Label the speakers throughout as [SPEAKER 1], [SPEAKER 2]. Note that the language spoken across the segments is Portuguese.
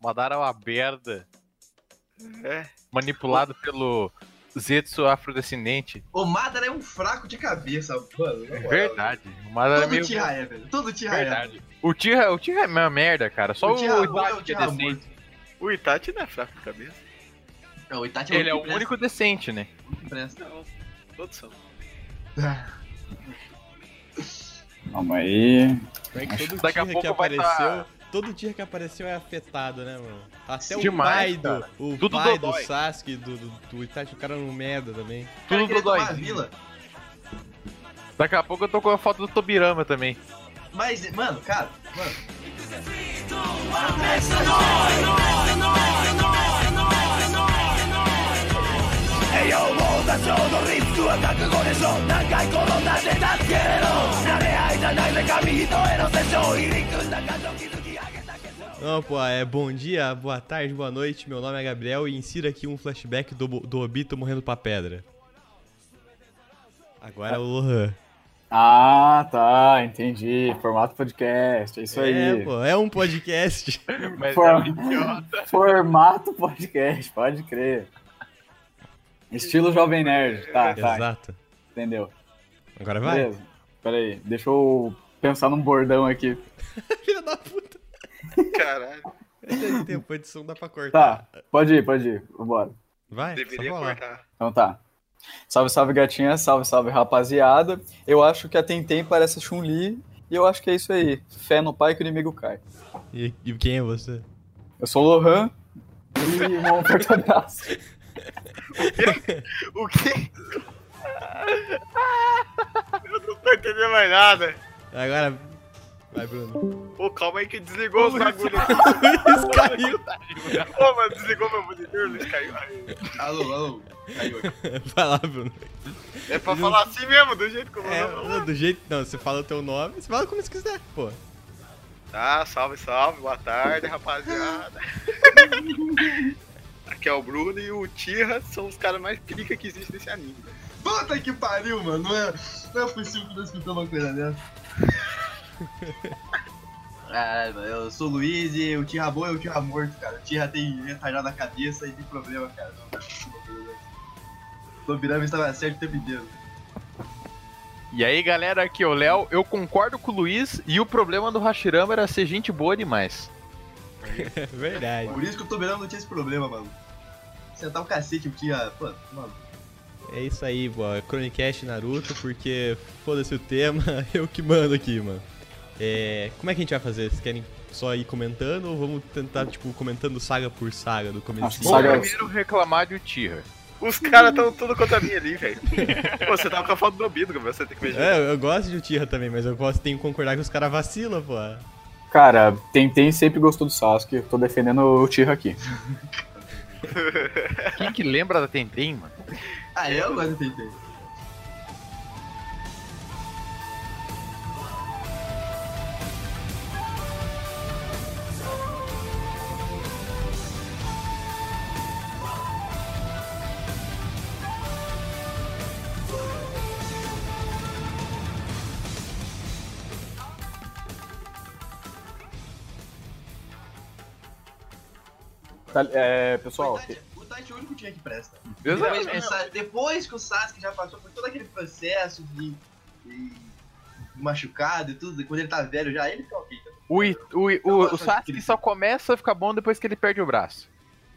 [SPEAKER 1] mandaram a merda.
[SPEAKER 2] É.
[SPEAKER 1] Manipulado pelo Zetsu afrodescendente.
[SPEAKER 3] O Madara é um fraco de cabeça, mano. na
[SPEAKER 1] É
[SPEAKER 3] moral.
[SPEAKER 1] verdade. O Madara é
[SPEAKER 3] Todo
[SPEAKER 1] meio.
[SPEAKER 3] Tira é, velho. Todo Tira é.
[SPEAKER 1] Verdade. O Tira, o Tira é uma merda, cara. Só o,
[SPEAKER 3] Tira é
[SPEAKER 1] Itachi que é
[SPEAKER 3] Tira
[SPEAKER 1] decente.
[SPEAKER 3] morto.
[SPEAKER 2] O Itachi não é fraco de cabeça.
[SPEAKER 3] Não, o Itachi
[SPEAKER 1] Ele é o
[SPEAKER 3] que presta,
[SPEAKER 1] único decente, né?
[SPEAKER 3] que presta.
[SPEAKER 2] Não, todos são.
[SPEAKER 4] Calma aí.
[SPEAKER 5] Como é que todo
[SPEAKER 1] Daqui a
[SPEAKER 5] tira que
[SPEAKER 1] pouco vai
[SPEAKER 5] apareceu.
[SPEAKER 1] tá-
[SPEAKER 5] Todo tira que apareceu é afetado, né, mano? Até o
[SPEAKER 1] Demais,
[SPEAKER 5] pai do.
[SPEAKER 1] cara.
[SPEAKER 5] O
[SPEAKER 1] Tudo
[SPEAKER 5] pai
[SPEAKER 1] dodói.
[SPEAKER 5] do Sasuke, do, do, do Itachi, o cara no merda também.
[SPEAKER 3] Cara, é
[SPEAKER 1] Tudo
[SPEAKER 3] queria tomar a
[SPEAKER 1] dodói.
[SPEAKER 3] vila.
[SPEAKER 1] Daqui a pouco eu tô com a foto do Tobirama também.
[SPEAKER 3] Mas, mano, cara, mano.
[SPEAKER 5] Não, pô, é bom dia, boa tarde, boa noite. Meu nome é Gabriel e insira aqui um flashback do, Bo- do Obito morrendo pra pedra. Agora é o Lohan.
[SPEAKER 4] Ah, tá, entendi. Formato podcast, é isso
[SPEAKER 5] É,
[SPEAKER 4] aí.
[SPEAKER 5] pô, é um podcast.
[SPEAKER 1] Mas
[SPEAKER 4] For-
[SPEAKER 1] é um idiota.
[SPEAKER 4] Formato podcast, pode crer. Estilo Jovem Nerd, tá, tá,
[SPEAKER 5] Exato.
[SPEAKER 4] entendeu.
[SPEAKER 5] Agora vai.
[SPEAKER 4] Beleza, peraí, deixa eu pensar num bordão aqui.
[SPEAKER 5] Filha da puta.
[SPEAKER 2] Caralho,
[SPEAKER 5] Tempo, a edição dá pra cortar.
[SPEAKER 4] Tá, pode ir, pode ir, vambora.
[SPEAKER 5] Vai,
[SPEAKER 2] deveria
[SPEAKER 5] só vai lá.
[SPEAKER 2] cortar.
[SPEAKER 4] Então tá. Salve, salve gatinha, salve, salve rapaziada. Eu acho que a Tentem parece a Chun-Li e eu acho que é isso aí. Fé no pai que o inimigo cai.
[SPEAKER 5] E, e quem é você?
[SPEAKER 4] Eu sou o Lohan e um forte abraço.
[SPEAKER 2] O quê? Eu não tô entendendo mais nada.
[SPEAKER 5] Agora. Vai, Bruno.
[SPEAKER 2] Ô, calma aí que desligou os bagulhos.
[SPEAKER 5] Isso caiu.
[SPEAKER 2] Ô, mano, desligou meu monitor, Luiz caiu.
[SPEAKER 3] Alô, alô. Caiu aqui.
[SPEAKER 5] Vai lá, Bruno.
[SPEAKER 2] É pra falar assim mesmo, do jeito que eu
[SPEAKER 5] É,
[SPEAKER 2] vou.
[SPEAKER 5] não, do jeito. Não, você fala o teu nome, você fala como você quiser, pô.
[SPEAKER 2] Tá, salve, salve, boa tarde, rapaziada. Aqui é o Bruno e o Tira são os caras mais pica que existem nesse anime.
[SPEAKER 3] Puta que pariu, mano. Não é, não é possível que não escutou uma coisa dessa. Ah, eu sou o Luiz e o Tira bom é o Tira morto, cara. O Tira tem retardado na cabeça e tem problema, cara. Não, não, não, não. Tobirama estava certo o tempo inteiro.
[SPEAKER 1] E aí, galera, aqui é o Léo. Eu concordo com o Luiz e o problema do Hashirama era ser gente boa demais.
[SPEAKER 5] É verdade.
[SPEAKER 3] Por isso que o Tobirama não tinha esse problema, mano. Sentar o cacete, o Tira. Pô, mano.
[SPEAKER 5] É isso aí, pô. Chronicast Naruto, porque foda-se o tema, eu que mando aqui, mano. É, como é que a gente vai fazer? Vocês querem só ir comentando ou vamos tentar, tipo, comentando saga por saga do começo?
[SPEAKER 4] Acho
[SPEAKER 1] Vamos
[SPEAKER 4] Saga- é
[SPEAKER 1] primeiro reclamar de Uchiha.
[SPEAKER 2] Os caras estão tudo contra mim ali, velho. Pô, você tava com a foto do Bido, Gabriel, você tem que mexer.
[SPEAKER 5] É, eu- eu gosto de Uchiha também, mas eu gosto, tenho que concordar que os caras vacilam, pô.
[SPEAKER 4] Cara, Tentem sempre gostou do Sasuke, eu tô defendendo o Tiro aqui.
[SPEAKER 1] Quem que lembra da Tenten, mano?
[SPEAKER 3] Ah, eu agora tentei.
[SPEAKER 4] Tá, é, pessoal,
[SPEAKER 3] O Tati- O Tati é o único time que presta. Depois, que o
[SPEAKER 1] Exatamente.
[SPEAKER 3] Sa- depois que o Sasuke já passou por todo aquele processo de, de machucado e tudo, quando ele tá velho já, ele fica ok. também.
[SPEAKER 1] O, I- o, I- o, o Sasuke só começa a ficar bom depois que ele perde o braço.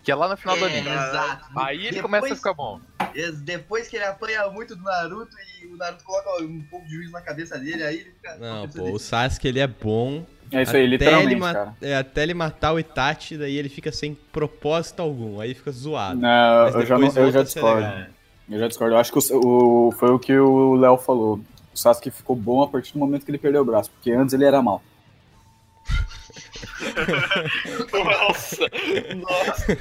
[SPEAKER 1] Que é lá no final do
[SPEAKER 3] É,
[SPEAKER 1] anime.
[SPEAKER 3] exato.
[SPEAKER 1] Aí ele
[SPEAKER 3] Depois-
[SPEAKER 1] começa a ficar bom.
[SPEAKER 3] es- Depois que ele apanha muito do Naruto e o Naruto coloca um pouco de juízo na cabeça dele, aí ele fica.
[SPEAKER 5] Não,
[SPEAKER 3] cabeça
[SPEAKER 5] pô,
[SPEAKER 3] dele.
[SPEAKER 5] o Sasuke ele é bom.
[SPEAKER 4] é isso aí,
[SPEAKER 5] ele
[SPEAKER 4] literalmente,
[SPEAKER 5] ma-
[SPEAKER 4] cara.
[SPEAKER 5] é, até ele matar o Itachi, daí ele fica sem propósito algum, aí fica zoado.
[SPEAKER 4] Não,
[SPEAKER 5] Mas
[SPEAKER 4] eu já, não-
[SPEAKER 5] depois
[SPEAKER 4] eu
[SPEAKER 5] volta
[SPEAKER 4] já
[SPEAKER 5] a ser
[SPEAKER 4] discordo.
[SPEAKER 5] legal. né?
[SPEAKER 4] Eu já discordo. Eu acho que o, o- foi o que o Léo falou. O Sasuke ficou bom a partir do momento que ele perdeu o braço, porque antes ele era mal.
[SPEAKER 2] Nossa, nossa.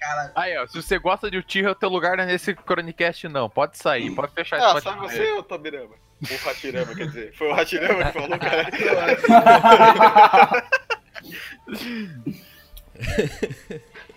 [SPEAKER 3] Cara,
[SPEAKER 1] Aí, ó, se você gosta de Uchiha, o teu lugar não é nesse Chronicast, não. Pode sair, É, pode fechar esse
[SPEAKER 2] Ah,
[SPEAKER 1] podcast.
[SPEAKER 2] só você ou o Tobirama? O Hatirama, quer dizer. Foi o Hatirama que falou, cara.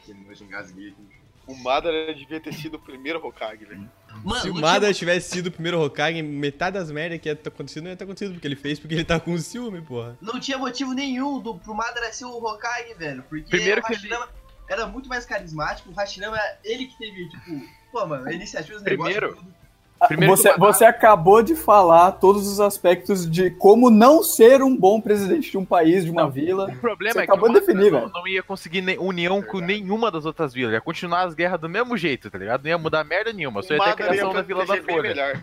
[SPEAKER 3] que nojo, Engasguei aqui.
[SPEAKER 2] O Madara devia ter sido o primeiro Hokage, velho.
[SPEAKER 3] Mano,
[SPEAKER 5] Se o
[SPEAKER 3] não
[SPEAKER 5] Mada tivesse sido o primeiro Hokage, metade das merdas que ia tá acontecendo não ia estar tá acontecendo, porque ele fez porque ele tá com ciúme, porra.
[SPEAKER 3] Não tinha motivo nenhum do, pro Madara ser o Hokage, velho. Porque
[SPEAKER 1] Primeiro
[SPEAKER 3] o
[SPEAKER 1] que ele-
[SPEAKER 3] Hashirama era muito mais carismático. O Hashirama era ele que teve, tipo, pô, mano, a iniciativa dos
[SPEAKER 1] Primeiro,
[SPEAKER 3] negócios. tudo.
[SPEAKER 1] Primeiro que
[SPEAKER 4] você,
[SPEAKER 1] o Madara-
[SPEAKER 4] você acabou de falar todos os aspectos de como não ser um bom presidente de um país, de uma vila.
[SPEAKER 1] O problema
[SPEAKER 4] Você
[SPEAKER 1] é que
[SPEAKER 4] acabou
[SPEAKER 1] o
[SPEAKER 4] de
[SPEAKER 1] Madara
[SPEAKER 4] definir,
[SPEAKER 1] não,
[SPEAKER 4] velho.
[SPEAKER 1] não ia conseguir ne- união com nenhuma das outras vilas. Ia continuar as guerras do mesmo jeito, tá ligado? Não ia mudar merda nenhuma. Só ia ter é a criação da Vila da
[SPEAKER 2] proteger bem
[SPEAKER 1] Folha.
[SPEAKER 2] melhor.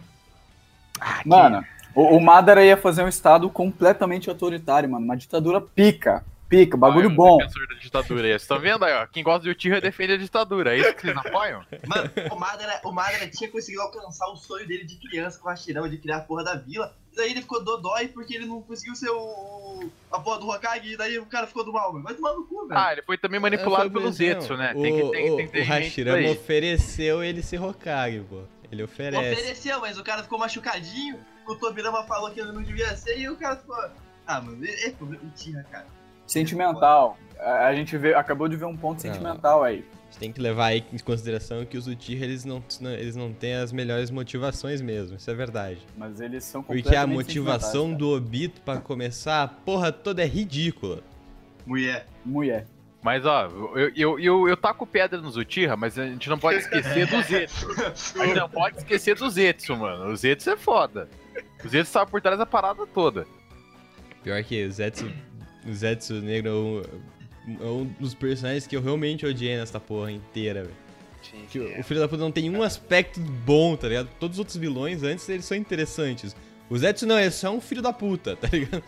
[SPEAKER 1] ah,
[SPEAKER 4] Mano, o, o Madara ia fazer um estado completamente autoritário, mano. Uma ditadura pica. Pica, bagulho
[SPEAKER 1] Ah, é um
[SPEAKER 4] bom.
[SPEAKER 1] Defensor da ditadura. aí. Vocês estão vendo aí, ó? Quem gosta de Uchiha defende a ditadura. É isso que vocês apoiam?
[SPEAKER 3] Mano, o Madara, o Madara tinha conseguido alcançar o sonho dele de criança com o Hashirama, de criar a porra da vila. E daí ele ficou dodói porque ele não conseguiu ser o. a porra do Hokage. E daí o cara ficou do mal, velho. Vai tomar no cu, velho.
[SPEAKER 5] É.
[SPEAKER 1] Ah, ele foi também manipulado
[SPEAKER 5] Foi
[SPEAKER 1] pelo
[SPEAKER 5] por isso,
[SPEAKER 1] Zetsu,
[SPEAKER 5] não.
[SPEAKER 1] né?
[SPEAKER 5] O,
[SPEAKER 1] Tem que, tem,
[SPEAKER 5] o,
[SPEAKER 1] tem que ter
[SPEAKER 5] o
[SPEAKER 1] em mente isso
[SPEAKER 5] Hashirama
[SPEAKER 1] aí.
[SPEAKER 5] ofereceu ele ser Hokage, pô. Ele oferece.
[SPEAKER 3] Ofereceu, mas o cara ficou machucadinho. O Tobirama falou que ele não devia ser. E o cara ficou. Ah, mano, é é problema. Mentira, cara.
[SPEAKER 4] Sentimental. A, a gente vê, acabou de ver um ponto
[SPEAKER 5] Não.
[SPEAKER 4] sentimental aí.
[SPEAKER 5] A gente tem que levar aí em consideração que os Uchiha, eles não, eles não têm as melhores motivações mesmo, isso é verdade.
[SPEAKER 4] Mas eles são
[SPEAKER 5] Porque é a
[SPEAKER 4] completamente
[SPEAKER 5] motivação
[SPEAKER 4] sentimentais,
[SPEAKER 5] do Obito pra começar a porra toda é ridícula.
[SPEAKER 3] Mulher.
[SPEAKER 4] cara. Mulher.
[SPEAKER 1] Mas, ó, eu, eu, eu, eu taco pedra nos Uchiha, mas a gente não pode esquecer do Zetsu. A gente não pode esquecer do Zetsu, mano. O Zetsu é foda. O Zetsu tava por trás da parada toda.
[SPEAKER 5] Pior que o Zetsu, o Zetsu Negro é um, é um dos personagens que eu realmente odiei nessa porra inteira, velho. Que o- o filho da puta não tem um aspecto bom, tá ligado? Todos os outros vilões antes eles são interessantes. O Zetsu não, é só um filho da puta, tá ligado?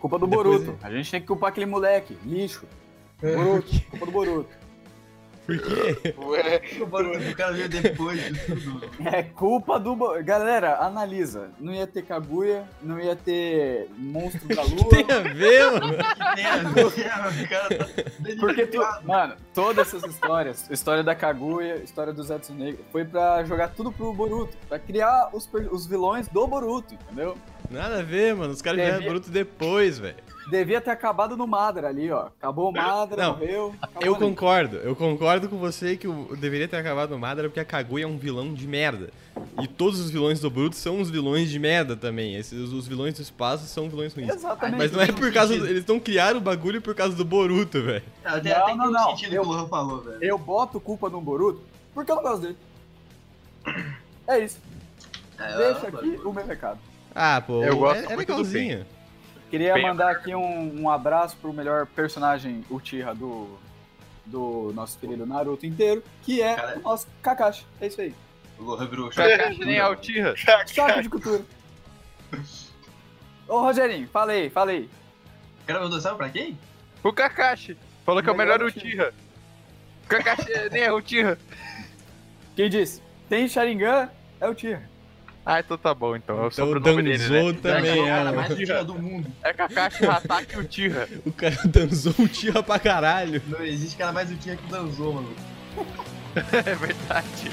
[SPEAKER 4] Culpa do
[SPEAKER 5] Depois
[SPEAKER 4] Boruto. A gente tem que culpar aquele moleque. Lixo. Boruto. Culpa do Boruto.
[SPEAKER 5] Por quê?
[SPEAKER 2] Ué,
[SPEAKER 3] O cara veio depois de tudo.
[SPEAKER 4] É culpa do. Bo- Galera, analisa. Não ia ter Kaguya, não ia ter Monstro da Lua.
[SPEAKER 5] Tem a ver, mano.
[SPEAKER 3] Que merda, o cara tá
[SPEAKER 4] Porque tu.
[SPEAKER 3] danificado.
[SPEAKER 4] Mano, todas essas histórias, história da Kaguya, história do Zetsu Negro, foi pra jogar tudo pro Boruto. Pra criar os, per- os vilões do Boruto, entendeu?
[SPEAKER 5] Nada a ver, mano. Os caras
[SPEAKER 4] Tem a
[SPEAKER 5] viraram
[SPEAKER 4] ver.
[SPEAKER 5] Boruto depois, velho.
[SPEAKER 4] Devia ter acabado no Madra ali, ó. Acabou o Madra,
[SPEAKER 5] Não,
[SPEAKER 4] morreu. acabou
[SPEAKER 5] Eu
[SPEAKER 4] ali.
[SPEAKER 5] concordo, eu concordo com você que eu deveria ter acabado no Madara porque a Kaguya é um vilão de merda. E todos os vilões do Bruto são uns vilões de merda também. Esses, os vilões do espaço são vilões ruins.
[SPEAKER 4] Exatamente. tipo,
[SPEAKER 5] Mas não é por causa. do- eles não criaram o bagulho por causa do Boruto, velho.
[SPEAKER 3] Até,
[SPEAKER 4] Não,
[SPEAKER 3] até
[SPEAKER 4] não,
[SPEAKER 3] tem
[SPEAKER 4] não.
[SPEAKER 3] um sentido
[SPEAKER 4] Eu-
[SPEAKER 3] que o Lohan falou, velho.
[SPEAKER 4] Eu boto culpa no Boruto porque eu não gosto dele. É isso.
[SPEAKER 3] É,
[SPEAKER 4] Deixa
[SPEAKER 3] mano.
[SPEAKER 4] aqui o meu recado.
[SPEAKER 5] Ah, pô,
[SPEAKER 1] Eu gosto
[SPEAKER 5] é, é
[SPEAKER 1] muito do
[SPEAKER 5] legalzinho.
[SPEAKER 4] Queria
[SPEAKER 1] Bem,
[SPEAKER 4] mandar aqui um, um abraço pro melhor personagem Uchiha do, do nosso querido Naruto inteiro, que é
[SPEAKER 3] Cara.
[SPEAKER 4] o nosso Kakashi. É isso aí.
[SPEAKER 3] O Lohan virou
[SPEAKER 1] Kakashi nem é o
[SPEAKER 3] Não,
[SPEAKER 1] Uchiha.
[SPEAKER 4] Saco de cultura. Ô, Rogerinho, falei, falei.
[SPEAKER 3] O cara mandou sabe pra quem?
[SPEAKER 1] O Kakashi. Falou que é o melhor Uchiha. O Kakashi nem é Uchiha.
[SPEAKER 4] Quem disse? Tem Sharingan, é o Tira.
[SPEAKER 1] Ah, então tá bom, então. É o
[SPEAKER 5] Então o
[SPEAKER 1] sobrenome dele, né?
[SPEAKER 5] Danzou também
[SPEAKER 3] o um cara mais
[SPEAKER 5] é.
[SPEAKER 3] mentira do mundo.
[SPEAKER 1] É Kakashi, Hatake e Uchiha.
[SPEAKER 5] O cara dançou um tira pra caralho.
[SPEAKER 3] Não existe cara mais mentira que o Danzou, mano.
[SPEAKER 1] É verdade.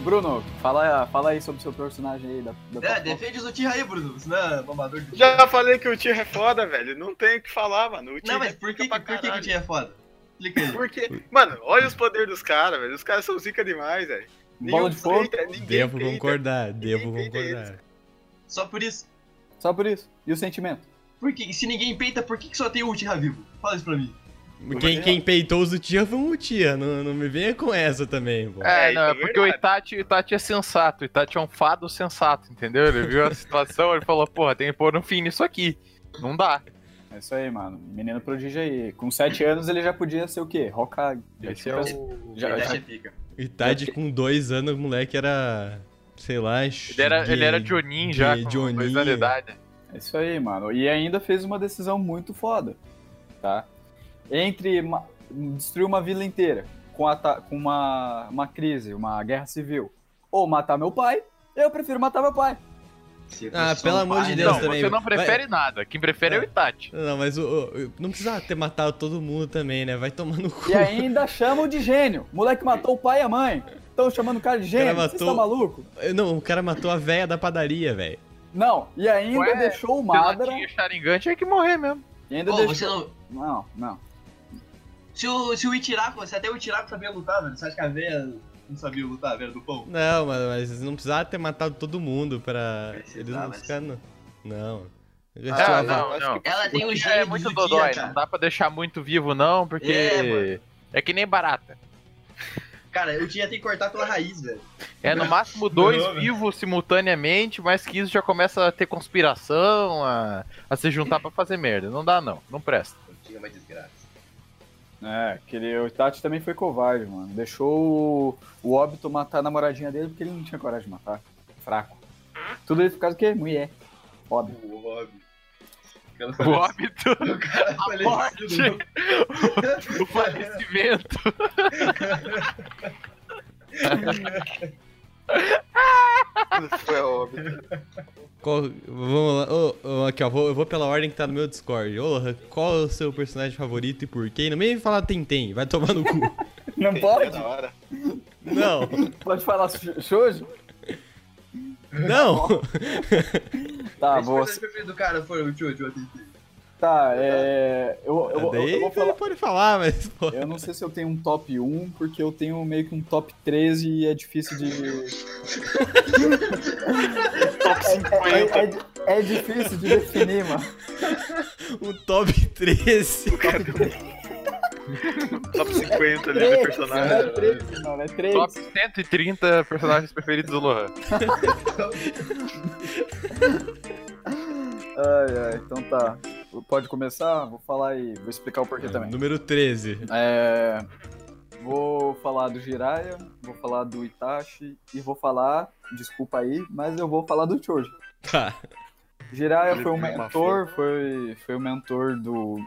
[SPEAKER 4] Bruno, fala, fala aí sobre o seu personagem aí da, da
[SPEAKER 3] É,
[SPEAKER 4] tua-
[SPEAKER 3] defende o Zutir aí, Bruno. Senão é mamador de
[SPEAKER 2] já falei que o Tira é foda, velho. Não tem o que falar, mano. O Tira
[SPEAKER 3] Não, mas por que,
[SPEAKER 2] pra
[SPEAKER 3] por que que o
[SPEAKER 2] caralho.
[SPEAKER 3] Tia é foda? Explica aí.
[SPEAKER 2] Porque, mano, olha os poderes dos caras, velho. Os caras são zica demais, velho.
[SPEAKER 3] um
[SPEAKER 4] Bola de fogo.
[SPEAKER 5] Devo
[SPEAKER 2] peita.
[SPEAKER 5] concordar, devo
[SPEAKER 2] peita
[SPEAKER 5] concordar.
[SPEAKER 3] Só por isso.
[SPEAKER 4] Só por isso. E o sentimento?
[SPEAKER 3] Por que? Se ninguém peita, por que, que só tem o Tira vivo? Fala isso pra mim.
[SPEAKER 5] Quem, quem peitou os Uchiha foi um Uchiha, não, não me venha com essa também, pô.
[SPEAKER 1] É,
[SPEAKER 2] É,
[SPEAKER 1] não, é
[SPEAKER 2] isso é
[SPEAKER 1] porque o Itachi, o Itachi é sensato, o Itachi é um fado sensato, entendeu? Ele viu a situação, ele falou, porra, tem que pôr um fim nisso aqui. Não dá.
[SPEAKER 4] É isso aí, mano. Menino prodígio aí. Com 7 anos ele já podia ser o quê? Hokage. Já
[SPEAKER 1] Esse
[SPEAKER 4] tinha
[SPEAKER 1] é
[SPEAKER 4] pra-
[SPEAKER 1] o.
[SPEAKER 4] já-
[SPEAKER 3] Ele
[SPEAKER 4] já-
[SPEAKER 3] acha pica.
[SPEAKER 5] E Tade com dois anos, o moleque era. Sei lá. Ele
[SPEAKER 1] Ele era, ele era Jonin já, com dois anos de idade.
[SPEAKER 4] É isso aí, mano. E ainda fez uma decisão muito foda, tá? Entre ma- destruir uma vila inteira com, ata- com uma, uma crise, uma guerra civil, ou matar meu pai, eu prefiro matar meu pai.
[SPEAKER 3] é
[SPEAKER 5] Ah,
[SPEAKER 3] um
[SPEAKER 5] pelo amor de Deus
[SPEAKER 1] não,
[SPEAKER 5] também.
[SPEAKER 1] Então, você não
[SPEAKER 5] Vai-
[SPEAKER 1] prefere nada. Quem prefere é o Itachi.
[SPEAKER 5] Não, mas o, o- não precisa ter matado todo mundo também, né? Vai tomar no cu.
[SPEAKER 4] E ainda chamam de gênio. O moleque matou o pai e a mãe. Estão chamando o cara de gênio.
[SPEAKER 5] cara
[SPEAKER 4] Vocês
[SPEAKER 5] matou-
[SPEAKER 4] estão maluco?
[SPEAKER 5] Não, o cara matou a véia da padaria, velho.
[SPEAKER 4] Não. é E ainda
[SPEAKER 1] Ué,
[SPEAKER 4] deixou o
[SPEAKER 1] Se não
[SPEAKER 4] Madara.
[SPEAKER 1] tinha Sharingan, tinha é que morrer mesmo.
[SPEAKER 4] E ainda
[SPEAKER 3] Pô,
[SPEAKER 4] deixou.
[SPEAKER 3] você não...
[SPEAKER 4] Não, não.
[SPEAKER 3] Se o, se o Itirako, se até o Itirako sabia lutar, velho, você acha que a Veia não sabia lutar, a Veia do Pão?
[SPEAKER 5] Não, mas, mas não precisava ter matado todo mundo pra.
[SPEAKER 3] Precisava,
[SPEAKER 5] Eles não
[SPEAKER 3] sim.
[SPEAKER 5] ficaram. Não. Eles
[SPEAKER 1] Ah,
[SPEAKER 5] tinham-
[SPEAKER 1] não, não.
[SPEAKER 3] Ela tem um
[SPEAKER 1] Porque
[SPEAKER 3] jeito
[SPEAKER 1] é muito
[SPEAKER 3] do
[SPEAKER 1] dodói,
[SPEAKER 3] dia,
[SPEAKER 1] não
[SPEAKER 3] cara.
[SPEAKER 1] dá pra deixar muito vivo não, porque
[SPEAKER 3] É, mano.
[SPEAKER 1] é, que nem barata.
[SPEAKER 3] Cara, o dia tem que cortar pela raiz, velho.
[SPEAKER 1] É no máximo dois
[SPEAKER 3] Não, né?
[SPEAKER 1] vivos simultaneamente, mas que isso já começa a ter conspiração, a, a se juntar pra fazer merda. Não dá não, não presta.
[SPEAKER 3] O dia é uma desgraça.
[SPEAKER 4] É, que ele- o Itachi também foi covarde, mano. Deixou o, o óbito matar a namoradinha dele porque ele não tinha coragem de matar. Fraco. Tudo isso por causa do quê? Mulher. Óbito.
[SPEAKER 3] O Bob. Cara,
[SPEAKER 1] O óbito,
[SPEAKER 3] O cara falecido.
[SPEAKER 1] o falecimento.
[SPEAKER 2] Foi óbvio.
[SPEAKER 5] Qual- vamos lá. Ô, ô, aqui, ó. Vou, eu vou pela ordem que tá no meu Discord. Ô, Lohan, qual é o seu personagem favorito e por quê? E não vem falar Tentem, vai tomar no cu.
[SPEAKER 4] Não pode?
[SPEAKER 2] é Da hora.
[SPEAKER 5] não,
[SPEAKER 4] Pode falar Sho- Shoujo?
[SPEAKER 5] não.
[SPEAKER 4] Tá,
[SPEAKER 3] Esse
[SPEAKER 4] vou.
[SPEAKER 3] personagem preferido do cara foi o Jojo. assim.
[SPEAKER 4] Tá, é. Eu, eu, eu,
[SPEAKER 5] Daí
[SPEAKER 4] eu vou
[SPEAKER 5] ele
[SPEAKER 4] falar.
[SPEAKER 5] pode falar, mas. Pô.
[SPEAKER 4] Eu não sei se eu tenho um top 1, porque eu tenho meio que um top 13 e é difícil de. top 50. É, é- é difícil de definir, mano.
[SPEAKER 5] O top 13.
[SPEAKER 2] Top 50 ali do
[SPEAKER 4] Três, não
[SPEAKER 2] personagem.
[SPEAKER 4] é 13, mano, é 3.
[SPEAKER 1] Top 130 personagens preferidos do Lohan.
[SPEAKER 4] Ai, ai, então tá. Pode começar? Vou falar e vou explicar o porquê também.
[SPEAKER 5] Número 13.
[SPEAKER 4] É, vou falar do Jiraiya, vou falar do Itachi e vou falar, desculpa aí, mas eu vou falar do Choji.
[SPEAKER 5] Tá.
[SPEAKER 4] Jiraiya
[SPEAKER 2] Ele
[SPEAKER 4] foi um
[SPEAKER 2] tem uma
[SPEAKER 4] mentor, foi, foi o mentor do,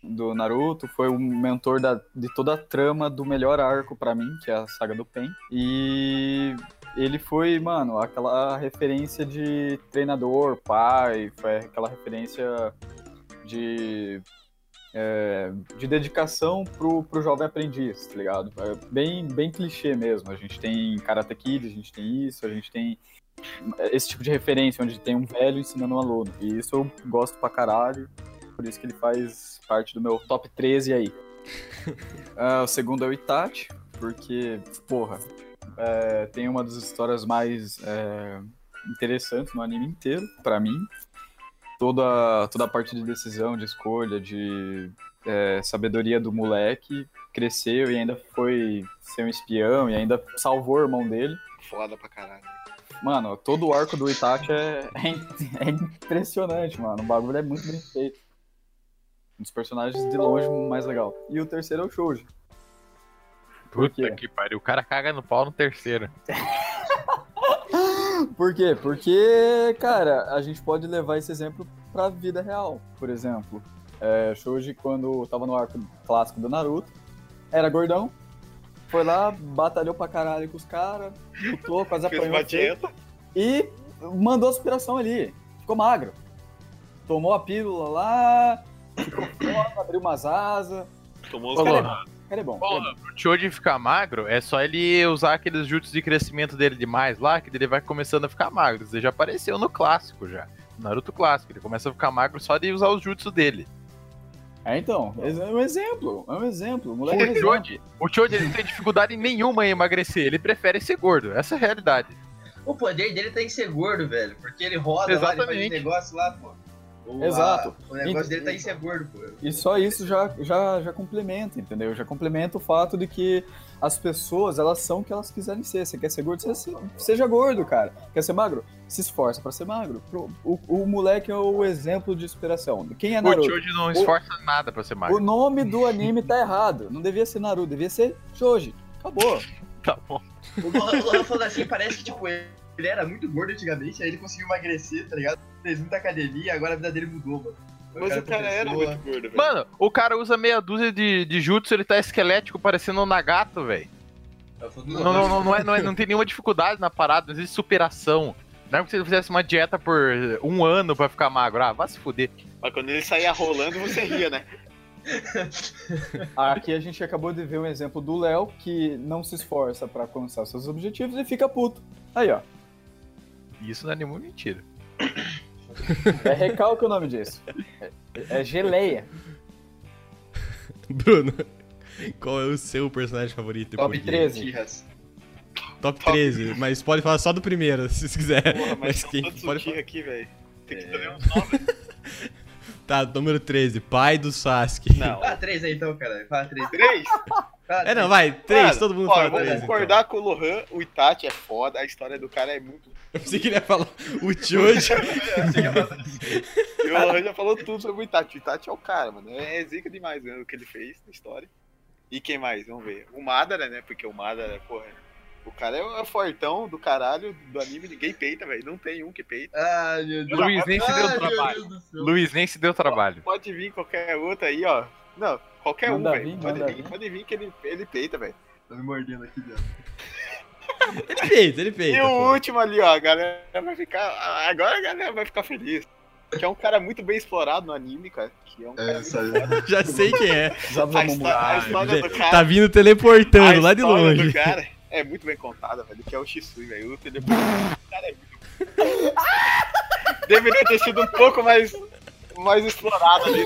[SPEAKER 4] do Naruto, foi um mentor da, de toda a trama do melhor arco pra mim, que é a saga do Pen. E ele foi, mano, aquela referência de treinador, pai, foi aquela referência de. é, de dedicação pro, pro jovem aprendiz, tá ligado? É bem, bem clichê mesmo. A gente tem Karate Kid, a gente tem isso, a gente tem esse tipo de referência, onde tem um velho ensinando um aluno. E isso eu gosto pra caralho, por isso que ele faz parte do meu top 13 aí. Ah, o segundo é o Itachi, porque, porra, é, tem uma das histórias mais é, interessantes no anime inteiro, pra mim. Toda, toda a parte de decisão, de escolha, de é, sabedoria do moleque cresceu e ainda foi ser um espião e ainda salvou o irmão dele.
[SPEAKER 2] Foda pra caralho.
[SPEAKER 4] Mano, todo o arco do Itachi é, é in- é impressionante, mano. O bagulho é muito bem feito. Um dos personagens de longe mais legal. E o terceiro é o Shouji. Por quê?
[SPEAKER 1] Puta que pariu, o cara caga no pau no terceiro.
[SPEAKER 4] Por quê? Porque, cara, a gente pode levar esse exemplo pra vida real, por exemplo. É, Shouji, quando tava no arco clássico do Naruto, era gordão, foi lá, batalhou pra caralho com os caras, lutou, quase
[SPEAKER 2] Fez
[SPEAKER 4] apanhou.
[SPEAKER 2] uma
[SPEAKER 4] feio.
[SPEAKER 2] dieta.
[SPEAKER 4] e mandou a aspiração ali. Ficou magro. Tomou a pílula lá, ficou fora, abriu umas asas.
[SPEAKER 2] Tomou
[SPEAKER 1] Ô,
[SPEAKER 2] os
[SPEAKER 1] Lohan,
[SPEAKER 4] Cara, é bom.
[SPEAKER 1] Ô,
[SPEAKER 4] cara é bom.
[SPEAKER 1] pro Choji ficar magro, é só ele usar aqueles jutsu de crescimento dele demais lá, que ele vai começando a ficar magro. Isso aí já apareceu no clássico já. No Naruto clássico, ele começa a ficar magro só de usar os jutsu dele.
[SPEAKER 4] É, então, é um exemplo, é um exemplo. O moleque é um
[SPEAKER 1] O
[SPEAKER 4] exemplo.
[SPEAKER 1] Choji, o Choji ele não tem dificuldade nenhuma em emagrecer, ele prefere ser gordo. Essa é a realidade.
[SPEAKER 3] O poder dele tá em ser gordo, velho. Porque ele roda lá, ele faz
[SPEAKER 1] Exatamente.
[SPEAKER 3] negócio lá, pô. O, a-
[SPEAKER 4] Exato.
[SPEAKER 3] o negócio
[SPEAKER 4] Ent-
[SPEAKER 3] dele tá em ser gordo, pô.
[SPEAKER 4] E só isso já, já, já complementa, entendeu? Já complementa o fato de que as pessoas, elas são o que elas quiserem ser. Você quer ser gordo, você se- seja gordo, cara. Quer ser magro? Se esforça pra ser magro. Pro- O, o moleque é o exemplo de inspiração. Quem é
[SPEAKER 1] O
[SPEAKER 4] Naruto?
[SPEAKER 1] Choji não esforça nada pra ser magro.
[SPEAKER 4] O nome do anime tá errado. Não devia ser Naruto, devia ser Shoji. Acabou.
[SPEAKER 1] Tá bom.
[SPEAKER 3] O Lohan o Lohan falando assim, parece que, tipo, ele era muito gordo antigamente, aí ele conseguiu emagrecer, tá ligado? Fez muita academia, agora a vida dele mudou, mano.
[SPEAKER 2] Mas o cara era
[SPEAKER 3] começou a-
[SPEAKER 2] muito gordo, velho.
[SPEAKER 1] Mano, o cara usa meia dúzia de, de jutsu, ele tá esquelético parecendo um Nagato, velho.
[SPEAKER 3] Eu falo,
[SPEAKER 1] Não, não, não, não, é, não, é- não tem nenhuma dificuldade na parada, não existe superação. Não é porque você fizesse uma dieta por um ano pra ficar magro. Ah, vá se fuder.
[SPEAKER 2] Mas quando ele saía rolando, você ria, né?
[SPEAKER 4] Aqui a gente acabou de ver um exemplo do Léo que não se esforça pra alcançar os seus objetivos e fica puto. Aí, ó.
[SPEAKER 1] Isso não é nenhuma mentira.
[SPEAKER 4] É recalque o nome disso. É, é geleia.
[SPEAKER 5] Bruno, qual é o seu personagem favorito? e
[SPEAKER 4] Top
[SPEAKER 5] por quê?
[SPEAKER 4] 13.
[SPEAKER 3] Tihas.
[SPEAKER 5] Top 13, mas pode falar só do primeiro, se você quiser.
[SPEAKER 2] Porra, mas,
[SPEAKER 5] mas
[SPEAKER 2] são
[SPEAKER 5] quem
[SPEAKER 2] todos
[SPEAKER 5] pode
[SPEAKER 2] o dia aqui, velho. Tem que escolher um
[SPEAKER 5] Tá, número 13, pai do Sasuke.
[SPEAKER 2] Não.
[SPEAKER 3] Fala três aí então, cara. Fala três.
[SPEAKER 2] Três?
[SPEAKER 3] Fala
[SPEAKER 5] É,
[SPEAKER 3] três.
[SPEAKER 5] não, vai, 3,
[SPEAKER 2] Mano,
[SPEAKER 5] todo mundo
[SPEAKER 2] ó,
[SPEAKER 5] fala então.
[SPEAKER 2] eu vou
[SPEAKER 5] 3.
[SPEAKER 2] concordar com o Lohan, o Itachi é foda, a história do cara é muito.
[SPEAKER 5] Eu pensei que ele ia falar o Choji.
[SPEAKER 2] E o Lohan já falou tudo sobre o Itachi. O Itachi é o cara, mano. É zica demais, né, o que ele fez na história. E quem mais? Vamos ver. O Madara, né? Porque o Madara, porra. O cara é o fortão do caralho do anime, ninguém peita, velho. Não tem um que peita.
[SPEAKER 3] Ai, meu Deus.
[SPEAKER 1] Luiz nem se
[SPEAKER 3] Ai,
[SPEAKER 1] deu
[SPEAKER 3] meu
[SPEAKER 1] trabalho.
[SPEAKER 3] Deus do céu.
[SPEAKER 1] Luiz nem se deu trabalho.
[SPEAKER 2] Pode vir qualquer outro aí, ó. Não, qualquer um,
[SPEAKER 4] Manda vir,
[SPEAKER 2] velho. Pode
[SPEAKER 4] manda
[SPEAKER 2] vir,
[SPEAKER 4] vir.
[SPEAKER 2] pode vir que ele, ele peita, velho.
[SPEAKER 3] Tá me mordendo aqui dentro.
[SPEAKER 5] Ele peita, ele peita.
[SPEAKER 2] E o
[SPEAKER 5] pô.
[SPEAKER 2] último ali, ó, a galera vai ficar. Agora a galera vai ficar feliz. Que é um cara muito bem explorado no anime, cara. Que é um
[SPEAKER 3] É,
[SPEAKER 2] cara
[SPEAKER 3] isso aí.
[SPEAKER 5] Já sei quem é.
[SPEAKER 2] A história, a história do cara.
[SPEAKER 5] Tá vindo teleportando
[SPEAKER 2] a
[SPEAKER 5] lá de
[SPEAKER 2] história
[SPEAKER 5] longe.
[SPEAKER 2] do cara é muito bem contada, velho. Que é o Shisui, velho. O teleporte do cara é muito. Deveria ter sido um pouco mais. Mais explorado ali.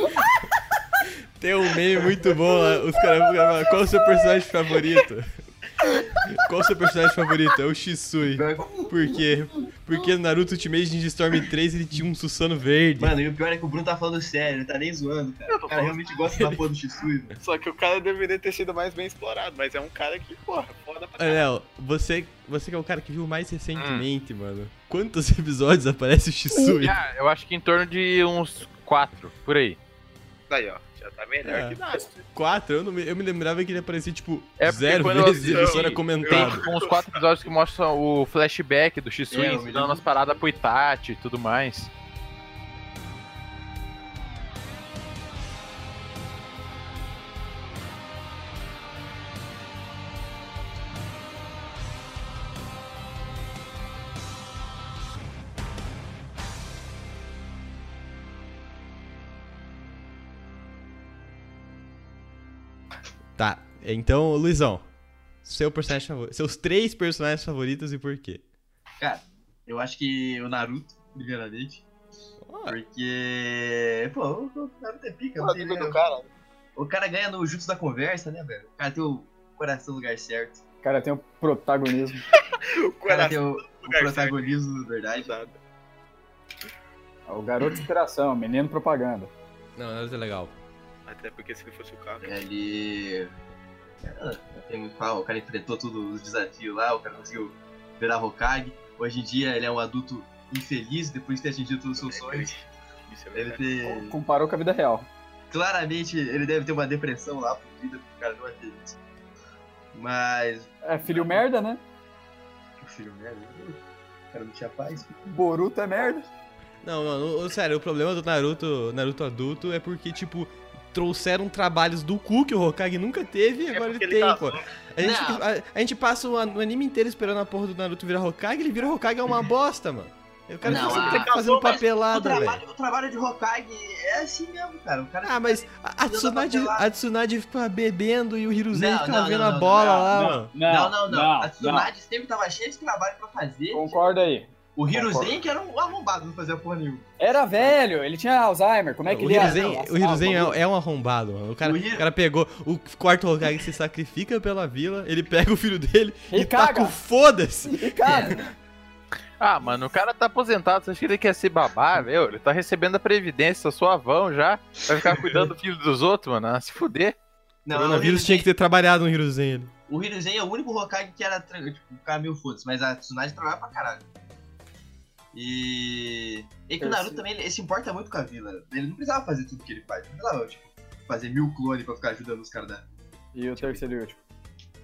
[SPEAKER 5] Tem um meme muito bom lá. Os caras falam, qual o seu personagem favorito? Qual o seu personagem favorito? É o Shisui. Por quê? Porque no Naruto Ultimate Ninja Storm 3 ele tinha um Susanoo verde.
[SPEAKER 3] Mano, e o pior é que o Bruno tá falando sério, não tá nem zoando, cara. O cara realmente gosta da porra do Shisui, velho.
[SPEAKER 2] Só que o cara deveria ter sido mais bem explorado. Mas é um cara que, porra, foda pra caralho.
[SPEAKER 5] Olha, Léo, você, você que é o cara que viu mais recentemente, mano. Quantos episódios aparece o Shisui?
[SPEAKER 1] Ah, eu acho que em torno de uns quatro, por aí.
[SPEAKER 2] Aí, ó. Já tá melhor
[SPEAKER 5] É.
[SPEAKER 2] que nada.
[SPEAKER 5] Quatro? Eu, não me, eu me lembrava que ele aparecia, tipo,
[SPEAKER 1] É porque
[SPEAKER 5] zero
[SPEAKER 1] quando eu
[SPEAKER 5] vezes e
[SPEAKER 1] assisti-
[SPEAKER 5] isso era
[SPEAKER 1] Tem
[SPEAKER 5] comentado.
[SPEAKER 1] tipo, uns quatro episódios que mostram o flashback do Shisui
[SPEAKER 3] É, eu me
[SPEAKER 1] ensinando
[SPEAKER 3] lembro.
[SPEAKER 1] as paradas pro Itachi e tudo mais.
[SPEAKER 5] Tá, então, Luizão, seu personagem favor... seus três personagens favoritos e por quê?
[SPEAKER 3] Cara, eu acho que o Naruto, primeiramente.
[SPEAKER 1] Ah.
[SPEAKER 5] Ó,
[SPEAKER 3] Porque. Pô, o Naruto é pica,
[SPEAKER 2] Porra,
[SPEAKER 3] não tem,
[SPEAKER 2] amigo
[SPEAKER 3] né?
[SPEAKER 2] do cara.
[SPEAKER 3] O cara ganha no jutsu da conversa, né, velho? O cara tem o coração no lugar certo.
[SPEAKER 4] Cara, tem o protagonismo.
[SPEAKER 2] O
[SPEAKER 3] O
[SPEAKER 2] coração.
[SPEAKER 3] cara tem o, o
[SPEAKER 2] lugar certo.
[SPEAKER 3] protagonismo, na verdade.
[SPEAKER 4] É O garoto de inspiração, menino propaganda.
[SPEAKER 5] Não, Naruto é legal.
[SPEAKER 2] Até porque se ele fosse o carro.
[SPEAKER 3] Ele. Ah, tem muito pau, o cara enfrentou todos os desafios lá, o cara conseguiu virar Hokage. Hoje em dia ele é um adulto infeliz depois de ter atingido todos os seus sonhos.
[SPEAKER 2] Isso é
[SPEAKER 3] Ele
[SPEAKER 2] verdade.
[SPEAKER 3] tem.
[SPEAKER 4] Comparou com a vida real.
[SPEAKER 3] Claramente ele deve ter uma depressão lá fodida porque o cara não acredita. Mas.
[SPEAKER 4] É filho merda, né?
[SPEAKER 3] O filho merda. O cara não tinha paz.
[SPEAKER 4] Boruto é merda.
[SPEAKER 5] Não, não, não, ô, sério, o problema do Naruto, Naruto adulto é porque, tipo, trouxeram trabalhos do cu que o Hokage nunca teve e
[SPEAKER 2] É
[SPEAKER 5] agora
[SPEAKER 2] porque
[SPEAKER 5] ele
[SPEAKER 2] ele tá-
[SPEAKER 5] tem,
[SPEAKER 2] casou.
[SPEAKER 5] pô. A gente, a, a gente passa o an- o anime inteiro esperando a porra do Naruto virar Hokage, ele vira Hokage é uma
[SPEAKER 2] Uhum.
[SPEAKER 5] bosta, mano. O cara
[SPEAKER 3] Não,
[SPEAKER 5] não, sempre
[SPEAKER 3] ah,
[SPEAKER 5] tem que
[SPEAKER 2] casou,
[SPEAKER 5] fazendo
[SPEAKER 2] mas
[SPEAKER 3] O
[SPEAKER 5] papelada, velho.
[SPEAKER 3] trabalho, o trabalho de Hokage é assim mesmo, cara. O cara
[SPEAKER 5] Ah, mas a, a,
[SPEAKER 3] Filho da
[SPEAKER 5] Tsunade,
[SPEAKER 3] papelada.
[SPEAKER 5] a Tsunade fica bebendo e o Hiruzen
[SPEAKER 3] Não,
[SPEAKER 5] fica
[SPEAKER 3] não,
[SPEAKER 5] vendo
[SPEAKER 3] não,
[SPEAKER 5] a
[SPEAKER 3] não,
[SPEAKER 5] bola
[SPEAKER 3] não,
[SPEAKER 5] lá,
[SPEAKER 4] não.
[SPEAKER 5] mano.
[SPEAKER 3] Não, não, não. a Tsunade sempre tava cheia de trabalho pra fazer.
[SPEAKER 4] Concorda aí.
[SPEAKER 3] O Hiruzen
[SPEAKER 4] Concordo.
[SPEAKER 3] que era um arrombado, não fazia porra nenhuma.
[SPEAKER 4] Era velho, ele tinha Alzheimer, como é que
[SPEAKER 5] o
[SPEAKER 4] ele ia-
[SPEAKER 5] Hiruzen,
[SPEAKER 4] Ah,
[SPEAKER 5] o Hiruzen
[SPEAKER 4] maluco.
[SPEAKER 5] é, é um arrombado, mano. O cara,
[SPEAKER 3] O
[SPEAKER 5] o
[SPEAKER 3] Hiru-
[SPEAKER 5] cara pegou o quarto Hokage se sacrifica pela vila, ele pega o filho dele e,
[SPEAKER 4] E
[SPEAKER 5] taca
[SPEAKER 4] caga.
[SPEAKER 5] o foda-se.
[SPEAKER 4] E cara,
[SPEAKER 1] Ah, mano, o cara tá aposentado, você acha que ele quer ser babá, meu? Ele tá recebendo a previdência, suavão já. Vai ficar cuidando do filho dos outros, mano. Ah, se fuder.
[SPEAKER 5] O
[SPEAKER 3] Não,
[SPEAKER 5] coronavírus
[SPEAKER 3] o Hiruzen-
[SPEAKER 5] tinha que ter trabalhado no Hiruzen. ele.
[SPEAKER 3] O Hiruzen é o único Hokage que era, tra- tipo, um cara meio foda-se, mas a Tsunade trabalha pra caralho. E... E que o
[SPEAKER 4] Eu
[SPEAKER 3] Naruto
[SPEAKER 4] sei.
[SPEAKER 3] também, ele, ele se importa muito com a vila. Ele não precisava fazer tudo que ele faz. Não precisava, tipo, fazer mil clones pra ficar ajudando os caras da...
[SPEAKER 4] E o terceiro e último.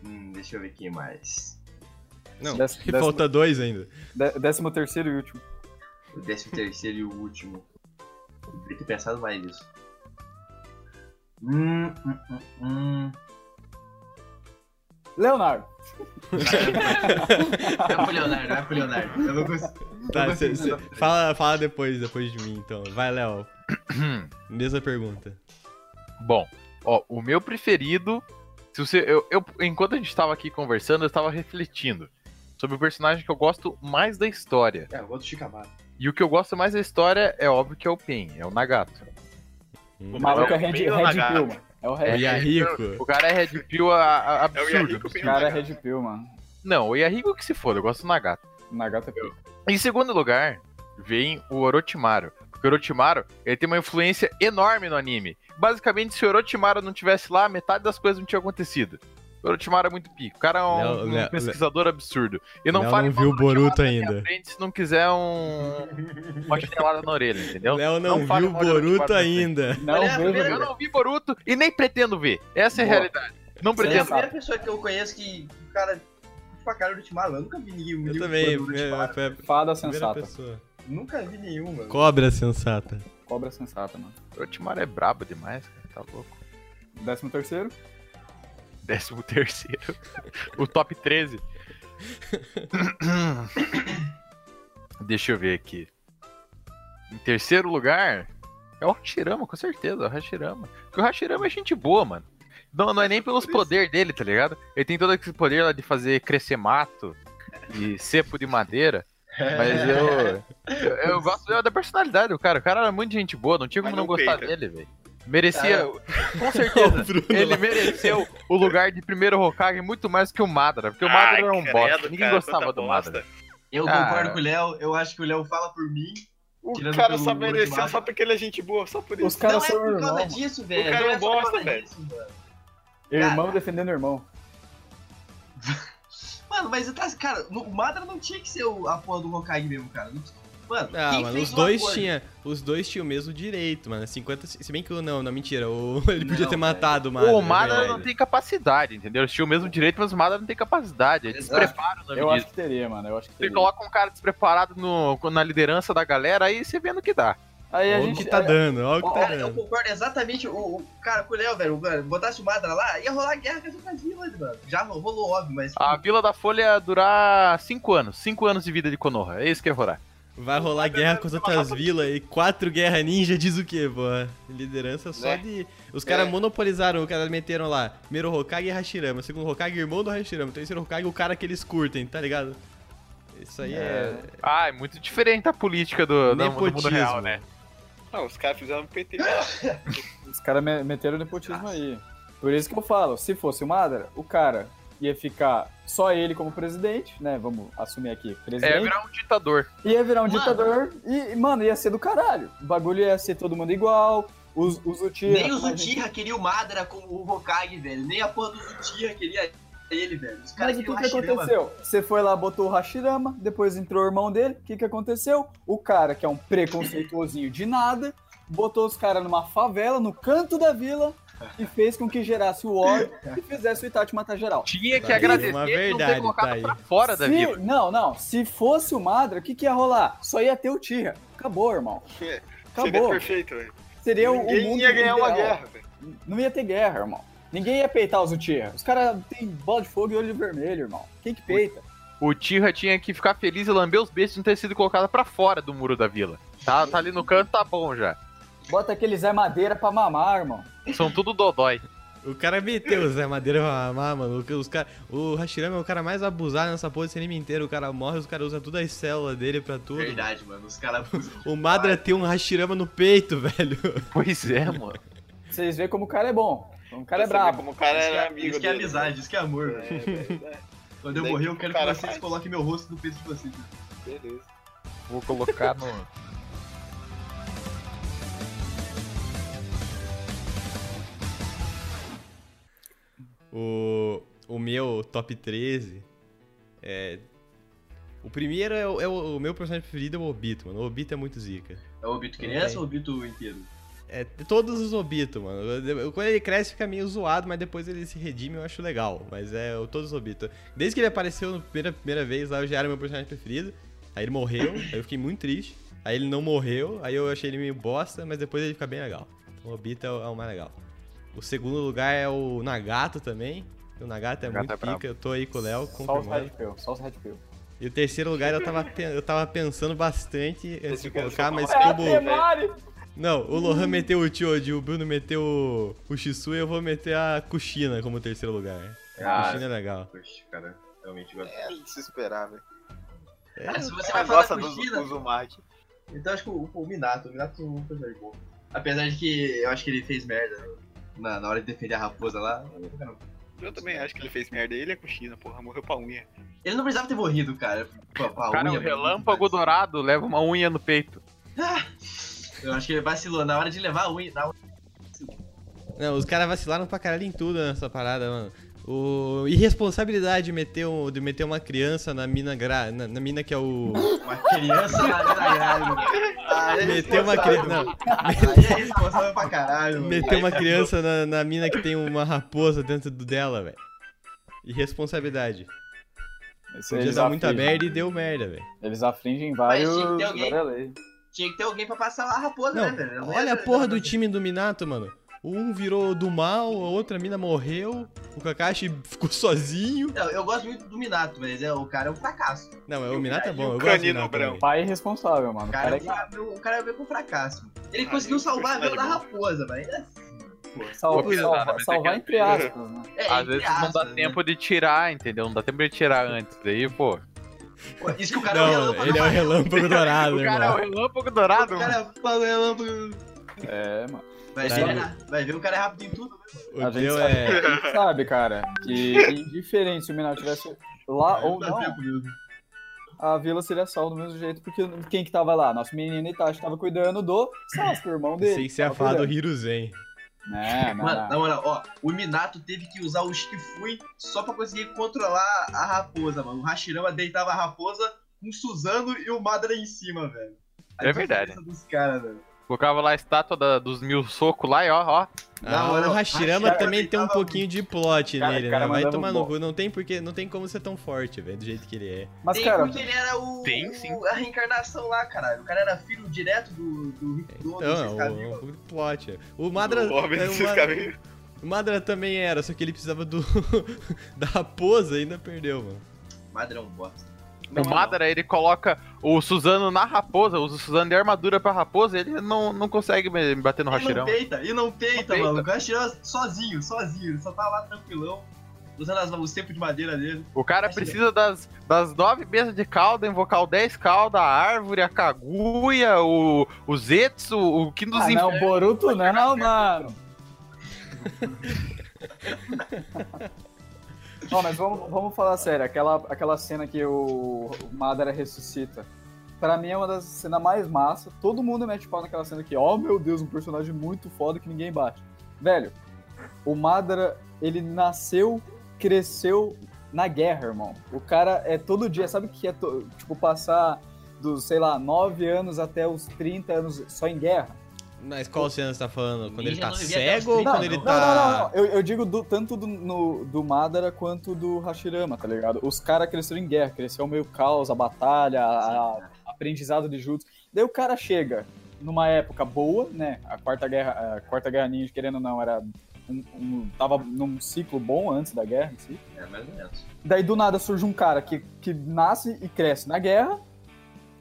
[SPEAKER 3] Hum, deixa eu ver quem mais.
[SPEAKER 5] Não,
[SPEAKER 4] Desce-
[SPEAKER 5] e
[SPEAKER 4] desce-
[SPEAKER 5] falta dois ainda.
[SPEAKER 4] Dé- décimo terceiro e último.
[SPEAKER 3] O décimo terceiro e o último. Eu devia ter pensado mais nisso. Hum, hum, hum, hum.
[SPEAKER 4] Leonardo.
[SPEAKER 3] Vai É pro Leonardo, vai pro Leonardo. Eu não consigo.
[SPEAKER 5] Tá,
[SPEAKER 3] Não
[SPEAKER 5] cê,
[SPEAKER 3] consigo,
[SPEAKER 5] cê-
[SPEAKER 3] não.
[SPEAKER 5] fala, fala depois, depois de mim, então. Vai, Léo. Mesma pergunta.
[SPEAKER 1] Bom, ó, o meu preferido. Se você, eu, eu- enquanto a gente tava aqui conversando, eu tava refletindo sobre o personagem que eu gosto mais da história.
[SPEAKER 3] É, eu vou do Chicamaro.
[SPEAKER 1] E o que eu gosto mais da história é óbvio que é o Pen, é o Nagato.
[SPEAKER 5] Hum.
[SPEAKER 4] O maluco é
[SPEAKER 2] Mas é o
[SPEAKER 4] Red,
[SPEAKER 2] Pio ou
[SPEAKER 4] Red
[SPEAKER 2] Nagato?
[SPEAKER 4] Pill, mano. É o Red
[SPEAKER 5] E a Rico?
[SPEAKER 1] O cara é Red Pill a- a-
[SPEAKER 2] É o
[SPEAKER 1] absurdo.
[SPEAKER 2] Yahiko
[SPEAKER 4] O cara é Red Pill, mano.
[SPEAKER 1] Não, o Yahiko que se foda, eu gosto do Nagato.
[SPEAKER 4] Nagato é Pill.
[SPEAKER 1] Em segundo lugar, vem o Orochimaru. Porque o Orochimaru ele tem uma influência enorme no anime. Basicamente, se o Orochimaru não tivesse lá, metade das coisas não tinha acontecido. O Orochimaru é muito pico. O cara é um,
[SPEAKER 5] Léo-
[SPEAKER 1] um
[SPEAKER 5] Léo-
[SPEAKER 1] pesquisador absurdo. E não
[SPEAKER 5] Léo
[SPEAKER 1] fale
[SPEAKER 5] não
[SPEAKER 1] mal
[SPEAKER 5] viu o
[SPEAKER 1] do né, Orochimaru
[SPEAKER 5] Boruto
[SPEAKER 1] na minha
[SPEAKER 5] ainda.
[SPEAKER 1] frente se não quiser um... uma chinelada na orelha, entendeu?
[SPEAKER 5] Léo não,
[SPEAKER 1] fale
[SPEAKER 5] viu o
[SPEAKER 1] mal do Orochimaru
[SPEAKER 5] Boruto
[SPEAKER 1] na minha frente.
[SPEAKER 5] ainda.
[SPEAKER 4] Não,
[SPEAKER 3] Olha, a
[SPEAKER 4] vejo,
[SPEAKER 3] primeira-
[SPEAKER 1] Eu não vi Boruto e nem pretendo ver. Essa é a
[SPEAKER 4] Boa.
[SPEAKER 1] realidade. Não
[SPEAKER 3] Você é a
[SPEAKER 1] pretendo.
[SPEAKER 3] primeira pessoa que eu conheço que, cara, tipo a cara do Timaro. Eu nunca vi ninguém.
[SPEAKER 5] Eu
[SPEAKER 3] nenhum
[SPEAKER 5] também.
[SPEAKER 3] fã do
[SPEAKER 5] é,
[SPEAKER 3] Timaro.
[SPEAKER 5] Foi a
[SPEAKER 4] fada
[SPEAKER 5] primeira
[SPEAKER 4] sensata.
[SPEAKER 5] pessoa.
[SPEAKER 3] Nunca vi nenhuma.
[SPEAKER 5] Cobra sensata.
[SPEAKER 4] Cobra sensata, mano.
[SPEAKER 1] O Orochimaru é brabo demais, cara. Tá louco.
[SPEAKER 4] Décimo terceiro?
[SPEAKER 1] Décimo terceiro. o top 13. Deixa eu ver aqui. Em terceiro lugar é o Hashirama, com certeza, é o Hashirama. Porque o Hashirama é gente boa, mano. Não, não é nem pelos poderes dele, tá ligado? Ele tem todo aquele poder lá de fazer crescer mato e cepo de madeira. Mas eu, eu, eu gosto da personalidade do cara. O cara era muito gente boa, não tinha como
[SPEAKER 2] Mas
[SPEAKER 1] não,
[SPEAKER 2] não
[SPEAKER 1] gostar
[SPEAKER 2] peida.
[SPEAKER 1] dele, velho. Merecia,
[SPEAKER 3] Cara.
[SPEAKER 1] com certeza.
[SPEAKER 5] O Bruno
[SPEAKER 1] Ele
[SPEAKER 5] lá.
[SPEAKER 1] mereceu o lugar de primeiro Hokage muito mais que o Madara, porque o Madara
[SPEAKER 2] Ai,
[SPEAKER 1] era um
[SPEAKER 2] credo,
[SPEAKER 1] bosta. Ninguém
[SPEAKER 2] cara,
[SPEAKER 1] gostava
[SPEAKER 2] tanta
[SPEAKER 1] do
[SPEAKER 2] bosta.
[SPEAKER 1] Madara.
[SPEAKER 3] Eu
[SPEAKER 1] Cara.
[SPEAKER 3] concordo com o Léo. Eu acho que o Léo fala por mim.
[SPEAKER 2] O
[SPEAKER 3] Tirando
[SPEAKER 2] cara
[SPEAKER 3] pelo
[SPEAKER 2] só
[SPEAKER 3] olho de
[SPEAKER 2] mereceu
[SPEAKER 3] baixo.
[SPEAKER 2] só porque ele é gente boa, só por
[SPEAKER 4] Os
[SPEAKER 2] isso.
[SPEAKER 4] caras
[SPEAKER 3] não é
[SPEAKER 4] são
[SPEAKER 3] por causa
[SPEAKER 4] irmão.
[SPEAKER 3] disso, velho.
[SPEAKER 2] cara
[SPEAKER 3] não
[SPEAKER 2] é
[SPEAKER 3] é
[SPEAKER 2] um
[SPEAKER 3] só por
[SPEAKER 2] bosta,
[SPEAKER 3] causa
[SPEAKER 2] velho.
[SPEAKER 3] disso, mano.
[SPEAKER 4] Irmão defendendo irmão.
[SPEAKER 3] Mano, mas tá, cara, no- o Madara não tinha que ser o, a porra do Hokage mesmo, cara. Não- Mano,
[SPEAKER 5] Ah,
[SPEAKER 3] quem
[SPEAKER 5] mano,
[SPEAKER 3] fez
[SPEAKER 5] os
[SPEAKER 3] um
[SPEAKER 5] dois
[SPEAKER 3] acordo?
[SPEAKER 5] tinha, os dois tinham o mesmo direito, mano. 50, se bem que o não, não mentira, o, ele podia
[SPEAKER 3] Não,
[SPEAKER 5] ter
[SPEAKER 3] velho.
[SPEAKER 5] matado o Madara.
[SPEAKER 1] o Madara
[SPEAKER 5] né, velho.
[SPEAKER 1] não tem capacidade, entendeu? Eles tinham o mesmo direito, mas o Madara não tem capacidade. Eles
[SPEAKER 3] Exato.
[SPEAKER 1] despreparam o nome
[SPEAKER 4] Eu acho
[SPEAKER 1] disso.
[SPEAKER 4] que teria, mano. Eu acho que
[SPEAKER 1] Você
[SPEAKER 4] teria.
[SPEAKER 1] Tá coloca um cara despreparado no- na liderança da galera, aí você vê no que dá.
[SPEAKER 4] Aí a
[SPEAKER 5] Olha o
[SPEAKER 4] gente é-
[SPEAKER 5] que tá dando, olha o que tá
[SPEAKER 3] Cara, eu
[SPEAKER 5] dando.
[SPEAKER 3] concordo exatamente o, o- cara com o Léo, velho. Mano, botasse o Madara lá, ia rolar guerra com as outras vilas, mano. Já rolou, óbvio, mas.
[SPEAKER 1] A Vila da Folha ia durar 5 anos. 5 anos de vida de Konoha. É isso que ia rolar.
[SPEAKER 5] Vai rolar guerra com as outras vilas e quatro guerra ninja diz o quê, porra? Liderança só
[SPEAKER 2] Né?
[SPEAKER 5] de. Os caras
[SPEAKER 2] É.
[SPEAKER 5] monopolizaram, os caras meteram lá. Primeiro Hokage e Hashirama, segundo Hokage, irmão do Hashirama, terceiro Hokage, o cara que eles curtem, tá ligado? Isso aí é.
[SPEAKER 1] Ah, é muito diferente da política do, do- do mundo
[SPEAKER 5] Nepotismo.
[SPEAKER 1] real, né?
[SPEAKER 2] Não, os caras fizeram um PT.
[SPEAKER 4] Os caras me- meteram nepotismo aí. Por isso que eu falo, se fosse o Madara, o cara ia ficar só ele como presidente, né? Vamos assumir aqui,
[SPEAKER 1] É
[SPEAKER 4] presidente.
[SPEAKER 1] virar um ditador.
[SPEAKER 4] Ia virar um
[SPEAKER 3] Mano.
[SPEAKER 4] ditador e, e, mano, ia ser do caralho. O bagulho ia ser todo mundo igual, os, os Uchiha...
[SPEAKER 3] Nem os
[SPEAKER 4] como a gente-
[SPEAKER 3] Uchiha queria o Madara com o Hokage, velho. Nem a porra dos Uchiha queria ele, velho. Os caras
[SPEAKER 4] Mas o que,
[SPEAKER 3] queriam
[SPEAKER 4] que
[SPEAKER 3] Hashirama.
[SPEAKER 4] aconteceu? Você foi lá, botou o Hashirama, depois entrou o irmão dele. O que, que aconteceu? O cara, que é um preconceituosinho de nada, botou os caras numa favela, no canto da vila, e fez com que gerasse o ódio e fizesse o Itachi matar geral.
[SPEAKER 1] Tinha que
[SPEAKER 5] Tá aí
[SPEAKER 1] agradecer
[SPEAKER 5] uma
[SPEAKER 1] de não
[SPEAKER 5] verdade,
[SPEAKER 1] ter colocado
[SPEAKER 5] tá aí.
[SPEAKER 1] pra fora da
[SPEAKER 4] Se-
[SPEAKER 1] vila.
[SPEAKER 4] Não, não. Se fosse o Madra, o que, que ia rolar? Só ia ter o Tira. Acabou, irmão.
[SPEAKER 2] É, Seria
[SPEAKER 4] Acabou.
[SPEAKER 2] perfeito, velho.
[SPEAKER 4] Seria o, o
[SPEAKER 2] Ninguém
[SPEAKER 4] mundo
[SPEAKER 2] ia ganhar uma
[SPEAKER 4] ideal.
[SPEAKER 2] guerra, velho.
[SPEAKER 4] Não ia ter guerra, irmão. Ninguém ia peitar os Uchiha. Os caras têm bola de fogo e olho vermelho, irmão. Quem que peita?
[SPEAKER 1] O Tira tinha que ficar feliz e lamber os beijos de não ter sido colocado pra fora do muro da vila. Tá, tá ali no canto, tá bom já.
[SPEAKER 4] Bota aquele Zé Madeira pra mamar, irmão.
[SPEAKER 1] São tudo dodói.
[SPEAKER 5] O cara é meteu o Zé Madeira pra mamar, mano. Os cara, o Hashirama é o cara mais abusado nessa porra desse anime inteiro. O cara morre, os caras usam todas as células dele pra tudo.
[SPEAKER 3] Verdade, mano. Os caras.
[SPEAKER 5] O Madra tem um Hashirama no peito, velho.
[SPEAKER 1] Pois é, mano.
[SPEAKER 4] Vocês veem como o cara é bom. Como o cara é
[SPEAKER 2] Você vê
[SPEAKER 4] brabo.
[SPEAKER 2] Como o cara
[SPEAKER 3] Isso que
[SPEAKER 2] era
[SPEAKER 3] é-
[SPEAKER 2] amigo
[SPEAKER 3] Isso que é
[SPEAKER 2] dele.
[SPEAKER 3] amizade, isso que é amor, velho.
[SPEAKER 2] É, velho, é,
[SPEAKER 3] Quando eu
[SPEAKER 2] Daí
[SPEAKER 3] morrer, eu
[SPEAKER 2] que o
[SPEAKER 3] quero que
[SPEAKER 2] cara
[SPEAKER 3] vocês
[SPEAKER 2] faz.
[SPEAKER 3] coloquem meu rosto no peito de vocês. né? velho.
[SPEAKER 2] beleza.
[SPEAKER 1] Vou colocar no.
[SPEAKER 5] O, o meu top 13 é. O primeiro é o, é o- o meu personagem preferido é o Obito, mano. O Obito é muito zica.
[SPEAKER 3] É o Obito
[SPEAKER 5] Não
[SPEAKER 3] criança
[SPEAKER 5] tem.
[SPEAKER 3] ou o Obito inteiro?
[SPEAKER 5] É, todos os Obito, mano. Eu- eu- Quando ele cresce fica meio zoado, mas depois ele se redime, eu acho legal. Mas é o- todos os Obito. Desde que ele apareceu na primeira, primeira vez lá, eu já era meu personagem preferido. Aí ele morreu, aí eu fiquei muito triste. Aí ele não morreu, aí eu achei ele meio bosta, mas depois ele fica bem legal. Então o Obito é o, é o mais legal. O segundo lugar é o Nagato também. O Nagata
[SPEAKER 1] Nagata
[SPEAKER 5] é
[SPEAKER 1] é
[SPEAKER 5] muito
[SPEAKER 1] brabo.
[SPEAKER 5] pica, eu tô aí com o Léo,
[SPEAKER 4] Só
[SPEAKER 1] é?
[SPEAKER 4] os
[SPEAKER 5] confirmado.
[SPEAKER 4] Red Pill, só os Red Pill.
[SPEAKER 5] E o terceiro lugar eu tava, pen- eu tava pensando bastante antes de
[SPEAKER 2] Esse cara
[SPEAKER 5] colocar,
[SPEAKER 2] só
[SPEAKER 5] mas
[SPEAKER 2] fala- É,
[SPEAKER 5] como.
[SPEAKER 2] até
[SPEAKER 5] Não, o Lohan meteu o Choji, o Bruno meteu o, o Shisui, eu vou meter a Kushina como terceiro lugar. A
[SPEAKER 6] Ah,
[SPEAKER 5] Kushina é legal.
[SPEAKER 6] Puxa, cara, realmente gosto.
[SPEAKER 2] É de se esperar, velho.
[SPEAKER 5] É,
[SPEAKER 3] Cara, se você
[SPEAKER 2] Ah,
[SPEAKER 3] vai falar
[SPEAKER 2] Nossa,
[SPEAKER 3] com
[SPEAKER 2] do,
[SPEAKER 3] o China,
[SPEAKER 2] do Zumaki.
[SPEAKER 3] então acho que o, o Minato, o Minato não foi mais bom. Apesar de que eu acho que ele fez merda na, na hora de defender a raposa lá.
[SPEAKER 2] Eu também acho que ele fez merda. Ele é com China, porra. Morreu pra unha.
[SPEAKER 3] Ele não precisava ter morrido, cara. Com a- com a
[SPEAKER 1] Cara, o
[SPEAKER 3] unha,
[SPEAKER 1] relâmpago
[SPEAKER 3] mas-
[SPEAKER 1] dourado leva uma unha no peito.
[SPEAKER 3] Eu acho que ele vacilou. Na hora de levar a unha, na unha-
[SPEAKER 5] Não, os caras vacilaram pra caralho em tudo nessa parada, mano. O irresponsabilidade de meter, um- de meter uma criança na mina gra, na, na mina que é o
[SPEAKER 3] uma criança na na grávida. Ah, ele é
[SPEAKER 5] meter uma criança,
[SPEAKER 3] responsável.
[SPEAKER 5] não,
[SPEAKER 3] Aí é responsável pra caralho, mano.
[SPEAKER 5] meter uma criança na, na mina que tem uma raposa dentro do dela, velho. Irresponsabilidade.
[SPEAKER 4] Esse
[SPEAKER 5] Podia
[SPEAKER 4] eles
[SPEAKER 5] dar muita
[SPEAKER 4] afligem-
[SPEAKER 5] merda e deu merda, velho.
[SPEAKER 4] Eles afligem
[SPEAKER 3] Mas
[SPEAKER 4] vários.
[SPEAKER 3] tinha que ter alguém.
[SPEAKER 4] várias leis.
[SPEAKER 3] Tinha que ter alguém pra passar lá a raposa, né, velho?
[SPEAKER 5] Não,
[SPEAKER 3] Não
[SPEAKER 5] olha
[SPEAKER 3] ia-
[SPEAKER 5] a porra do time do Minato, mano. Um virou do mal, a outra mina morreu, o Kakashi ficou sozinho.
[SPEAKER 3] Não, eu gosto muito do Minato, mas é, o cara é um fracasso.
[SPEAKER 5] Não, é o Minato é bom, eu
[SPEAKER 2] o
[SPEAKER 5] gosto do
[SPEAKER 2] Canino
[SPEAKER 5] Minato
[SPEAKER 2] Branco.
[SPEAKER 5] também.
[SPEAKER 4] Pai é responsável, mano.
[SPEAKER 3] O
[SPEAKER 4] O
[SPEAKER 3] cara,
[SPEAKER 4] cara,
[SPEAKER 3] é um cara- o cara veio com fracasso. Ele
[SPEAKER 2] Ah,
[SPEAKER 3] conseguiu
[SPEAKER 2] ele
[SPEAKER 3] salvar a vela da
[SPEAKER 2] personagem bom.
[SPEAKER 3] raposa, mas é,
[SPEAKER 4] é sal-
[SPEAKER 1] Ô, Piazada,
[SPEAKER 4] salva-
[SPEAKER 1] mas é
[SPEAKER 4] salvar
[SPEAKER 1] que-
[SPEAKER 4] entre aspas, né?
[SPEAKER 3] é
[SPEAKER 1] Às
[SPEAKER 3] entre
[SPEAKER 1] vezes não dá
[SPEAKER 3] aspas, né?
[SPEAKER 1] tempo de tirar, entendeu? Não dá tempo de tirar antes. Daí, pô.
[SPEAKER 3] Pô, Isso que o cara é um
[SPEAKER 5] Não,
[SPEAKER 3] relâmpago,
[SPEAKER 5] ele é o relâmpago dourado,
[SPEAKER 1] o cara é o
[SPEAKER 5] irmão.
[SPEAKER 1] relâmpago
[SPEAKER 3] O
[SPEAKER 1] dourado, mano.
[SPEAKER 3] cara é um fala relâmpago.
[SPEAKER 4] É, mano.
[SPEAKER 3] Vai
[SPEAKER 5] Tá,
[SPEAKER 3] ver, vai ver, o cara é rápido em tudo. né?
[SPEAKER 5] O
[SPEAKER 4] A gente
[SPEAKER 5] teu
[SPEAKER 4] sabe-
[SPEAKER 5] é.
[SPEAKER 4] a gente sabe, cara, que é indiferente se o Minato tivesse lá ou
[SPEAKER 1] é
[SPEAKER 3] Dá
[SPEAKER 4] não,
[SPEAKER 3] tempo mesmo.
[SPEAKER 4] a vila seria salva do mesmo jeito, porque quem que tava lá? Nosso menino Itachi tava cuidando do Sasuke, o irmão dele. né?
[SPEAKER 5] Sem ser a
[SPEAKER 4] Tava
[SPEAKER 5] fada do
[SPEAKER 4] cuidando.
[SPEAKER 5] Hiruzen.
[SPEAKER 4] Não, não,
[SPEAKER 3] Mano,
[SPEAKER 4] não.
[SPEAKER 3] na moral, ó, o Minato teve que usar o Shikifui só pra conseguir controlar a raposa, mano. O Hashirama deitava a raposa com o Suzano e o Madara em cima, velho. A
[SPEAKER 1] É verdade.
[SPEAKER 3] diferença Dos caras, velho.
[SPEAKER 1] Colocava lá a estátua da- dos mil socos lá e ó, ó.
[SPEAKER 3] Não,
[SPEAKER 5] Ah, o
[SPEAKER 3] não,
[SPEAKER 5] Hashirama
[SPEAKER 3] Hashirama
[SPEAKER 5] também tem um
[SPEAKER 3] tava-
[SPEAKER 5] pouquinho de plot
[SPEAKER 4] Cara,
[SPEAKER 5] nele,
[SPEAKER 4] o cara
[SPEAKER 5] né? Vai
[SPEAKER 4] mandava
[SPEAKER 5] tomar no
[SPEAKER 4] bom.
[SPEAKER 5] cu, não tem porque, não tem como ser tão forte, velho, do jeito que ele é.
[SPEAKER 4] Mas,
[SPEAKER 3] Tem
[SPEAKER 4] cara,
[SPEAKER 3] porque ele era o,
[SPEAKER 1] Tem, sim.
[SPEAKER 3] o- a reencarnação lá, caralho. O cara era filho direto do do, do, do
[SPEAKER 5] Então, é
[SPEAKER 3] Sescavio.
[SPEAKER 5] um- é um pouco de plot. O Madra,
[SPEAKER 2] O homem
[SPEAKER 5] é,
[SPEAKER 2] do
[SPEAKER 5] o
[SPEAKER 2] Cisca
[SPEAKER 5] Madra-
[SPEAKER 2] Verde.
[SPEAKER 5] o Madra também era, só que ele precisava do da raposa e ainda perdeu, mano.
[SPEAKER 3] Madre é um bosta.
[SPEAKER 2] Não,
[SPEAKER 1] o
[SPEAKER 2] não.
[SPEAKER 1] Madara, ele coloca o Suzano na raposa, usa o Suzano de armadura pra raposa, ele não, não consegue me- me bater no
[SPEAKER 3] E não
[SPEAKER 1] Hashirama.
[SPEAKER 3] peita, e não peita,
[SPEAKER 1] Não peita.
[SPEAKER 3] mano. O Hashirama sozinho, sozinho. Ele só tá lá tranquilão, usando as, os tempos de madeira dele.
[SPEAKER 1] O cara precisa das, das nove mesas de calda, invocar o dez calda, a árvore, a Kaguya, o, o Zetsu, o Kim dos
[SPEAKER 4] ah,
[SPEAKER 1] Infernos.
[SPEAKER 4] não, Boruto não, mano. Bom, mas vamos, vamos falar sério. Aquela, aquela cena que o Madara ressuscita. Pra mim é uma das cenas mais massa. Todo mundo mete pau naquela cena que, oh meu Deus, um personagem muito foda que ninguém bate. Velho, o Madara, ele nasceu, cresceu na guerra, irmão. O cara é todo dia, sabe o que é, to- tipo, passar dos, sei lá, 9 anos até os 30 anos só em guerra?
[SPEAKER 5] Mas qual cena você tá falando? Quando ele
[SPEAKER 3] Ninja
[SPEAKER 5] tá
[SPEAKER 3] não vivia até os
[SPEAKER 5] cego ou
[SPEAKER 3] 30,
[SPEAKER 5] quando ele
[SPEAKER 3] não.
[SPEAKER 5] tá.
[SPEAKER 4] Não, não, não, não. Eu, eu digo do- tanto do, no- do Madara quanto do Hashirama, tá ligado? Os caras cresceram em guerra, cresceu meio caos, a batalha, a, a- aprendizado de jutsu. Daí o cara chega numa época boa, né? A quarta guerra, a quarta guerra ninja, querendo ou não, era um, um- tava num ciclo bom antes da guerra assim. em si.
[SPEAKER 3] É, mais ou menos.
[SPEAKER 4] Daí do nada surge um cara que, que nasce e cresce na guerra,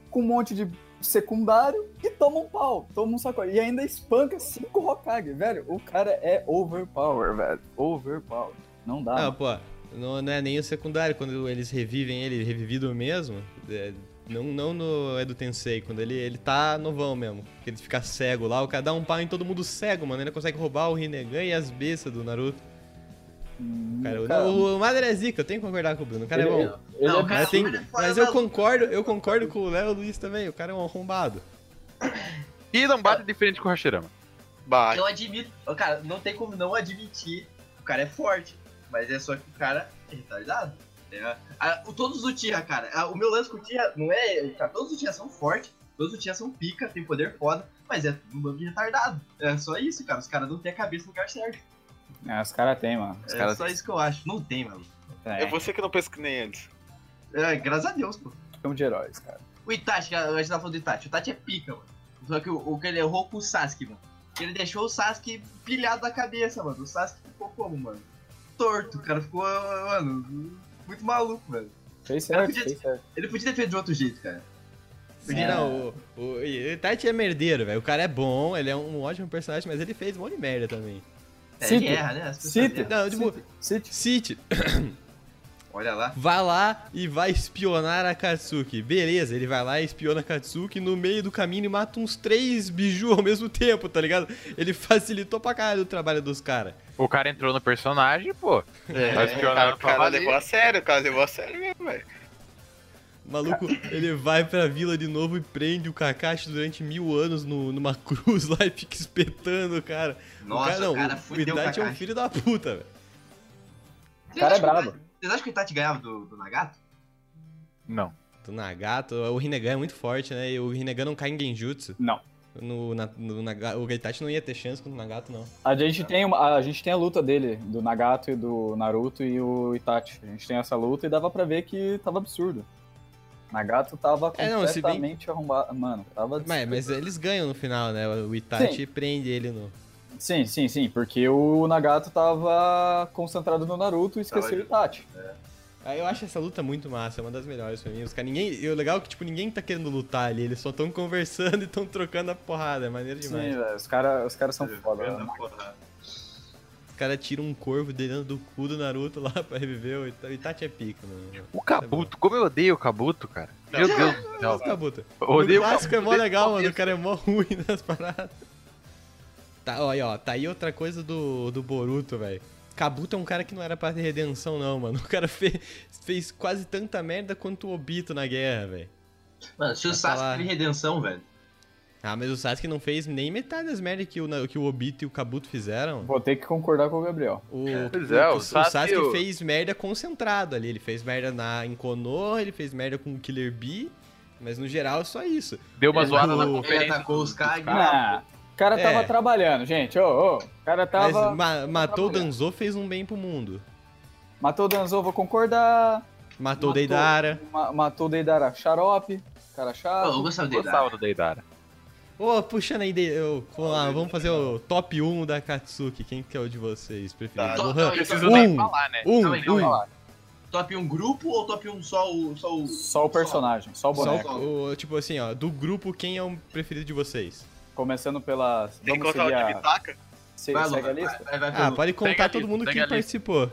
[SPEAKER 4] com um monte de secundário e toma um pau, toma um saco. E ainda espanca cinco Hokage, velho. O cara é overpower, velho. Overpower. Não dá.
[SPEAKER 5] Ah,
[SPEAKER 4] mano.
[SPEAKER 5] pô, não, não é nem o secundário, quando eles revivem ele, revivido mesmo, é, não, não no, é do Tensei, quando ele, ele tá novão mesmo, que ele fica cego lá, o cara dá um pau em todo mundo cego, mano, ele consegue roubar o Rinnegan e as bestas do Naruto.
[SPEAKER 4] Hum,
[SPEAKER 5] Cara, o-
[SPEAKER 4] cara,
[SPEAKER 5] o, o Madara é zica, eu tenho que concordar com o Bruno, o cara
[SPEAKER 4] ele,
[SPEAKER 5] é bom.
[SPEAKER 4] ele
[SPEAKER 3] Não,
[SPEAKER 4] é-
[SPEAKER 3] cara,
[SPEAKER 5] Mas, tem-
[SPEAKER 3] olha, fala
[SPEAKER 5] mas eu
[SPEAKER 3] maluco.
[SPEAKER 5] concordo, eu concordo com o Léo Luiz também, o cara é um arrombado.
[SPEAKER 1] E não bate de frente com o Hashirama.
[SPEAKER 2] Bah,
[SPEAKER 3] Eu admito, ó, cara, não tem como não admitir. O cara é forte, mas é só que o cara é retardado. né? Ah, o- todos os Tira, cara, ah, o meu lance com o Tira não é. Cara, todos os Tira são fortes, todos os Tira são pica, tem poder foda, mas é um bando de retardado. É só isso, cara. Os caras não têm a cabeça no lugar certo.
[SPEAKER 4] Ah, os caras têm, mano. Os
[SPEAKER 3] é
[SPEAKER 4] caras
[SPEAKER 3] só isso que eu acho. Não tem, mano.
[SPEAKER 2] é
[SPEAKER 4] têm.
[SPEAKER 2] você que não pensa que nem antes.
[SPEAKER 3] É, graças a Deus, pô.
[SPEAKER 4] Ficamos de heróis, cara.
[SPEAKER 3] O Itachi, cara, a gente tava falando do Itachi. O Itachi é pica, mano. Só que o, o que ele errou com o Sasuke, mano. Ele deixou o Sasuke pilhado da cabeça, mano. O Sasuke ficou como, mano? torto, cara. Ficou, mano, muito maluco, velho.
[SPEAKER 4] Fez
[SPEAKER 3] Cara,
[SPEAKER 4] certo,
[SPEAKER 3] podia-
[SPEAKER 4] fez certo.
[SPEAKER 3] Ele podia ter feito de outro jeito, cara.
[SPEAKER 5] Porque,
[SPEAKER 3] É.
[SPEAKER 5] Não, o, o, o Tati é merdeiro, velho. O cara é bom, ele é um ótimo personagem, mas ele fez um monte de merda também.
[SPEAKER 3] É,
[SPEAKER 4] Cito.
[SPEAKER 3] ele erra, né? As pessoas
[SPEAKER 4] Cito.
[SPEAKER 3] erram.
[SPEAKER 5] Não, tipo,
[SPEAKER 4] City.
[SPEAKER 5] City,
[SPEAKER 3] Olha lá.
[SPEAKER 5] vai lá e vai espionar a Katsuki. Beleza, ele vai lá e espiona a Katsuki no meio do caminho e mata uns três biju ao mesmo tempo, tá ligado? Ele facilitou pra caralho o trabalho dos caras.
[SPEAKER 1] O cara entrou no personagem, pô.
[SPEAKER 2] É,
[SPEAKER 1] Mas pior,
[SPEAKER 2] o cara,
[SPEAKER 1] não
[SPEAKER 2] o cara
[SPEAKER 1] trabalhei.
[SPEAKER 2] levou a sério, o cara levou a sério mesmo, velho.
[SPEAKER 5] O maluco, ele vai pra vila de novo e prende o Kakashi durante mil anos no- numa cruz lá e fica espetando o cara.
[SPEAKER 3] Nossa,
[SPEAKER 5] o cara, não,
[SPEAKER 3] o cara
[SPEAKER 5] o- o
[SPEAKER 3] fudeu o
[SPEAKER 5] Itachi é um
[SPEAKER 3] Kakashi.
[SPEAKER 5] filho da puta, velho.
[SPEAKER 4] O cara é
[SPEAKER 3] Vocês acham que o
[SPEAKER 4] brabo.
[SPEAKER 3] Itachi- Vocês acham que o Itachi ganhava do, do Nagato?
[SPEAKER 1] Não.
[SPEAKER 5] Do Nagato, o Rinnegan é muito forte, né? E o Rinnegan não cai em Genjutsu.
[SPEAKER 4] Não.
[SPEAKER 5] No, na, no Naga- o Itachi não ia ter chance contra o Nagato, não.
[SPEAKER 4] A gente, tem uma, a gente tem a luta dele, do Nagato e do Naruto e o Itachi. A gente tem essa luta e dava pra ver que tava absurdo. Nagato tava
[SPEAKER 5] É, não, se bem-
[SPEAKER 4] completamente arrombado. Mano, tava.
[SPEAKER 5] Mas, mas eles ganham no final, né? O Itachi
[SPEAKER 4] Sim.
[SPEAKER 5] prende ele no.
[SPEAKER 4] Sim, sim, sim, porque o Nagato tava concentrado no Naruto e esqueceu o Itachi.
[SPEAKER 5] Ah, eu acho essa luta muito massa, é uma das melhores pra mim. Os caras, ninguém. E o legal é que, tipo, ninguém tá querendo lutar ali, eles só tão conversando e tão trocando a porrada, é maneiro
[SPEAKER 4] Sim,
[SPEAKER 5] demais.
[SPEAKER 4] velho, os caras os cara são foda. né?
[SPEAKER 5] Os caras tiram um corvo de dentro do cu do Naruto lá pra reviver. O Ita- o Itachi é pica, mano.
[SPEAKER 1] O Kabuto, como eu odeio o Kabuto, cara.
[SPEAKER 2] Não.
[SPEAKER 1] Meu Deus do céu.
[SPEAKER 5] Tá, Buta.
[SPEAKER 1] Eu
[SPEAKER 5] O
[SPEAKER 1] Odeio
[SPEAKER 5] clássico é mó
[SPEAKER 1] desde o
[SPEAKER 5] legal, mano.
[SPEAKER 1] começo.
[SPEAKER 5] O cara é mó ruim nas paradas. Tá, ó, aí, ó, tá aí outra coisa do, do Boruto, velho. Kabuto é um cara que não era pra ter redenção, não, mano. O cara fez, fez quase tanta merda quanto o Obito na guerra, velho.
[SPEAKER 3] Mano, se o
[SPEAKER 5] Vai
[SPEAKER 3] Sasuke
[SPEAKER 5] falar.
[SPEAKER 3] teve redenção, velho.
[SPEAKER 5] Ah, mas o Sasuke não fez nem metade das merdas que o, Na- que o Obito e o Kabuto fizeram.
[SPEAKER 4] Vou ter que concordar com o Gabriel.
[SPEAKER 5] O,
[SPEAKER 1] Pois é, o
[SPEAKER 5] o
[SPEAKER 1] Sasuke-
[SPEAKER 5] Sasuke
[SPEAKER 1] o-
[SPEAKER 5] fez merda concentrado ali. Ele fez merda na, em Konoha, ele fez merda com o Killer Bee. Mas no geral é só isso.
[SPEAKER 1] Deu uma
[SPEAKER 5] Ele
[SPEAKER 1] zoada na
[SPEAKER 5] atacou-
[SPEAKER 1] conferência.
[SPEAKER 3] ele atacou
[SPEAKER 1] dos-
[SPEAKER 3] os
[SPEAKER 1] dos
[SPEAKER 3] Kage.
[SPEAKER 1] caras.
[SPEAKER 4] Ah, o cara
[SPEAKER 5] É.
[SPEAKER 4] tava trabalhando, gente. Ô, ô, o cara
[SPEAKER 5] Mas
[SPEAKER 4] tava.
[SPEAKER 5] ma- matou o
[SPEAKER 4] trabalhando.
[SPEAKER 5] Danzo, fez um bem pro mundo.
[SPEAKER 4] Matou o Danzo, vou concordar.
[SPEAKER 5] Matou
[SPEAKER 4] Matou.
[SPEAKER 5] o Deidara.
[SPEAKER 4] Ma- matou o Deidara xarope, cara
[SPEAKER 3] Pô, eu
[SPEAKER 4] chato.
[SPEAKER 3] gostava dele. tá?
[SPEAKER 1] Gostava do Deidara.
[SPEAKER 5] Ô, puxando aí, de... ô, vamos lá, vamos fazer o top 1 da Katsuki. Quem que é o de vocês preferido?
[SPEAKER 2] Tá,
[SPEAKER 5] Gohan.
[SPEAKER 3] top-
[SPEAKER 1] Preciso
[SPEAKER 5] Um.
[SPEAKER 1] nem
[SPEAKER 3] tá,
[SPEAKER 1] falar, né?
[SPEAKER 5] Um,
[SPEAKER 3] calma aí, calma
[SPEAKER 5] um.
[SPEAKER 3] aí. Top 1 grupo ou top 1 só o. Só o...
[SPEAKER 4] Só o personagem,
[SPEAKER 1] Tá
[SPEAKER 4] só o
[SPEAKER 5] Só
[SPEAKER 1] né?
[SPEAKER 4] boneco.
[SPEAKER 5] o, o- tipo assim, ó, do grupo, quem é o preferido de vocês?
[SPEAKER 4] Começando pela.
[SPEAKER 2] Tem que
[SPEAKER 4] Vamos
[SPEAKER 2] contar o
[SPEAKER 4] seguir
[SPEAKER 2] time
[SPEAKER 4] a.
[SPEAKER 2] taca?
[SPEAKER 4] se-
[SPEAKER 3] Vai,
[SPEAKER 4] segue a
[SPEAKER 3] Lucas,
[SPEAKER 4] lista?
[SPEAKER 3] vai, vai, vai,
[SPEAKER 5] Ah,
[SPEAKER 3] Lu.
[SPEAKER 5] pode
[SPEAKER 1] Pega a
[SPEAKER 5] contar todo
[SPEAKER 1] lista,
[SPEAKER 5] mundo
[SPEAKER 1] pega
[SPEAKER 5] que
[SPEAKER 1] a lista.
[SPEAKER 5] participou.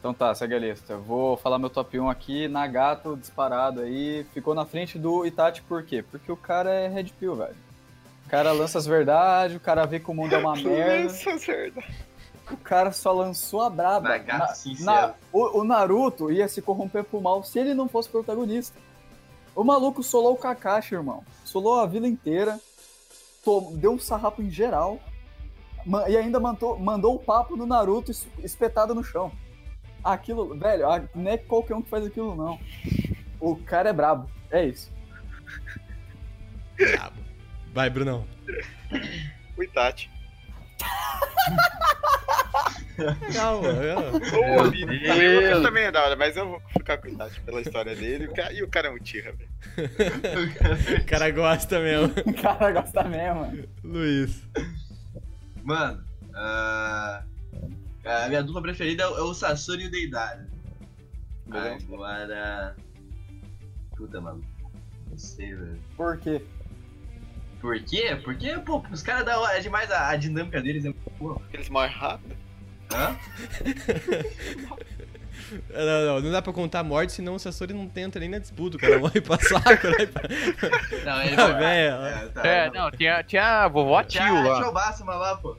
[SPEAKER 4] Então tá, segue a lista. Eu vou falar meu top 1 aqui. Nagato disparado aí. Ficou na frente do Itachi por quê? Porque o cara é Red Pill, velho. O cara lança as verdades, o cara vê que o mundo é uma merda.
[SPEAKER 2] Nossa, certo.
[SPEAKER 4] O cara só lançou a braba.
[SPEAKER 3] Nagato
[SPEAKER 4] Na-
[SPEAKER 3] sincero.
[SPEAKER 4] na- o, o Naruto ia se corromper pro mal se ele não fosse protagonista. O maluco solou o Kakashi, irmão. Solou a vila inteira. to- deu um sarrapo em geral. ma- e ainda mantou- mandou o papo no Naruto es- espetado no chão. Aquilo, velho, a- não é qualquer um que faz aquilo, não. O cara é brabo. É isso.
[SPEAKER 5] Brabo. Vai, Brunão.
[SPEAKER 2] O Itachi.
[SPEAKER 5] Legal, mano.
[SPEAKER 2] Ô, Eu, eu também é da hora, mas eu vou ficar com o Itachi pela história dele. O cara- E o cara é um tira, velho.
[SPEAKER 5] O cara gosta mesmo.
[SPEAKER 4] O cara gosta mesmo, mano.
[SPEAKER 5] Luiz.
[SPEAKER 3] Mano, ah, a minha dupla preferida é o é o Sasori e o Deidara.
[SPEAKER 4] Beleza.
[SPEAKER 3] Agora. Puta, mano. Não sei, velho.
[SPEAKER 4] Por quê?
[SPEAKER 3] Por quê? Porque, pô, os caras da hora é demais a, a dinâmica deles. É...
[SPEAKER 2] Eles morrem rápido.
[SPEAKER 3] Hã?
[SPEAKER 5] Não, É, não, não dá pra contar a morte, senão o Sasori não tenta nem na disputa. O cara morre pra saco, né?
[SPEAKER 3] Não, ele
[SPEAKER 5] Ah, velho.
[SPEAKER 3] É, tá.
[SPEAKER 1] É, não, tinha, tinha a vovó tio
[SPEAKER 3] Tinha a
[SPEAKER 1] lá.
[SPEAKER 3] Chobássima lá, pô.